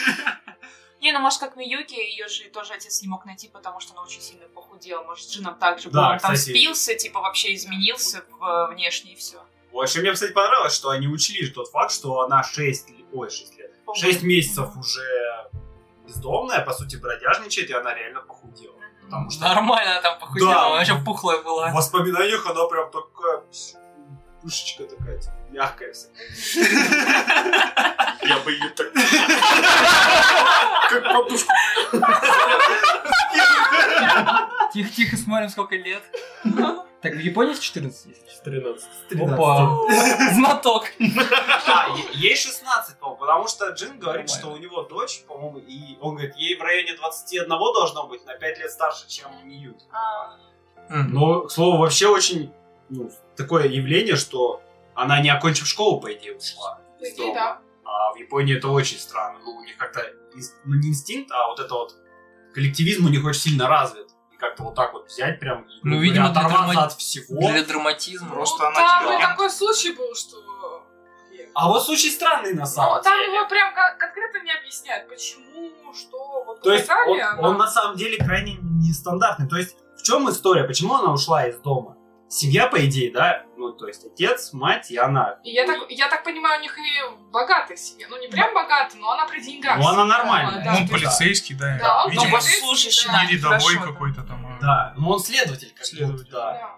Не, ну может как Миюки, ее же тоже отец не мог найти, потому что она очень сильно похудела. Может, с Джином так же
Да,
было. Он там
кстати.
спился, типа вообще изменился в- э, внешне и все.
Вообще, мне, кстати, понравилось, что они учли тот факт, что она 6, ой, 6 лет, 6 месяцев уже бездомная, по сути, бродяжничает, и она реально похудела. Потому что
Нормально она там похудела,
Да.
она вообще пухлая
в
была.
воспоминаниях она прям такая пс, пушечка такая, типа, мягкая вся.
Я бы ее так... Как подушку.
Тихо-тихо смотрим, сколько лет. Так, в Японии с 14 есть?
13.
Опа. Знаток.
А, е- ей 16, по-моему, потому что Джин говорит,
Нормально.
что у него дочь, по-моему, и он говорит, ей в районе 21 должно быть, на 5 лет старше, чем Миюки. Но, к слову, вообще очень ну, такое явление, что она не окончив школу, по идее, ушла.
По
из
идее,
дома.
да.
А в Японии это очень странно. Ну, у них как-то инс- ну, не инстинкт, а вот это вот коллективизм у них очень сильно развит. И как-то вот так вот взять прям и
Ну, видимо, для
оторваться
драма-
от всего.
Для драматизма.
Просто
Ну,
она
там
тебя-
и такой случай был, что...
А вот случай странный на самом
Ну, там
деле.
его прям ко- конкретно не объясняют, почему, что, вот
То есть он,
показали, она-
он на самом деле крайне нестандартный. То есть в чем история? Почему она ушла из дома? Семья, по идее, да? Ну, то есть отец, мать и она.
И я так, я так понимаю, у них и богатая семья. Ну, не прям богатая, но она при деньгах.
Ну, она
всегда.
нормальная.
Да,
Он
то есть-
полицейский, да.
Да, он
видимо,
там
полицейский,
служащий,
да.
Ну, да.
не рядовой
хорошо, да.
какой-то там. а.
Да, ну он следователь, как
Следователь.
будто, да.
Да.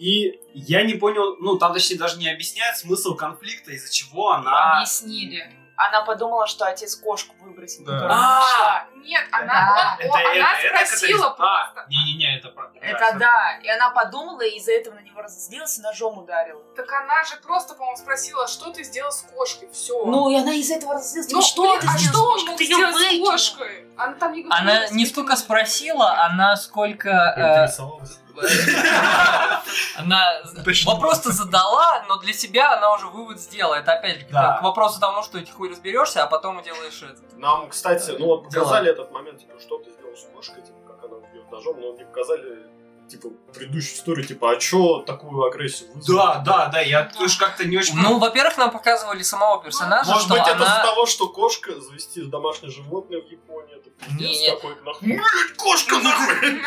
И я не понял, ну там точнее даже не объясняют смысл конфликта, из-за чего она...
Объяснили. Она подумала, что отец кошку выбросил.
Да.
которую она нашла.
А,
Нет, она,
это-
он- он-
это-
она
это
спросила
катализ-
просто.
А, не-не-не, это правда.
Это да. И она подумала, и из-за этого на него разозлилась и ножом ударила.
Так она же просто, по-моему, спросила, что ты сделал с кошкой, все.
Ну, и она из-за этого разозлилась.
Ну,
Типа, что
блин,
ты
а
сделал?
что он
Кошка,
мог
ты её
сделать с
выкинула».
кошкой? Она там не
Она
говорила,
не
что-
столько спросила, а она сколько... э,
Поинтересовалась.
Она
Уточнила.
вопрос-то задала, но для себя она уже вывод сделала. Это опять же к-
Да.
к вопросу тому, что ты хуй разберешься, а потом делаешь это.
Нам, кстати, ну вот показали этот момент, типа, что ты сделал с кошкой, типа, как она бьет ножом, но не показали, типа, предыдущую историю, типа, а чё такую агрессию вызвало?
Да, да, да, я тоже как-то не очень...
Ну, во-первых, нам показывали самого персонажа,
Может
что
быть, это из-за
она...
того, что кошка завести домашнее животное в Японии, это пиздец
Не-не.
какой нахуй. Блядь, кошка нахуй!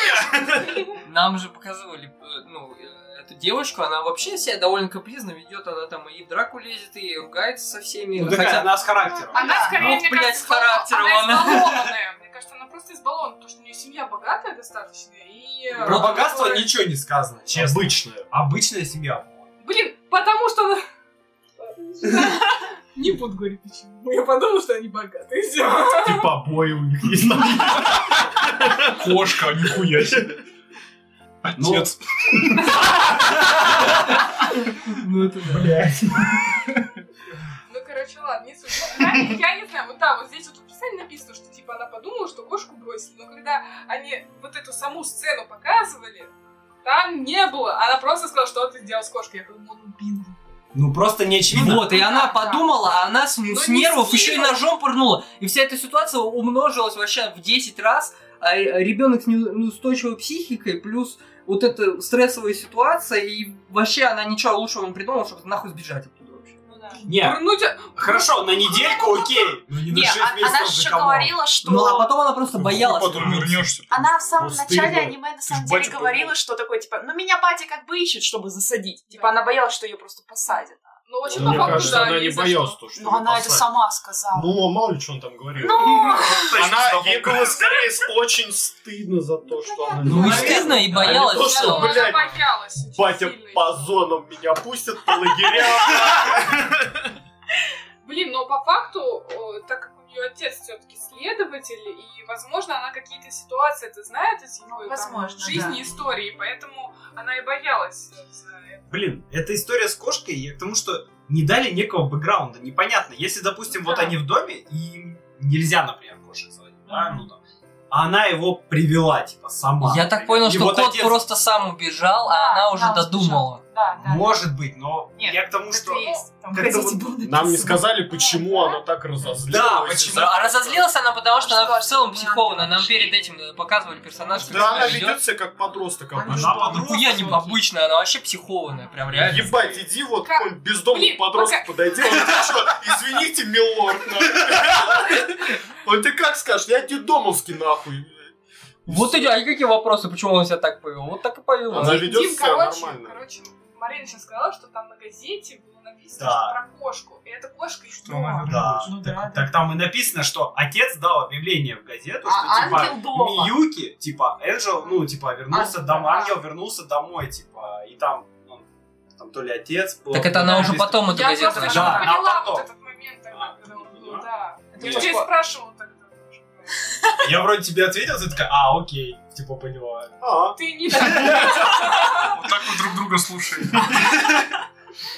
Не, Нам же показывали, э, ну, э, эту девочку, она вообще себя довольно капризно ведет, она там и в драку лезет, и ругается со всеми.
Ну, такая,
хотя-
она с характером.
Она скорее,
Ну,
мне
блядь,
кажется,
с характером
избалованная.
она.
Она избалованная. Мне кажется, она просто избалована, потому что у нее семья богатая достаточно. И...
Про
э,
богатство
которая-
ничего не сказано, честно.
Обычная.
Обычная семья.
Блин, потому что она... Не буду говорить почему. Я подумала, что они богатые. Все.
Типа обои у них есть.
Кошка, нихуя себе.
Ну,
Отец.
Ну, это да.
Ну, короче, ладно, не суть. Ну, она- Я не знаю, вот да, вот здесь вот в описании написано, что типа она подумала, что кошку бросили. Но когда они вот эту саму сцену показывали, там не было. Она просто сказала, что ты сделал с кошкой. Я подумала, ну, блин.
ну просто не очевидно.
Вот, и она
Да, да.
подумала, а она с,
не
с нервов
скинула.
еще и ножом пырнула. И вся эта ситуация умножилась вообще в 10 раз. а ребенок с неу- неустойчивой психикой, плюс вот эта стрессовая ситуация, и вообще она ничего лучшего не придумала, чтобы нахуй сбежать оттуда вообще.
Ну
Не,
Вернуть-
хорошо, на недельку окей, но не на
Не,
6
а- она
месяцев
же
за
еще
кого.
говорила, что...
Ну, а потом она просто боялась.
Потом вернешься.
Она в самом
Пустые,
начале
да.
аниме на
ж
самом деле
батю
говорила,
поймал.
что такое, типа, ну меня батя как бы ищет, чтобы засадить. Типа, она боялась, что ее просто посадят.
Ну, очень
Мне
по факту,
кажется,
да,
она
ей
не
за
боялась
что. Ну,
то, что
Но
её
она это
посадят.
сама сказала.
Ну, а мало ли, что он там говорил.
Ну,
Она, ей было скорее с- очень стыдно за то, что она...
Ну, и
наверное.
стыдно, и
А не то,
боялась.
что,
Ну, она
блядь,
боялась. очень
Батя
сильно
по
ещё.
зонам меня пустят по лагерям.
Блин, но по факту, э, так как у нее отец все-таки следователь, и, возможно, она какие-то ситуации это знает из его там,
Возможно,
жизни,
да.
истории, поэтому она и боялась. за это.
Блин, эта история с кошкой, я к тому, что не дали некого бэкграунда, непонятно. Если, допустим, вот
Да.
они в доме, и им нельзя, например, кошек заводить, да, ну там. А она его привела, типа, сама.
Я так
например.
понял,
И
что
вот
кот
отец-
просто сам убежал, а
Да,
она уже
да, он
додумала.
Да, да.
Может быть, но
Нет,
я к тому,
так
что...
и есть. Там
как-то
хотите
вот
было
Нам не
написано.
сказали, почему она так разозлилась.
Да, почему?
А разозлилась она, потому что
Что
она в
ж,
целом
надо
психована. Нам
вообще.
перед этим э, показывали персонаж, который
Да, она
себя
ведет себя как подросток
Она
обычно.
подросток.
Нихуя не обычная, она вообще психованная, прям реально.
Ебать, иди вот
Как?
какой-нибудь бездомный
Блин,
подросток
пока-
подойди, он тебе что, извините, милорд, нахуй». Он тебе как скажешь, я тебе домовский нахуй.
Вот эти, а и какие вопросы, почему он себя так повел? Вот так и повел.
Она ведет
Дим,
себя
короче,
нормально.
короче, Марина сейчас сказала, что там на газете было написано
Да.
что про кошку. И эта кошка и
Что она
Да,
вернулась.
Ну
так,
да, да.
так там и написано, что отец дал объявление в газету,
А
что типа
ангел дома.
Миюки, типа Энджел, ну типа вернулся
Ангел,
домой,
да.
ангел вернулся домой, типа и там, ну, там то ли отец был.
Так это она
то ли
уже
быстро-
потом эту
Я
газету
просто
Да,
нашла.
не поняла
она
вот
потом.
этот момент тогда,
А,
когда он был,
поняла.
да.
Я
Я тебя и
пошла.
спрашивала тогда.
Я вроде тебе ответил, ты такая, а окей, типа поняла.
А,
ну, Ты не так.
Вот так вот друг друга а слушаем.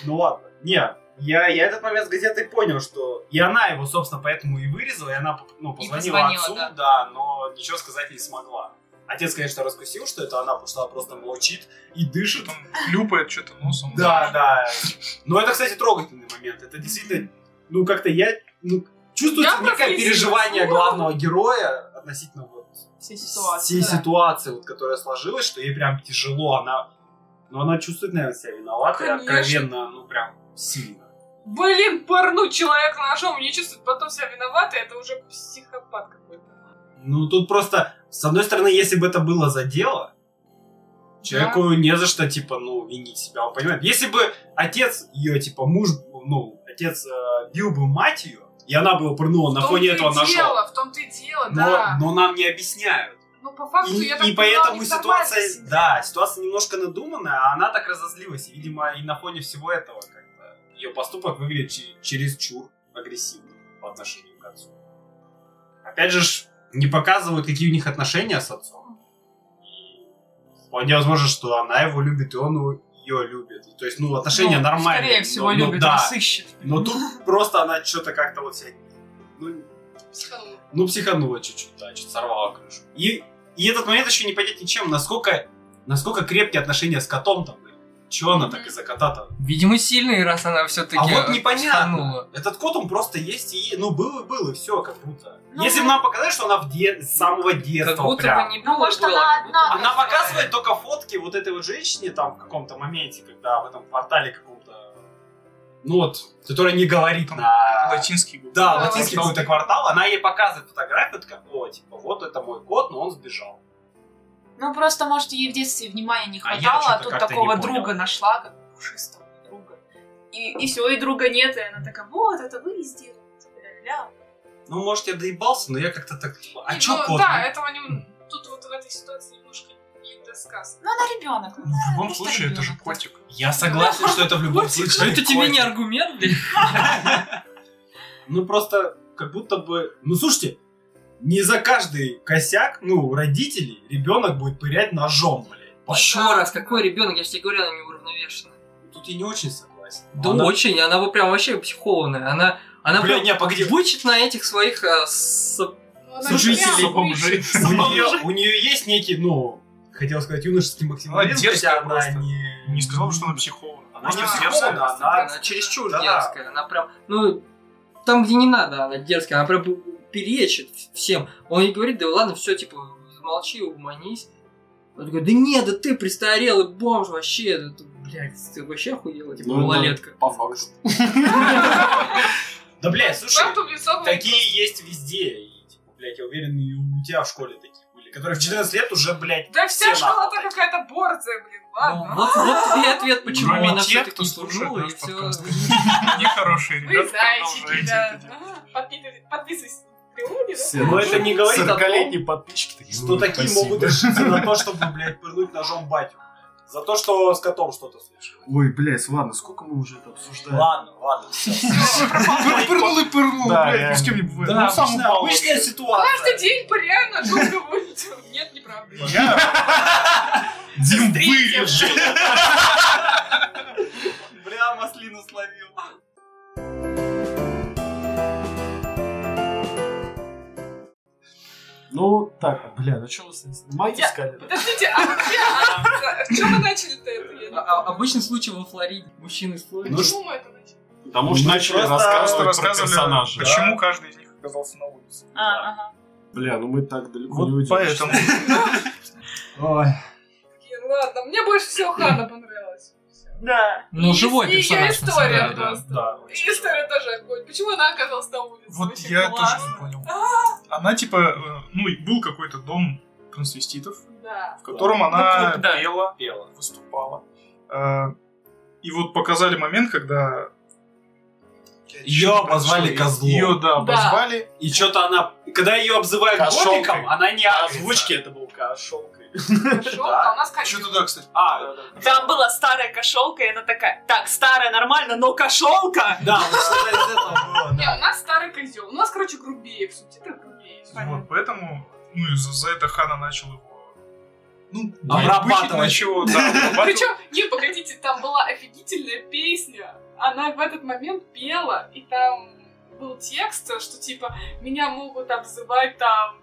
Ну ладно, не. Я, я этот момент с газетой понял, что и она его, собственно, поэтому и вырезала, и она ну,
И
позвонила,
позвонила,
отцу,
да.
да. но ничего сказать не смогла. Отец, конечно, раскусил, что это она, потому что она просто молчит и дышит,
Там хлюпает что-то носом.
Да, да. Но это, кстати, трогательный момент. Это действительно, ну, как-то я... Ну, чувствуется
Я
некое
прослезилась.
переживание главного героя относительно вот
Все
всей
ситуации. да.
ситуации, вот, которая сложилась, что ей прям тяжело. Она... Но она чувствует, наверное, себя виноватой,
Конечно.
откровенно, ну, прям сильно.
Блин, порнуть человека ножом не чувствует, потом себя виновата, это уже психопат какой-то.
Ну, тут просто, с одной стороны, если бы это было за дело, человеку не за что, типа, ну, винить себя, он понимает. Если бы отец ее, типа, муж, ну, отец э, бил бы мать ее, и она бы его пырнула на
В том-то
фоне
и
этого ножа.
дело, в том-то и дело,
Но,
да.
но нам не объясняют.
Ну, по факту,
И,
я так
и
поняла, у
поэтому
них
ситуация,
нормально
да, ситуация немножко надуманная, а она так разозлилась. И, видимо, и на фоне всего этого как-то ее поступок выглядит че- чересчур агрессивным по отношению к отцу. Опять же, ж, не показывают, какие у них отношения с отцом. И вполне возможно, что она его любит, и он ее любит. И то есть, ну, отношения
Ну,
нормальные.
Скорее
но-
всего,
но
любит,
да.
раз ищет.
Но тут просто она что-то как-то вот себя... ну,
психанула.
ну, психанула чуть-чуть, да, чуть сорвала крышу. И, и этот момент еще не понятен чем, насколько, насколько крепкие отношения с котом там были. Чего она так из-за кота-то?
Видимо, сильный, раз она все-таки
А вот непонятно. Этот кот, он просто есть и... Ну, был и был, и все, как будто.
Ну,
Если бы нам показали, что она в де- с самого детства
Как будто
прям.
бы не
Ну,
было
может,
дела.
она одна.
Она показывает только фотки вот этой вот женщине там в каком-то моменте, когда в этом портале каком-то... Ну вот, которая не говорит
Там
на...
Латинский был.
Да,
Да,
латинский
вот.
А, какой-то квартал, она ей показывает фотографию, такая, о, типа, вот это мой кот, но он сбежал.
Ну, просто, может, ей в детстве внимания не
А я
хватало, а,
чё-то
тут
как-то
такого
не понял.
друга нашла, как пушистого друга. И, и все, и друга нет, и она такая, вот, это вы сделали. ля-ля-ля».
Ну, может, я доебался, но я как-то так, типа, а
Не,
чё
ну,
кот?
Да, этого не... Тут вот в этой ситуации немножко недосказано.
Ну, она ребенок.
В любом случае, это же котик.
Я согласен, что это в любом
Ну,
случае
это тебе не
котик.
аргумент, блин.
Ну, просто как будто бы... Ну, слушайте, не за каждый косяк, ну, у родителей ребенок будет пырять ножом, блядь.
Еще раз, какой ребенок, я же тебе говорю, она неуравновешенная.
Тут я не очень согласен.
Да
Ну, Она-
очень, она вот прям вообще психованная. Она, она
Бля,
прям
не, погоди.
бычит на этих своих э, с-
Ну, она
Слушай,
прям
если
бомжи.
бычит.
У нее, у нее есть некий, ну, хотел сказать, юношеский максимализм,
Она дерзкая
хотя она
просто.
не...
Не сказал бы, что она психолог.
Она не
Она
психолог,
дерзкая.
она... типа
Она чересчур
Да.
дерзкая. Она прям, ну, там, где не надо, она дерзкая. Она прям перечит всем. Он ей говорит, да ладно, все, типа, замолчи, угомонись. Он такой, да нет, да ты престарелый бомж вообще, да ты, блядь, ты вообще охуела, типа
Ну, ну,
малолетка.
По факту.
Да, блядь, слушай,
Правду в лицо говорит,
такие есть везде. И, типа, блядь, я уверен, и у тебя в школе такие были, которые в 14 лет уже, блядь,
Да вся
все
школа-то
нахуй.
какая-то борзая, блин,
Ну,
ладно.
вот, вот тебе ответ, почему
Кроме
она
тех,
все-таки
Ну, кто слушает
служила, и
наш
все.
подкаст. Нехорошие
Вы
ребята,
зайчики,
продолжайте
да.
это делать.
А, подписывай- Подписывайся на Трилогию, да?
Но ну, это не говорит о том,
Сорокалетние подписчики такие.
что
«Ну,
такие
спасибо».
могут решиться на то, чтобы, блядь, пырнуть ножом батю. За то, что с котом что-то слышал.
Ой, блядь, ладно, сколько мы уже это обсуждаем?
Ладно, ладно. всё.
Пыр- Пырнул и пырнул,
Да,
блядь, ну
реально.
с кем не бывает.
Да,
Ну, сам
обычная-
упал.
обычная
Каждый
ситуация.
день реально долго будет. Нет, неправда.
Дим вырежи.
Бля, маслину словил.
Ну, так, бля, ну что вы с этим? Майки
Я-
искали?
Подождите, а где? А, Что мы начали-то это?
Ну
Я не
А- а- Обычный случай во Флориде. Мужчины из Флориды.
понимаю, почему мы это начали.
Потому что
Мы
начали
просто-
Просто
рассказывать про
рассказывали,
персонажа.
почему каждый из них оказался на улице.
А, ага.
Бля, ну мы так далеко не
Вот
уйдем.
поэтому.
Блин, Ладно, мне больше всего Хана понравилась.
Да.
Ну,
И-
живой
и
персонаж.
её
на самом
история
деле, да.
просто. И история тоже огонь. Почему она оказалась на улице?
Вот
Вообще
я
класс. А!
тоже не понял. Она типа, э, ну и был какой-то дом трансвеститов,
Да.
в котором
ну,
она
клуб, да.
пела, выступала. Э, И вот показали момент, когда
Её обозвали козлом.
Ее, да, обозвали.
И что-то она... Когда ее обзывают
Кошелкой.
гомиком, она не
А
агрится.
озвучки это был кошелкой.
Шел, а у нас как
Что-то да, кстати.
А,
Там была старая кошелка, и она такая, так, старая нормально, но кошелка!
да, вот что-то из этого было,
Не, у
да.
нас старый козел. У нас, короче, грубее, в субтитрах грубее.
Вот, поэтому, ну и за, за это Хана начал его, ну,
А Обрабатывать.
обрабатывать. Начал, да, обрабатывать.
Причем, не, погодите, там была офигительная песня. Она в этот момент пела, и там был текст, что типа меня могут обзывать там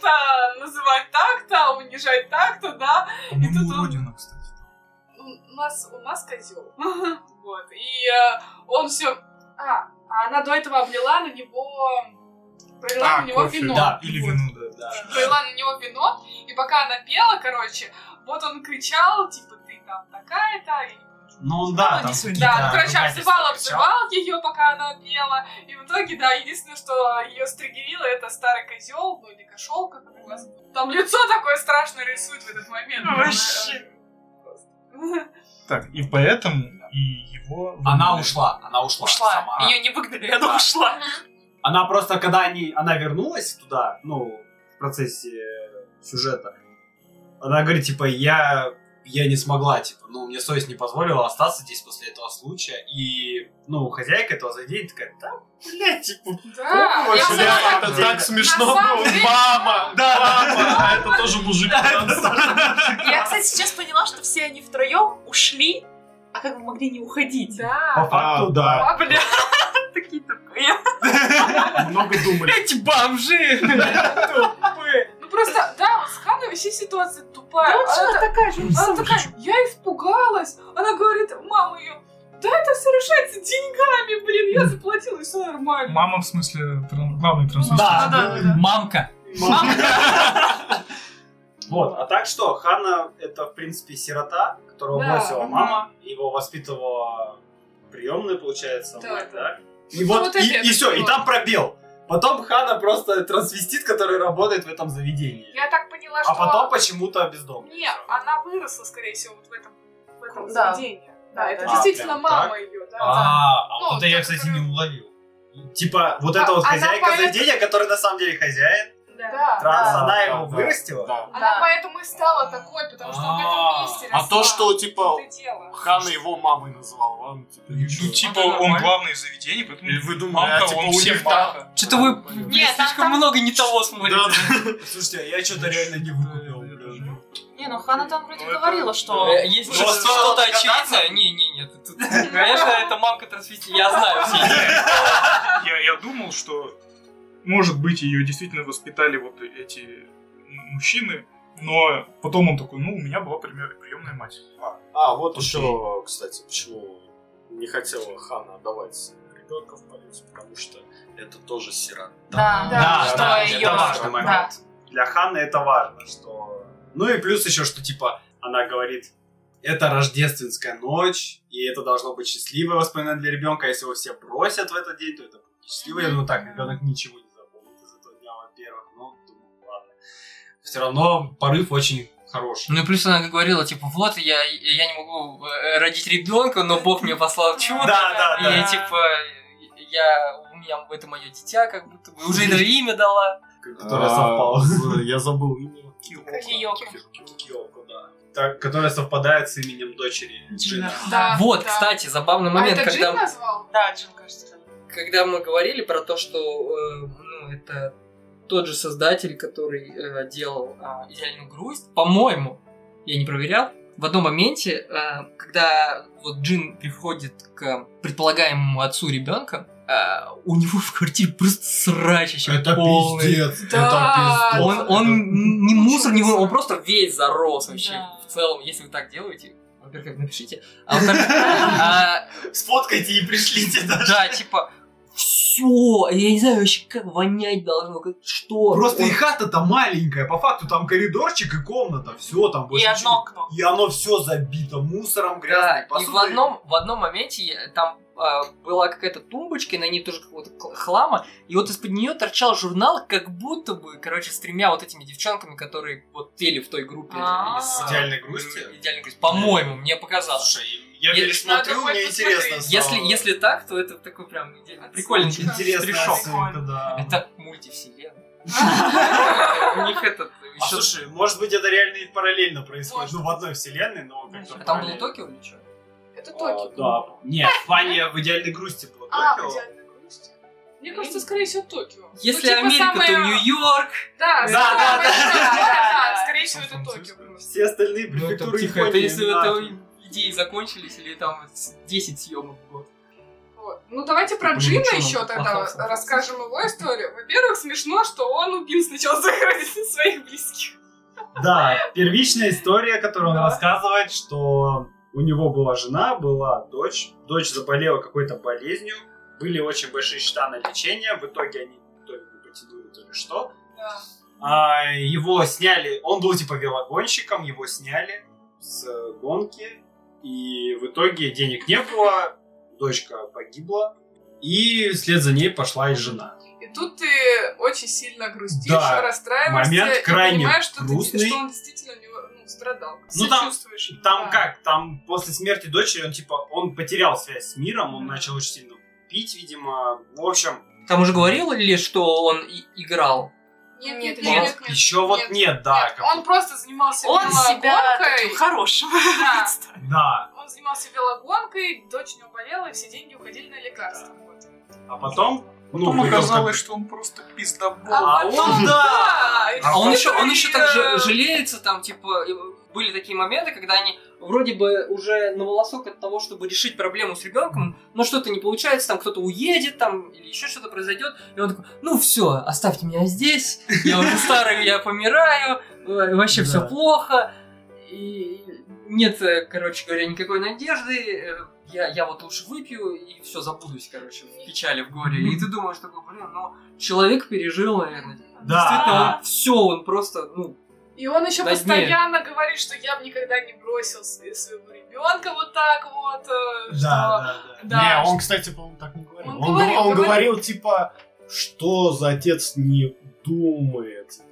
так-то, называть так-то, унижать так-то, да.
По-моему,
И тут он-
уродина, кстати.
Ну, У нас, у нас козел. Вот. И э, он все. А, а она до этого облила на него. Пролила
А,
на него
кофе,
вино.
да,
Или
Вот.
вино, да.
Да.
пролила на него вино, и пока она пела, короче, вот он кричал, типа, ты там такая-то, и...
Ну он да, там
Да,
какие-то
ну, короче,
ругательства
обзывал,
кричал.
обзывал ее, пока она пела, и в итоге, да, единственное, что ее стригерило, это старый козел, ну, или кошел, как у вас. Там лицо такое страшное рисует в этот момент.
Ну,
Ну,
Вообще.
Просто.
Так, и поэтому и его...
Она
выгнали.
ушла, она ушла.
Ушла.
сама.
Ее не выгнали, она ушла.
Она просто, когда они, она вернулась туда, ну, в процессе э, сюжета, она говорит, типа, я, я не смогла, типа, ну, мне совесть не позволила остаться здесь после этого случая. И, ну, хозяйка этого заведения такая, да, блядь, типа,
Да,
Ой,
я
бля,
сама
это
так-
так
На самом деле-
Мама! А это тоже мужик.
Я, кстати, сейчас поняла, что все они втроем ушли, а как бы могли не уходить.
по
Да.
факту, да.
А, бля,
Такие тупые.
А, Много думали.
Эти бомжи!
Ну просто, да, вот с Ханой вообще ситуация тупая.
Да вот
Она та-
такая же.
Она такая, я испугалась. Она говорит, мама ее, да это все решается деньгами, блин, я заплатила, и все нормально.
Мама, в смысле, тран- главный трансвестит.
Да,
да, да.
Мамка.
Вот, а так что, Хана это, в принципе, сирота, которого
Да.
бросила мама, его воспитывала приемная, получается,
Да,
мать,
да.
да? И
Ну,
вот,
вот
и,
это я
и все, и
поняла.
там пробел. Потом Хана просто трансвестит, который работает в этом заведении.
Я так поняла, что...
А потом почему-то бездомный.
Не, она выросла, скорее всего, вот в этом, в этом
Да.
заведении. Да, это
да.
действительно
А, прям
мама ее, да.
А, а
Ну,
вот это я,
тот,
кстати,
который-
не уловил. Типа, вот это
А-
вот
она
хозяйка
поэт-
заведения, который на самом деле хозяин,
Да.
транс,
да.
она
да,
его
да.
вырастила.
Да.
Она
Да.
поэтому и стала такой, потому что в этом месте
А то,
росла.
что, типа,
Вот и дело.
Хана его мамой назвал, ладно, типа,
Ну,
ничего.
типа,
Ну, да,
он
нормально.
главный в заведении, поэтому...
Или вы думали,
мамка,
а, типа,
он
у
всем
них
мама.
там...
Что-то вы
Да,
блин,
Нет, там-
слишком
там-
много не того смотрите.
Да,
Слушайте, а я что-то реально не выпил. блин.
Не, ну Хана там вроде
Ну, это-
говорила, что...
Э, Есть
Ну,
что-
вот
что-то
вот кататься?
очевидное. Не, не, нет. Тут, Конечно, это мамка трансвести. Я знаю все эти.
Я, я думал, что, может быть, ее действительно воспитали вот эти м- мужчины, но потом он такой, ну, у меня была пример приемная мать.
А, вот
Окей.
еще, кстати, почему не хотела Хана отдавать ребенка в полицию, потому что это тоже сирот.
Да,
Да,
что
да,
ее...
это важный момент. для Ханы это важно, что... Ну и плюс еще, что типа она говорит, это рождественская ночь, и это должно быть счастливое воспоминание для ребенка. Если его все бросят в этот день, то это будет несчастливо. Я думаю, так, ребенок ничего не запомнит из этого дня, во-первых. Ну, думаю, ладно. Все равно порыв очень хороший.
Ну и плюс она говорила, типа, вот, я, я не могу э, родить ребенка, но Бог мне послал
Да,
чудо.
да,
И
да.
типа, я, у меня это мое дитя, как будто бы. Уже даже имя дала.
Которая совпала.
А, Я забыл имя.
Киёко.
Киоко, да. Так, которая совпадает с именем дочери.
Джина.
Джина.
Да,
вот,
да.
кстати, забавный
А
момент,
это
когда...
Джин назвал?
Да, Джин, кажется.
когда мы говорили про то, что э, ну, это тот же создатель, который э, делал э, идеальную грусть, по-моему, я не проверял, в одном моменте, э, когда вот Джин приходит к предполагаемому отцу ребенка, э, у него в квартире просто срачище полное.
Да.
Это
Он, он не мусор, не вы- он
Ужасно.
просто весь зарос вообще.
Да.
В целом, если вы так делаете, во-первых, напишите, а во-вторых, а,
Сфоткайте и пришлите даже.
да, типа, все, я не знаю вообще, как вонять должно, как что.
Просто
Он-
и хата-то маленькая, по факту там коридорчик и комната, все там.
И
больше
одно окно.
ничего. И оно все забито мусором,
Да,
грязной
и
посудой.
в одном, в одном моменте я- там а, была какая-то тумбочка, и на ней тоже какого-то кл- хлама, и вот из-под нее торчал журнал, как будто бы, короче, с тремя вот этими девчонками, которые вот пели в той группе.
А.
из,
Идеальной
а,
грусти?
Идеальной грусти. По-моему, мне показалось.
Слушай, я
Если
пересмотрю,
надо,
мне
хоть
интересно
посмотреть.
Если,
стало.
если так, то это такой прям идеально- прикольный
Интересно,
штришок.
отсылка, да.
Это мультивселенная. У них этот
А
еще
слушай, может быть, это реально и параллельно происходит. Ну, в одной вселенной, но как-то
Может.
А там было
параллельно.
Токио или что?
Это
А,
Токио.
Да. Нет, в плане в идеальной грусти было
А,
Токио.
идеальная грусть. Мне кажется, скорее всего, Токио.
Если
Ну, типа,
Америка, то
самая-
Нью-Йорк.
Да,
Да,
самая
да, да.
большая, да, да,
Да.
скорее всего, это Токио.
Сан-Франциско.
просто.
Все остальные префектуры Японии
Ну, это если
на-
это идеи закончились, или там 10 съемок в год.
Вот. Ну, давайте про
Ну,
Джина
ничего,
еще
он
тогда
плохого сам.
расскажем его историю. Во-первых, смешно, что он убил сначала захоронил своих близких.
Да, первичная история, которую он
Да.
рассказывает, что у него была жена, была дочь. Дочь заболела какой-то болезнью. Были очень большие счета на лечение. В итоге они то ли не потянули, то ли что.
Да.
А, его сняли, он был типа велогонщиком, его сняли с э, гонки, и в итоге денег не было, дочка погибла, и вслед за ней пошла и жена.
И тут ты очень сильно грустишь,
Да.
расстраиваешься
Момент
и
крайне
понимаешь, что, ты-
грустный.
что он действительно у него, ну, страдал.
Ну, там-
Сочувствуешь.
Там
Да.
как, там после смерти дочери он типа, он потерял связь с миром, он начал очень сильно пить, видимо, в общем,
Там уже говорил ли, что он и- играл?
Нет, нет,
Нет,
нет,
вот,
нет, нет.
еще вот а
нет.
нет, да,
Нет,
как
Он просто занимался
Он себя
велогонкой.
таким хорошим.
Да.
представил.
бы, да.
Он занимался велогонкой, дочь у него болела, и все деньги уходили на лекарства. Вот.
А потом, ну,
Потом
потом
оказалось,
как-
что он просто пиздобол.
А
а
потом-
он, да,
и
А он еще, он
который,
еще так
э,
же жалеется, там, типа, и были такие моменты, когда они вроде бы уже на волосок от того, чтобы решить проблему с ребенком, но что-то не получается, там кто-то уедет, там, или еще что-то произойдет, и он такой, ну все, оставьте меня здесь, я уже старый, я помираю, э, вообще
Да.
все плохо, и нет, э, короче говоря, никакой надежды, э, я, я вот лучше выпью и все, забудусь, короче, в печали, в горе. И ты думаешь такой, блин, ну, человек пережил, наверное, Действительно,
да.
он, все, он просто, ну,
И он еще
на дне.
постоянно говорит, что я бы никогда не бросил с- своего ребенка вот так вот, э, что...
да, да.
Да,
Не, он, кстати, по-моему, так не говорил.
Он
Он, гов-
говорил,
он
говорил.
говорил, типа, что за отец не думает типа,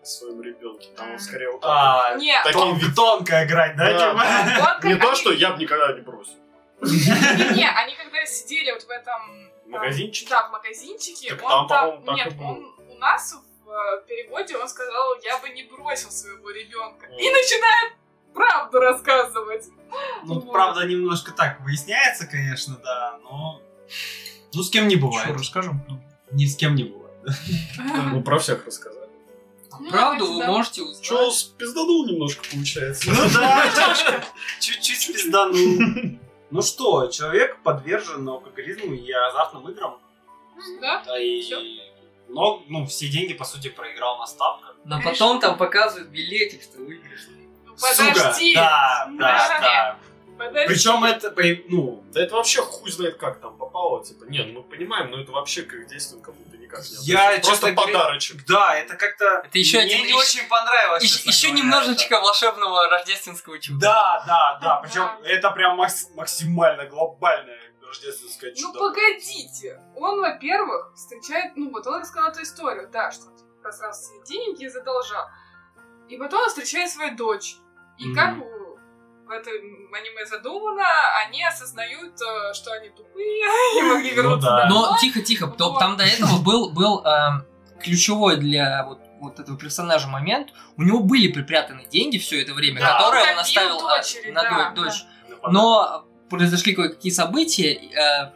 о своем ребенке. Там он скорее вот так.
А,
Не, а
Таким
Тон-
вид-
тонко играть, да, типа?
Да.
Дима?
он
Не
как-
то, что я бы никогда не бросил.
они- не, не, они когда сидели вот в этом...
В магазинчике?
Да, в магазинчике.
Так
он там...
там, по-моему, так и
Нет,
было.
он у нас в э, переводе он сказал, я бы не бросил своего ребенка.
О.
И начинает правду рассказывать.
Ну,
Вот.
правда, немножко так выясняется, конечно, да, но... Ну, с кем не
Что,
бывает.
расскажем? Ну,
Ни с кем не бывает.
Ну, про всех рассказали.
Ну,
правду
давайте,
вы
да.
можете узнать.
Че, спизданул немножко, получается.
Ну да, немножко. чуть-чуть пизданул. Ну что, человек подвержен алкоголизму и азартным играм.
Да?
Да и...
Всё.
Но, ну, все деньги, по сути, проиграл на ставках.
Но
Конечно.
потом там показывают билетик, что выигрыш.
Ну,
Сука!
Подожди.
Да, да, да.
Подожди.
Причем это, по- ну,
ну, Да это вообще хуй знает как там попало, типа, нет, мы понимаем, но это вообще к их действиям как будто никак никак не
Я,
отношусь. Просто
честно говоря,
подарочек.
Да, это как-то...
Это еще
мне
один-
не очень понравилось.
Еще,
честно
еще
говоря,
немножечко волшебного рождественского
да.
чуда.
Да, да, да. Причем
Да.
это прям макс- максимально глобальное рождественское
Ну
чудо.
погодите, он, во-первых, встречает, ну вот он рассказал эту историю, да, что типа, просрался деньги и задолжал. И потом он встречает свою дочь. И
Мгм.
как у- в этом аниме задумано, они осознают, э, что они тупые и могли
Ну
вернуться
да.
домой.
Но тихо, тихо, то- там до этого был, был эм, ключевой для вот, вот этого персонажа момент. У него были припрятаны деньги все это время,
Да.
которые он
Он копил
оставил а,
дочери,
на
да,
до- дочь.
Ну, подарок.
Но произошли кое-какие события. и, э,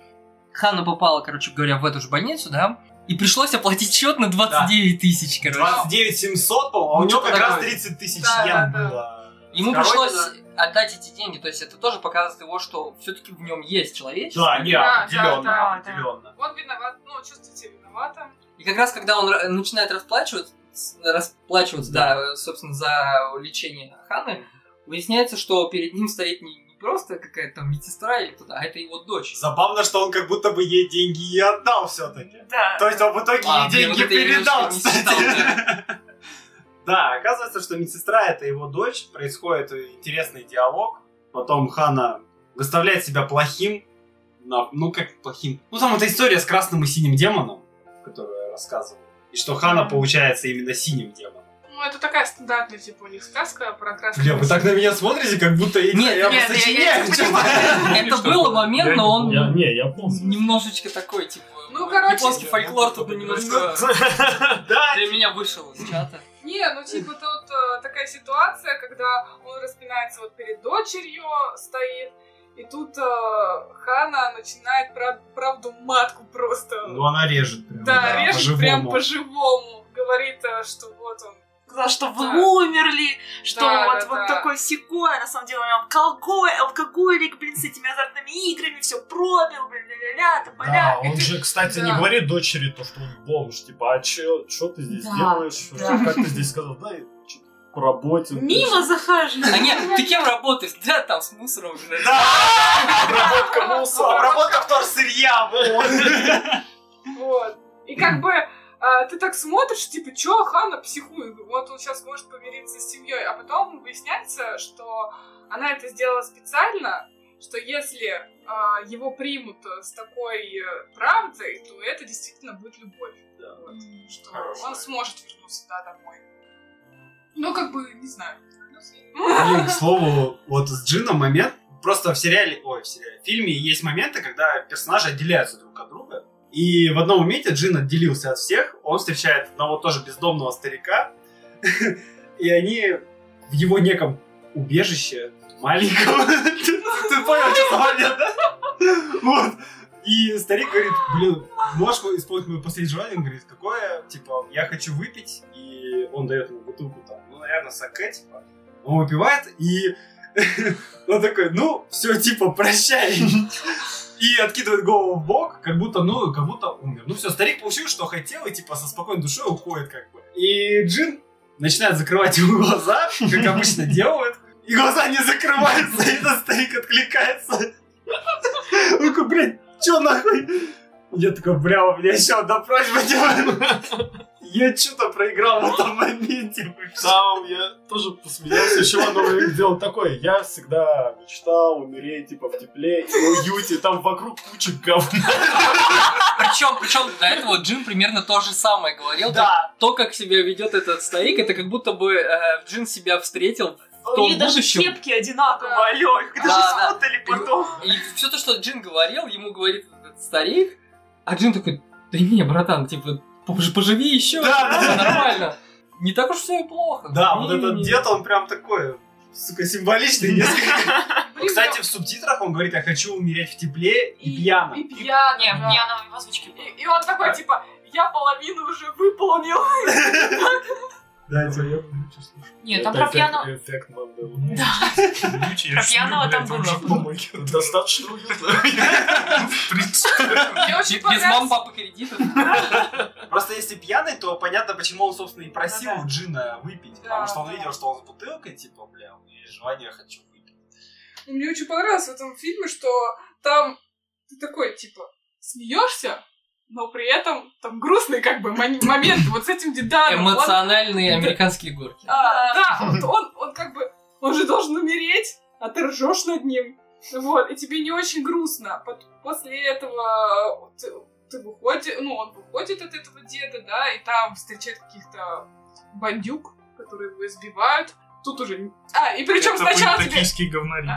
Ханна попала, короче говоря, в эту же больницу, да? И пришлось оплатить счет на 29 тысяч, короче.
29 700, по-моему, а у
Ну,
него
что-то
как раз
такое.
30 тысяч
Да,
йен
да, да.
было.
Ему
Второй
пришлось
тогда-
отдать эти деньги. То есть это тоже показывает его, что все-таки в нем есть человечество.
Да, не,
Да,
определенно,
да, да, да.
определенно.
Он виноват, ну, чувствует себя виноватым.
И как раз, когда он ра- начинает расплачиваться, расплачиваться, да. э, собственно, за лечение Ханы, выясняется, что перед ним стоит не, не просто какая-то там медсестра или кто-то, а это его дочь.
Забавно, что он как будто бы ей деньги и отдал все-таки.
Да.
То есть он в итоге
А,
ей
блин,
деньги
вот это я
передал,
немножко не читал,
кстати. Да, оказывается, что медсестра это его дочь, происходит интересный диалог. Потом Хана выставляет себя плохим, на- ну как плохим. Ну там эта история с красным и синим демоном, которую я рассказывал. И что Хана получается именно синим демоном.
Ну, это такая стандартная, типа, у них сказка про красную...
Бля, вы так на меня смотрите, как будто я, не знаю,
Нет,
я
нет,
просто
я-
сочиняю,
я тебя
чё-то.
Это было момент, но он
Я- не, Ну, я помню.
немножечко такой, типа,
Ну, короче,
японский фольклор тут немножко
Да,
для меня вышел из чата.
Не, ну типа тут э, такая ситуация, когда он распинается вот перед дочерью стоит, и тут э, Хана начинает прав- правду матку просто.
Ну она режет прям.
да,
да,
режет
по-живому.
прям по-живому. Говорит, э, что вот он.
сказала, что вы
Да.
умерли, что
Да,
вот,
да,
вот
да.
такой секой, а на самом деле он алкоголь, алкоголик, блин, с этими азартными играми, все пробил, блин, ля-ля-ля, там,
Да,
поля.
он же, кстати, не
Да.
говорит дочери то, что он бомж. Типа, а чё, чё ты здесь
Да,
делаешь?
да.
Как ты здесь сказал? Да, я чё-то по работе.
Мимо захожу.
А нет, ты кем работаешь? Да, там с мусором. же.
Обработка мусора. Обработка вторсырья. вот.
Вот. И как бы э, ты так смотришь, типа, чё, Хана психует, вот он сейчас может помириться с семьей, а потом выясняется, что она это сделала специально, что если э, его примут э, с такой э, правдой, то это действительно будет любовь. Вот. Что
Хорошая.
он сможет вернуться да, домой. Ну, как бы, не знаю.
Ну,
Блин, к слову, вот с Джином момент. Просто в сериале, ой, в сериале, в фильме есть моменты, когда персонажи отделяются друг от друга. И в одном моменте Джин отделился от всех, он встречает одного тоже бездомного старика, и они в его неком убежище маленьком. Ты ты понял, что за момент, да? Вот. И старик говорит, блин, можешь исполнить мое последнее желание? Он говорит, какое? Типа, я хочу выпить. И он дает ему бутылку там, ну, наверное, саке, типа. Он выпивает, и он такой, ну, все, типа, прощай. И откидывает голову в бок, как будто, ну, как будто умер. Ну все, старик получил, что хотел, и типа со спокойной душой уходит, как бы. И Джин начинает закрывать его глаза, как обычно делают. И глаза не закрываются, и этот старик откликается. Он такой, блядь, чё нахуй? Я такой, бля, у меня еще одна просьба, типа. Я что-то проиграл в этом моменте.
Там я тоже посмеялся. Еще одно дело такое. Я всегда мечтал умереть, типа, в тепле и уюте. Там вокруг куча говна.
Причем, причем до этого Джин примерно то же самое говорил. То
Да,
то, как себя ведет этот старик, это как будто бы э, Джин себя встретил.
У них
том
даже
будущем.
кепки одинаковые,
Да.
алё, их даже
Да, да.
спутали потом.
И все то, что Джин говорил, ему говорит этот старик, а Джин такой, да не, братан, типа, пож- поживи еще,
Да, да, да.
нормально. Не так уж все и плохо.
да,
Не,
вот
не,
этот
не.
дед, он прям такой, сука, символичный несколько.
Ну, Блин,
Кстати, в субтитрах он говорит, я хочу умереть в тепле
ну,
и пьяно.
И пьяно.
Не,
да.
не, она в озвучке была.
И- и он такой, типа, я половину уже выполнил.
Да, типа,
Нет, там про пьяного...
Эффект Манделы.
Ключи, я
Про
ж
пьяного
люблю,
там
это
было.
уже помоги.
Достаточно уютно.
В принципе.
Мне очень
Без мам,
понравилось.
папа кредитов.
Просто если пьяный, то понятно, почему он, собственно, и просил
Ну да.
у Джина выпить.
Да,
потому что он
да.
видел, что он с бутылкой, типа, бля, у меня есть желание, я хочу выпить.
Ну, Мне очень понравилось в этом фильме, что там ты такой, типа, смеешься, но при этом там грустный как бы мон- момент вот с этим деданом. он-
Эмоциональные американские горки.
а, да, вот он, он как бы, он же должен умереть, а ты ржешь над ним. Вот, и тебе не очень грустно. Пот- После этого ты, ты выходи- ну, он выходит от этого деда, да, и там встречает каких-то бандюк, которые его избивают. Тут уже... не- А, и причем
Это
сначала
были
тебе...
токийские говнари.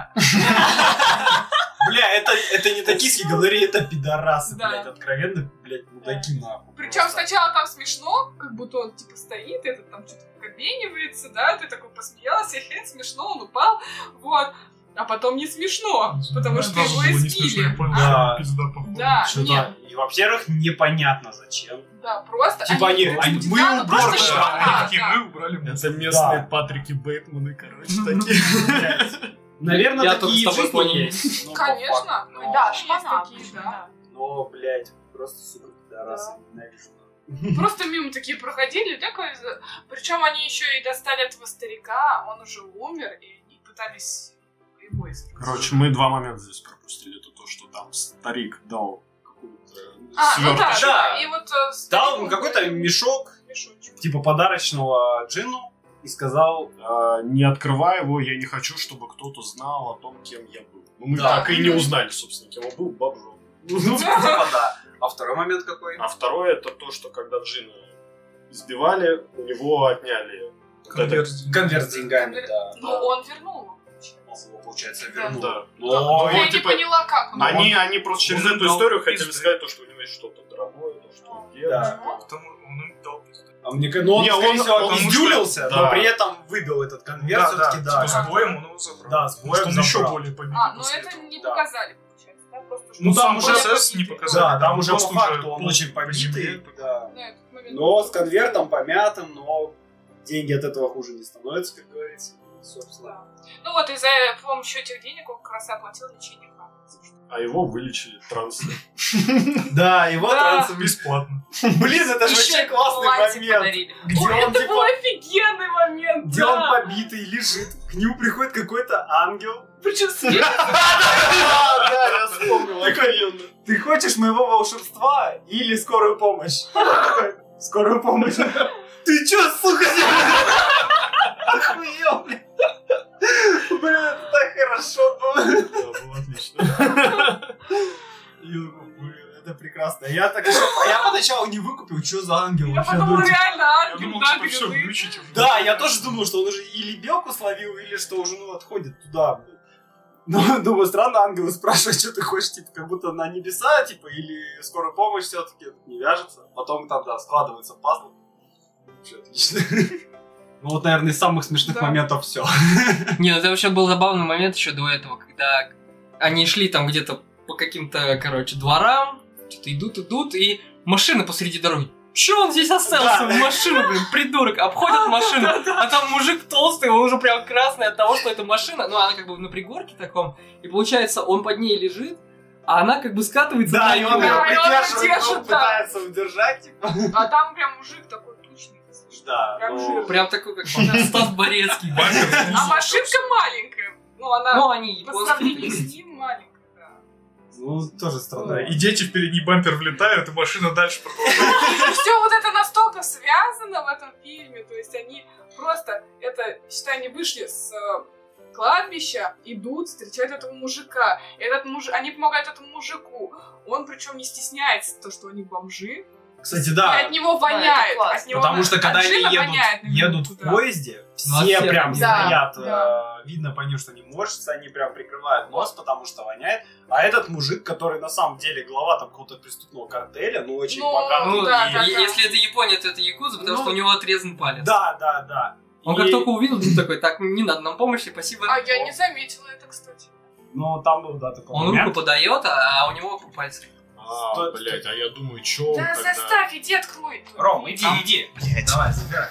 Бля, это, это не токийские галереи, это пидорасы,
Да.
блядь, откровенно, блядь, мудаки нахуй.
Причем сначала там смешно, как будто он типа стоит, этот там что-то кабенивается, да, ты такой посмеялся, хе, смешно, он упал, вот. А потом не смешно, А, потому что
Даже
его
было не смешно,
избили.
я понял,
Да.
что пизда, походу.
Да, нет,
Что-то, и, во-первых, непонятно зачем.
да, просто...
Типа они-
этому
они- мы
Титану
уборные,
просто
Да,
что?
они
шпана,
такие,
да.
мы убрали мусор.
Это местные
Да.
Патрики Бэтмены, короче, такие.
Наверное,
Я
такие
только с тобой
в жизни
понял.
есть. Ну, по
Конечно,
факту,
ну,
но-
да,
Есть
шпана
такие,
такие, да.
да.
Но, блядь, просто, сука, пидорасы, ненавижу.
Просто мимо такие проходили, такой... Причем они еще и достали этого старика, он уже умер, и, и пытались его использовать.
Короче, мы два момента здесь пропустили. Это то, что там старик дал какую-то
А, ну да,
сверточку.
Да.
да, и вот... э,
Дал
старик,
ему
он
какой-то
говорил,
мешок,
мешочек.
типа подарочного джину, и сказал,
А, Не открывая его, я не хочу, чтобы кто-то знал о том, кем я был. Ну, Мы
Да.
так и не узнали, собственно, кем он был, бабжон.
ну, типа, да. А второй момент какой?
А второе, это то, что когда Джина избивали, у него отняли вот это-
Конверт с деньгами, да.
Ну, он вернул его.
Его, получается,
Да.
вернул.
Да.
Но-
Ну,
я не
типа,
поняла, как он.
Они, они просто через
он
эту
дал
историю
пизды.
хотели сказать, то, что у него есть что-то дорогое, то, что он делает.
Да.
Потому он им дал пизду.
А мне кажется, ну он,
Не,
скорее
он-
всего,
он
издюлился,
что- да.
но при этом выбил этот конверт все-таки, да.
типа с боем он его забрал.
Да, с
Потому что
боем
он еще
забрал.
более победил
А, ну
после
это
этого.
не
да.
показали, получается, да? Просто что-
Ну,
Ну,
сам
там уже-
процесс не показали.
Да, там уже по
Просто
факту
уже
он
пол-
очень побитый,
побитый.
да.
Да, этот момент.
Но с конвертом помятым, но деньги от этого хуже не становятся, как говорится. И, Собственно.
Да. Ну вот, и за помощью этих денег он как раз и оплатил лечение мамы.
А его вылечили трансы.
Да, его
Да.
трансфер-
Бесплатно.
Блин, это же
Еще
вообще
и
классный
платье
момент.
подарили.
Где
Ой,
он
это был
типа
офигенный момент,
где
да.
он побитый лежит, к нему приходит какой-то ангел.
Причем свет-
Да, да, я вспомнил, охуенно. Ты хочешь моего волшебства или скорую помощь? Скорую помощь. Ты чё, сука, охуел, блин. Бля, это так хорошо было.
Да, было отлично.
Я говорю, Это прекрасно. Я так еще, а я поначалу не выкупил, что за ангел
Я
вообще.
подумала,
ну, типа,
реально,
Я
ангел,
думал,
да,
типа, все,
грязы.
глючите.
Да, я тоже думал, что он уже или белку словил, или что уже, ну, отходит туда, блин. Ну, думаю, странно ангелы спрашивают, что ты хочешь, типа, как будто на небеса, типа, или скорая помощь все-таки не вяжется. Потом там, да, складывается пазл. Вообще отлично. Ну, вот, наверное, из самых смешных
Да.
моментов все.
Не, ну это вообще был забавный момент еще до этого, когда они шли там где-то по каким-то, короче, дворам, что-то идут, идут, и машина посреди дороги. Че он здесь остался?
Да.
В машину, блин, придурок, обходят машину. А там мужик толстый, он уже прям красный от того, что это машина. Ну, она как бы на пригорке таком. И получается, он под ней лежит, а она как бы скатывается.
Да,
на
и
него.
он
Да,
его
и он
придерживает,
держит,
он
да.
пытается удержать, типа.
А там прям мужик такой тучный.
Да,
Прям
ну,
жирный.
Прям такой, как Стас Борецкий.
А машинка маленькая. Ну, она
Ну, они
по
японские.
сравнению с ним маленькая, да.
Ну, тоже
Да,
странно.
И дети в передний бампер влетают, и машина дальше продолжает.
все вот это настолько связано в этом фильме, то есть они просто, это, считай, они вышли с э, кладбища, идут, встречают этого мужика. Этот муж... Они помогают этому мужику. Он причем не стесняется то, что они бомжи.
Кстати,
и от него воняет.
классно.
от него
Потому что
от
когда они
жира
едут,
воняет на
едут
минуту,
в
да. а
поезде,
Ну,
все
от всех
прям
они
стоят,
Да, да.
э, видно по ним, что не морщится, они прям прикрывают нос, потому что воняет. А этот мужик, который на самом деле глава там какого-то преступного картеля, ну очень
Ну,
богатый.
Ну,
да,
и-
да, да.
если это Япония, то это Якуза, потому
Ну,
что у него отрезан палец.
Да, да, да.
Он
И-
как только увидел, он такой, так, не надо нам помощи, спасибо.
А я не заметила это, кстати.
Ну, там был, да, такой
Он руку
момент.
подает, а а у него палец.
А,
Сто-
блядь, а я думаю, чё он
да
тогда...
заставь, иди открой.
Ром, иди, иди. Давай, забирай.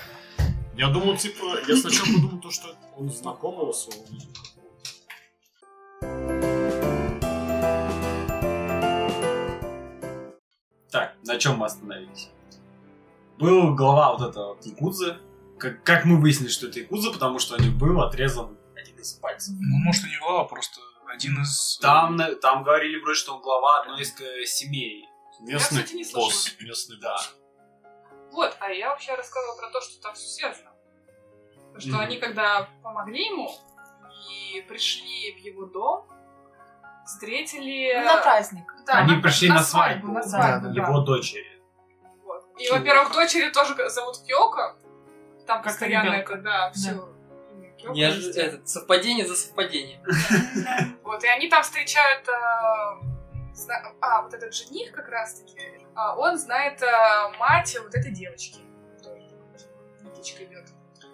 Я думал, типа, я сначала подумал, то, что он знакомого своего видел.
Так, на чем мы остановились? Был глава вот этого вот Якудзы. Как, как мы выяснили, что это Якудза, потому что у него был отрезан один из пальцев.
Ну, может, и не глава, просто один из...
Там, на- там говорили вроде, что он глава одной из э, семей.
Местный
кстати, не слышала.
босс. Местный
Да.
босс.
Вот, а я вообще рассказывала про то, что там все связано. Потому Что
Мгм.
они когда помогли ему и пришли в его дом, встретили...
Ну, на праздник.
Да,
Они
на-
пришли на свадьбу.
на свадьбу, да.
Его дочери.
Вот. И, во-первых, дочери тоже зовут Кёко. Там
Просто
постоянно
ребёнка.
это, да, все. Ну,
Неож- этот, Совпадение за совпадением.
Вот, и они там встречают... а, зна- А, вот этот жених как раз-таки, а, он знает а, мать вот этой девочки. Тоже Ниточка идет.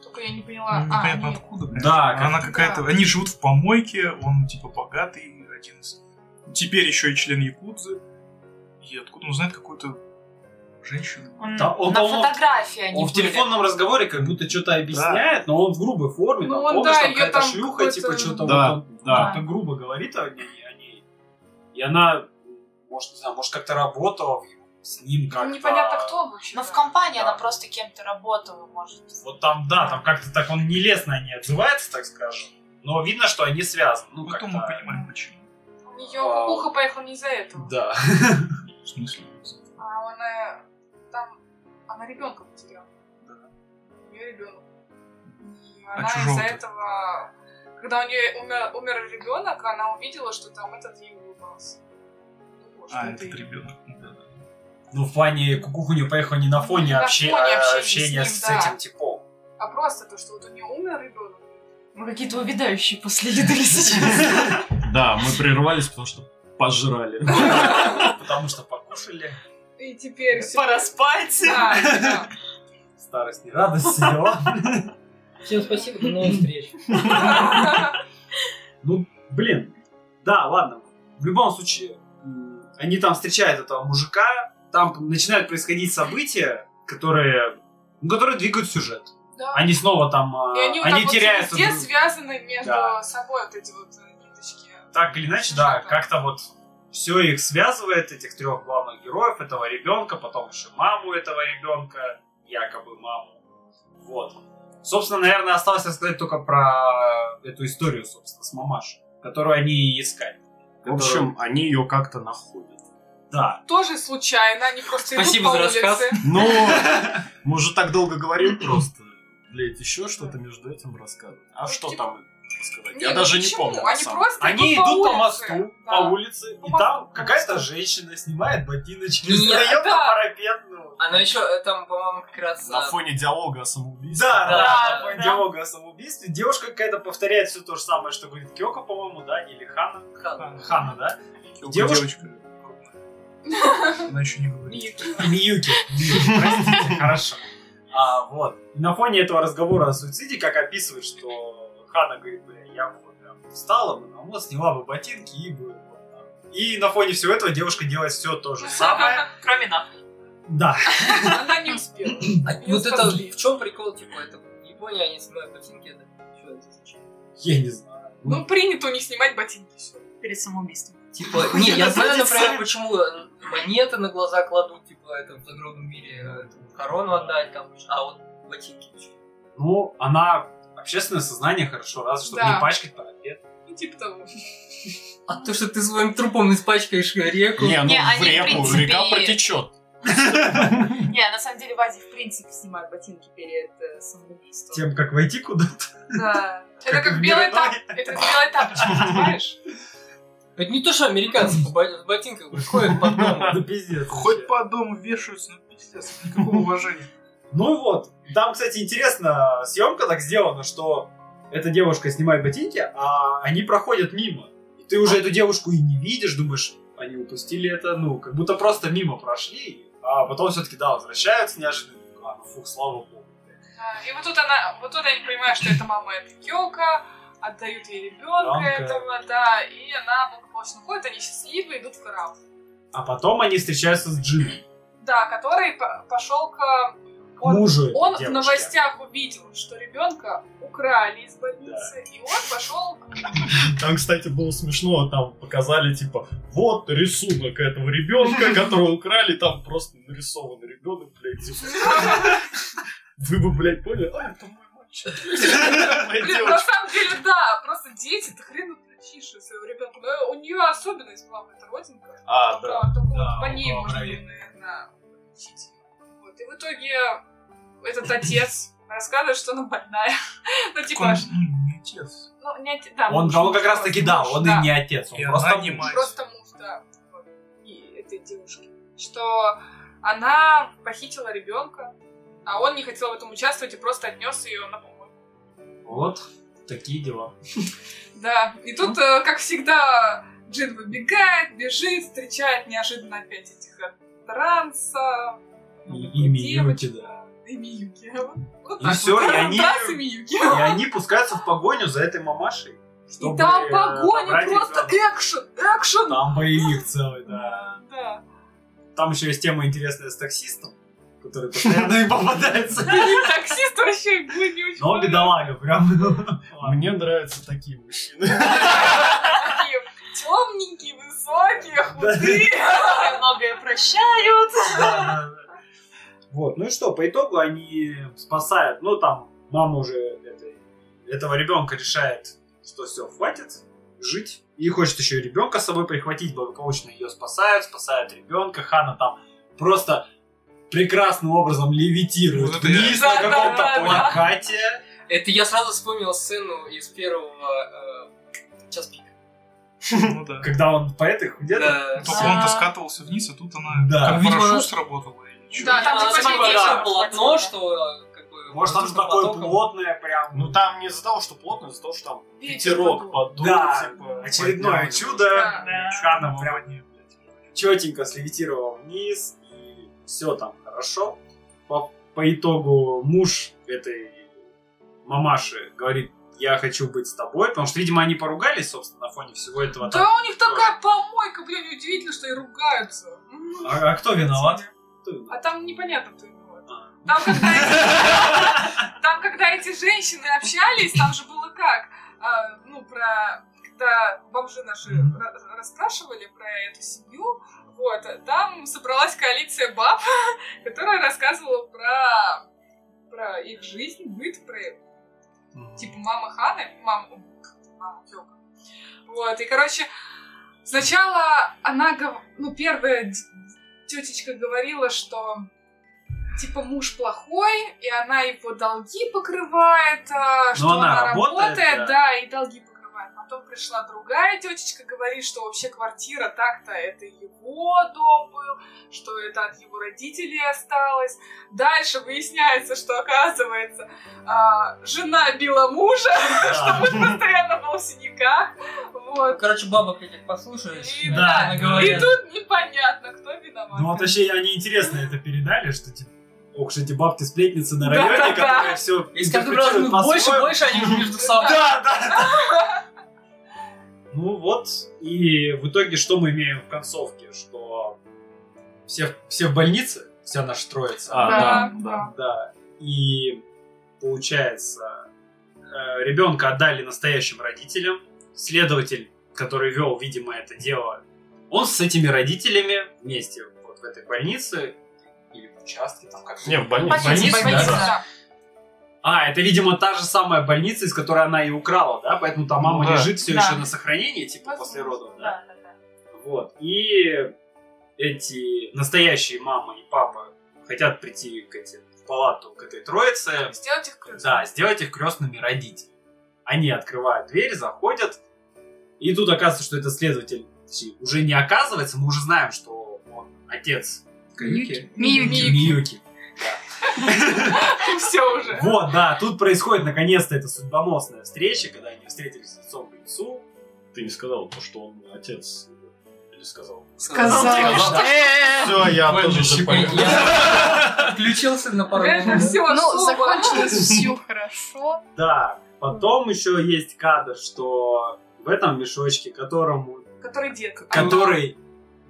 Только я не поняла. а,
Ну, Непонятно
они-
откуда. конечно.
Да,
Она
как-
какая-то... Они живут в помойке, он типа богатый, один из... Теперь еще и член Якудзы. И откуда он знает какую-то женщину?
Он-
Да, он,
на
по-моему,
фотографии они
Он в
были.
телефонном разговоре как будто что-то объясняет, но он в грубой форме.
Ну,
там,
он,
помнишь,
да,
там
её
какая-то
там
шлюха,
какой-то-
типа, что-то
Да,
вот, он-
да.
как-то грубо говорит о ней, о ней. И она, может, не знаю, может, как-то работала с ним как-то.
Ну, Непонятно, кто он вообще.
Но в
да.
компании
Да.
она просто кем-то работала, может.
Вот там, да, там как-то так он нелестно не отзывается, так скажем. Но видно, что они связаны. Ну,
Потом мы
как-то-
понимаем, почему.
У нее кукуха поехала не из-за этого.
Да.
В смысле?
А он э, там... Она ребенка потеряла. У нее ребенок. И
А
она из-за
чужого-то?
этого... Когда у нее умер, умер ребенок, она увидела, что там этот ей улыбался. Ну, что
А,
это
этот
и-
ребенок.
Ну, в плане кукуху не поехал не на фоне,
Ну, На
общи-
фоне
а,
общения
общения
с ним,
с,
да.
этим типом.
А просто то, что вот у нее умер ребенок.
Мы какие-то увядающие после еды сейчас.
Да, мы прервались, потому что пожрали.
Потому что покушали.
И теперь... всё-
Пора спать.
Да, да.
Старость не радость, всё.
Всем спасибо, до новых встреч.
Ну, блин. Да, ладно. В любом случае, м, они там встречают этого мужика, там начинают происходить события, которые, ну, которые двигают сюжет.
Да.
Они снова там, а,
И
они,
они, вот так вот
теряются.
везде
друг-
связаны между
Да.
собой вот эти вот э, ниточки.
Так или иначе, да,
Сюжета.
как-то вот все их связывает, этих трех главных героев, этого ребенка, потом еще маму этого ребенка, якобы маму. Вот. Собственно, наверное, осталось рассказать только про эту историю, собственно, с мамашей, которую они и искали.
В общем, они ее как-то находят.
Да,
Тоже случайно, они просто
Спасибо
идут по
за рассказ.
улице.
Ну, мы уже так долго говорим просто. Блять, еще что-то между этим рассказывать. А
Ну,
что
типа-
там рассказать?
Не,
Я
ну
даже не
почему?
помню. на
Они
самом деле.
просто
Они идут, по мосту,
да.
по улице,
По
и
мосту,
там
по
какая-то
мосту.
женщина снимает ботиночки,
Нет,
встает
да.
на парапет. ну.
Она еще э, там, по-моему, как раз...
На
а,
фоне диалога о самоубийстве.
Да, да,
да,
да, диалога о самоубийстве. Девушка какая-то повторяет все то же самое, что говорит Кёка, по-моему, да, или Хана. Э,
Хана.
Хана, да? Девушка-
Девочка. Она еще не говорит.
Мир.
Миюки. Миюки, Простите, хорошо. А, вот. И на фоне этого разговора о суициде, как описывает, что Хана говорит, бля, я бы вот прям встала бы на мост, сняла бы ботинки и бы... вот так». И на фоне всего этого девушка делает все то же самое.
Кроме нас.
Да,
Она не успела.
а
Её
Вот это,
спасли.
в чем прикол, типа, это в Японии они снимают ботинки, это что это за чё?
я не знаю.
Ну, принято у них снимать ботинки. всё.
Перед самоубийством.
Типа, не, я знаю, например, почему э, монеты на глаза кладут, типа, это в загробном мире э, там, корону отдать, там, а вот ботинки. чё?
Ну, она общественное сознание хорошо, раз, чтобы
Да.
не пачкать парапет.
Ну, типа того.
А то, что ты своим трупом испачкаешь реку,
Не, ну
Не,
в
они, в
реку,
принципе,
река протечет.
Не, на самом деле в Азии в принципе снимают ботинки перед э, самоубийством.
Тем, как войти куда-то.
Да.
в
Это Типа, как белый
мировой.
тап. Это белый тапочек, понимаешь?
это не то, что американцы в бо- в ботинках ходят по дому.
Ну, пиздец.
Хоть
вообще.
по дому вешаются, ну пиздец, никакого уважения.
Ну вот. Там, кстати, интересно, съемка так сделана, что эта девушка снимает ботинки, а они проходят мимо. И ты уже эту девушку и не видишь, думаешь, они упустили это, ну, как будто просто мимо прошли. А потом все-таки, да, возвращаются неожиданно. А, ну фух, слава богу.
Да, И вот тут она, вот тут они понимают, что это мама это Кёка, отдают ей ребенка
Ребёнка.
этого, да, и она благополучно уходит, они счастливы, идут в коралл.
А потом они встречаются с Джимом,
Да, который пошел к... Он,
мужу этой
он в
девушки.
новостях увидел, что ребенка украли из больницы, и он пошел
Там, кстати, было смешно, там показали, типа, вот рисунок этого ребенка, которого украли, там просто нарисован ребенок, блядь, типа. Вы бы, блядь, поняли? А, это мой мальчик. Моя
Блин, на
девочка.
самом деле, да, просто дети, ты хрен их тише своего ребенка. Но у нее особенность была вот эта родинка.
А, да.
то вот
Да,
по
около
ней можно,
брови.
наверное, лечить. Вот. И в итоге этот отец рассказывает, что она больная. Ну, типа,
Он- м, не отец.
ну, не отец, да,
Он,
муж,
да, он
муж,
как раз таки, да,
муж,
он
да.
и не отец, он
И
просто
она не
муж.
мать.
Просто муж, да, вот, и этой девушки. Что она похитила ребенка, а он не хотел в этом участвовать и просто отнес ее на помойку.
Вот такие дела.
Да, и
Ну.
тут, э, как всегда, Джин выбегает, бежит, встречает неожиданно опять этих ну, э, транса.
И-
такую
и Миюки,
девочку.
да.
И Миюки. Вот
И
так
всё,
вот.
и они-
Транс и Миюки.
И они пускаются в погоню за этой мамашей.
И
чтобы,
там
э,
погоня,
отобрать их
просто
разум.
экшен, экшен.
Там боевик целый, да.
Да.
Там еще есть тема интересная с таксистом, который постоянно им попадается.
Таксист вообще был не очень
Но бедолага, прям.
Мне нравятся такие мужчины.
Такие темненькие, высокие, худые.
Многое прощают.
Да, да, да. Вот, ну и что, по итогу они спасают, ну там мама уже этой- этого ребенка решает, что все, хватит жить. И хочет еще и ребенка с собой прихватить, благополучно ее спасают, спасают ребенка. Хана там просто прекрасным образом левитирует
Вот это я-
вниз на
Да, да,
каком-то
да, да.
плакате.
Это я сразу вспомнил сцену из первого э, час пик.
Ну да.
Когда он поэт их где-то...
Да.
Только он-то скатывался вниз, а тут она
Да.
как
Ну, видимо,
парашют
она-
сработала. и ничего.
Да,
А,
там
Она
типа
настолько
нечего
большое полотно,
хватило.
что как бы
Может, там же
воздушным
такое
потоком-
плотное прям...
Ну там не из-за того, что плотно, а из-за того, что там
Ветер
ветерок
подул.
подул.
Да,
типа,
очередное
поднял
чудо.
Да.
Хана прям четенько слевитировал вниз, и все там хорошо. По, по итогу муж этой мамаши говорит, я хочу быть с тобой, потому что, видимо, они поругались, собственно, на фоне всего этого. там.
Да у них такая помойка, блин, неудивительно, что и ругаются. М.
А, а кто виноват? А. Кто виноват?
А там непонятно, кто виноват. Там когда, эти- там, когда эти женщины общались, там же было как? А, ну, про... Когда бомжи наши ра- расспрашивали про эту семью, вот, а там собралась коалиция баб, которая рассказывала про, про их жизнь, быт, про типа мама Ханы, мама, мама Йока. Вот, и, короче, сначала она, гов- ну, первая д- тетечка говорила, что типа муж плохой, и она его долги покрывает, а, что
она
она,
работает,
работает,
да.
да. и долги покрывает. Потом пришла другая тетечка, говорит, что вообще квартира так-то это его дом был, что это от его родителей осталось. Дальше выясняется, что оказывается, а, жена била мужа,
Да.
муж постоянно был в синяках,
Ну,
вот.
Короче, бабок этих послушаешь.
И,
э,
да,
она
и
говорит.
И тут непонятно, кто виноват.
Ну, вот вообще, они интересно это передали, что типа, ох, же эти бабки-сплетницы на районе,
Да-да-да.
которые все
И с каждым разом их больше и больше они уже между собой.
Да, да, да. Ну вот, и в итоге что мы имеем в концовке? Что все, все в больнице, вся наша троица.
А,
Да,
да,
да.
да.
Да, и получается, э, ребенка отдали настоящим родителям. Следователь, который вел, видимо, это дело, он с этими родителями вместе вот в этой больнице или в участке, там как
Не, в больни-
Больница,
больнице,
больница,
да.
да.
а, это, видимо, та же самая больница, из которой она и украла, да? Поэтому там мама
Ну да.
лежит все
Да.
еще на сохранении, типа, после родов, да? Вот. И эти настоящие мама и папа хотят прийти к этим, в палату к этой троице,
Сделать их крылья.
да, сделать их крестными родителями. Они открывают дверь, заходят, и тут оказывается, что этот следователь точнее, уже не оказывается, мы уже знаем, что он отец Каюки.
Миюки.
Миюки.
Все уже.
Вот, да, тут происходит наконец-то эта судьбоносная встреча, когда они встретились лицом к лицу.
Ты не сказал то, что он отец. Или сказал?
Сказала.
Все, я
Ой,
тоже
щекой.
уже понял.
Я Включился на пару
Это
минут.
все
Ну,
особо.
закончилось все хорошо.
Да, потом еще есть кадр, что в этом мешочке, которому,
Который дед.
который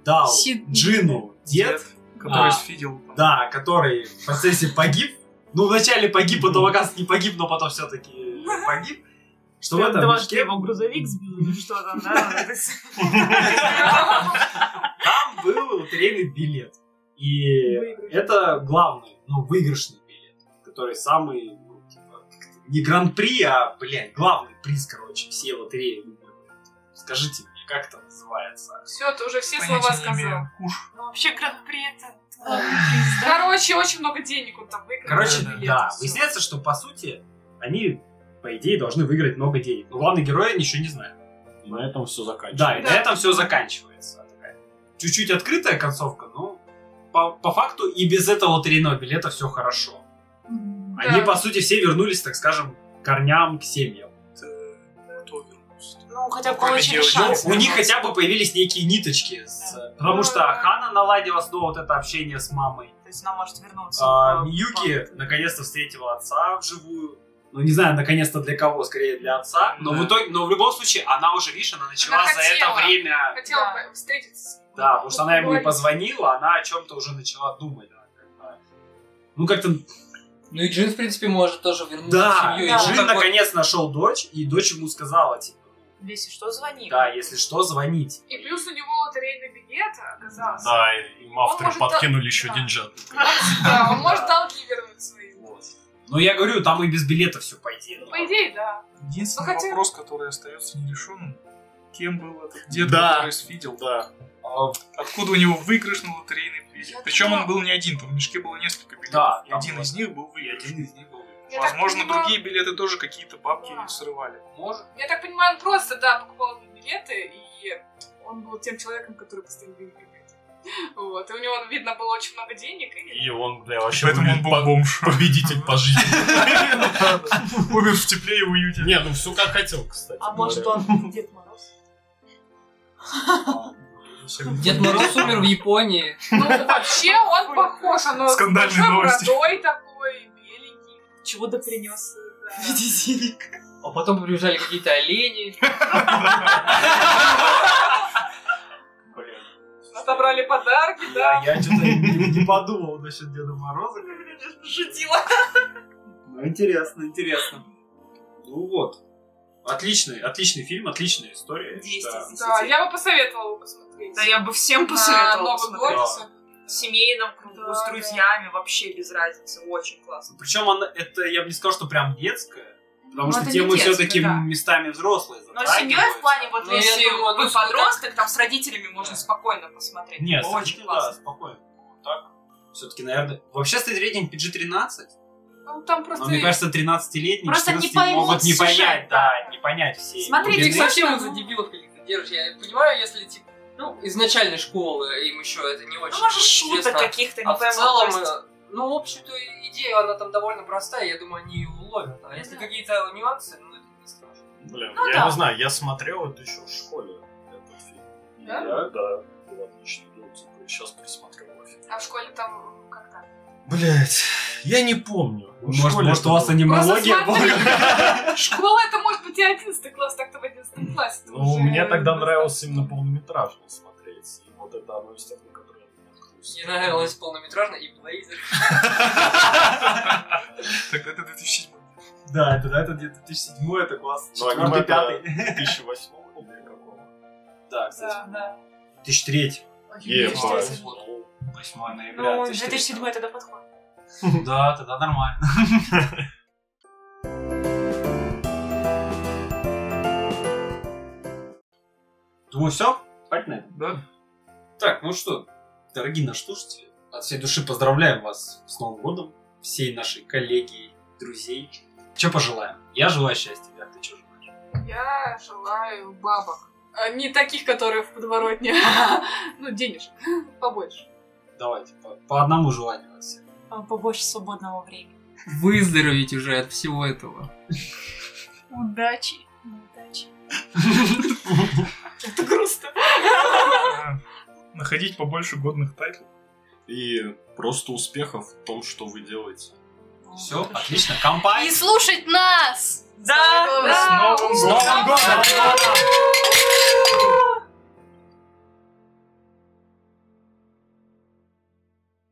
дал
Си-
Джину дед,
Который
А.
сфидел. там.
да, который в процессе погиб, ну вначале погиб, потом оказывается не погиб, но потом все-таки погиб, что в этом
Дважды
мешке
его грузовик сбил или что там, да?
там был лотерейный билет. И это главный, ну, выигрышный билет, который самый, ну, типа, как это, не гран-при, а, блядь, главный приз, короче, всей лотереи. Скажите мне, как это называется?
Все, ты уже все
Понятия
слова
не имею.
сказал.
Куш.
Ну, вообще, Гран-при это...
Короче, очень много денег он там выиграл.
Короче,
Да, да,
И
да,
это всё.
выясняется, что по сути они, по идее, должны выиграть много денег. Но главный герой ничего не знает.
На этом все заканчивается.
Да, и на
Да.
этом все заканчивается. Такая Чуть-чуть открытая концовка, но по, по факту и без этого лотерейного билета все хорошо. Они,
Да.
по сути, все вернулись, так скажем, к корням, к семьям.
Э, Кто вернулся?
Ну, хотя бы
Кроме
получили
девочек.
шанс.
У них хотя бы появились некие ниточки. с- Потому что
Да.
Хана наладила снова вот это общение с мамой.
То есть она может вернуться.
А,
в-
Миюки наконец-то встретила отца вживую. Ну, не знаю, наконец-то для кого, скорее для отца. Но
Да.
в итоге, но в любом случае, она уже, видишь, она начала за это
хотела.
время.
Хотела
Да.
бы встретиться. с ним.
Да, потому что она ему и
Поговорить.
позвонила, она о чем-то уже начала думать. да, как бы. Ну, как-то...
Ну и Джин, в принципе, может тоже вернуться
Да, и
в семью.
Да.
он
Джин
такой,
наконец нашел дочь, и дочь ему сказала, типа,
Если что, звони.
да, если что, звоните.
И плюс у него лотерейный билет оказался.
Да, и им авторы
Он может
подкинули
так-
еще
да.
деньжат.
Да, он может долги вернуть свои.
Вот. Но я говорю, там и без билета все по идее.
Ну, По идее, да.
Единственный
Ну, хотя-
вопрос, который остается нерешенным, кем был этот дед,
Да.
который сфидел?
Да.
Откуда у него выигрыш на лотерейный билет?
Я
Причем
думала-
он был не один, там в мешке было несколько билетов,
Да,
и
там
один
было.
из них был
И
выигрыш.
один из них был выигрыш.
Я так
Возможно,
понимаю-
другие билеты тоже какие-то бабки
Да.
срывали.
Может?
Я так понимаю, он просто, да, покупал билеты, и он был тем человеком, который постоянно выигрывает. Вот, и у него, видно, было очень много денег, и...
И он, бля, вообще
Поэтому он
выглядит
был
по-
бомж.
победитель по жизни.
Умер в тепле и уюте.
Не, ну все как хотел, кстати.
А
говоря.
может, он Дед Мороз?
Дед Мороз умер в Японии.
Ну, вообще, он похож, он с
Скандальные
большой
новости.
бородой такой, беленький.
Чего-то принес.
Да.
в виде денег.
А потом приезжали какие-то олени.
Отобрали подарки, да.
Я что-то не не подумал насчет Деда Мороза.
Шутила.
Ну, интересно, интересно. Ну вот. Отличный, отличный фильм, отличная история.
200
Да.
из
Да,
10.
я бы посоветовала его посмотреть.
Да я бы всем
на
посоветовала
Новый
посмотреть.
Да.
год. особенно.
В семейном кругу,
Да,
с
да.
друзьями, вообще без разницы. Очень классно.
Причем она, это, я бы не сказал, что прям детская. Потому
Ну,
что
это не
темы
детская,
все-таки
да.
местами взрослые
Но с семьей в плане, вот
Ну, я
если
думаю, ну,
вы подросток, там с родителями можно
Да.
спокойно посмотреть.
Нет,
очень
да,
классно.
спокойно. Вот так. Все-таки, наверное... Вообще стоит рейтинг PG-13.
Ну, там
Но,
просто...
мне кажется, 13-летние,
Просто не
14
поймут
могут не
сюжет,
понять, да, не понять все.
Смотрите,
А Ты их
глубины.
совсем из-за дебилов каких-то держишь. Я понимаю, если типа, ну, из начальной школы им еще это не очень
Ну, может,
интересно.
шуток каких-то, не
А в
пойму.
целом,
то есть-
э, ну, общую-то идею, она там довольно простая, я думаю, они ее уловят. А если какие-то нюансы, ну, это не страшно.
Блин,
Ну
я
да.
не знаю, я смотрел это еще в школе, этот фильм. И
Да?
Я, да, был отличный был, типа, и сейчас пересмотрел вообще.
А в школе там как-то...
Блять, я не помню. В
Может,
школе
может,
это
у вас
было.
анимология
Просто смотри.
была?
Школа это может быть и 11 класс, так-то в 11 классе. это
Ну,
уже
мне тогда
достаточно.
нравился именно полнометражный смотреть. И вот это одно из тех, на которые мне открылось.
Мне нравилось полнометражно и Блейзер.
Тогда это 2007
Да, это, да, это где-то 2007 это класс.
Ну, аниме это 2008 или какого?
Да,
Да,
кстати.
да.
2003.
Ебать.
8 ноября.
Ну,
2003.
2007 тогда подходит.
Да, тогда нормально. Думаю, все? Понятно.
Да?
Так, ну что, дорогие наши слушатели, от всей души поздравляем вас с Новым годом, всей нашей коллеги, друзей. Че пожелаем? Я желаю счастья, Вер, ты чё желаешь?
Я желаю бабок. А, Не таких, которые в подворотне. Ну, денежек. Побольше.
Давайте, по, по одному желанию от всех.
А, Побольше свободного времени.
Выздороветь уже от всего этого.
Удачи. Удачи.
Это грустно.
Да. Находить побольше годных тайтлов.
И просто успехов в том, что вы делаете.
Все, отлично. Компания.
И слушать нас!
Да,
Здорово.
да.
С Новым
С Новым годом!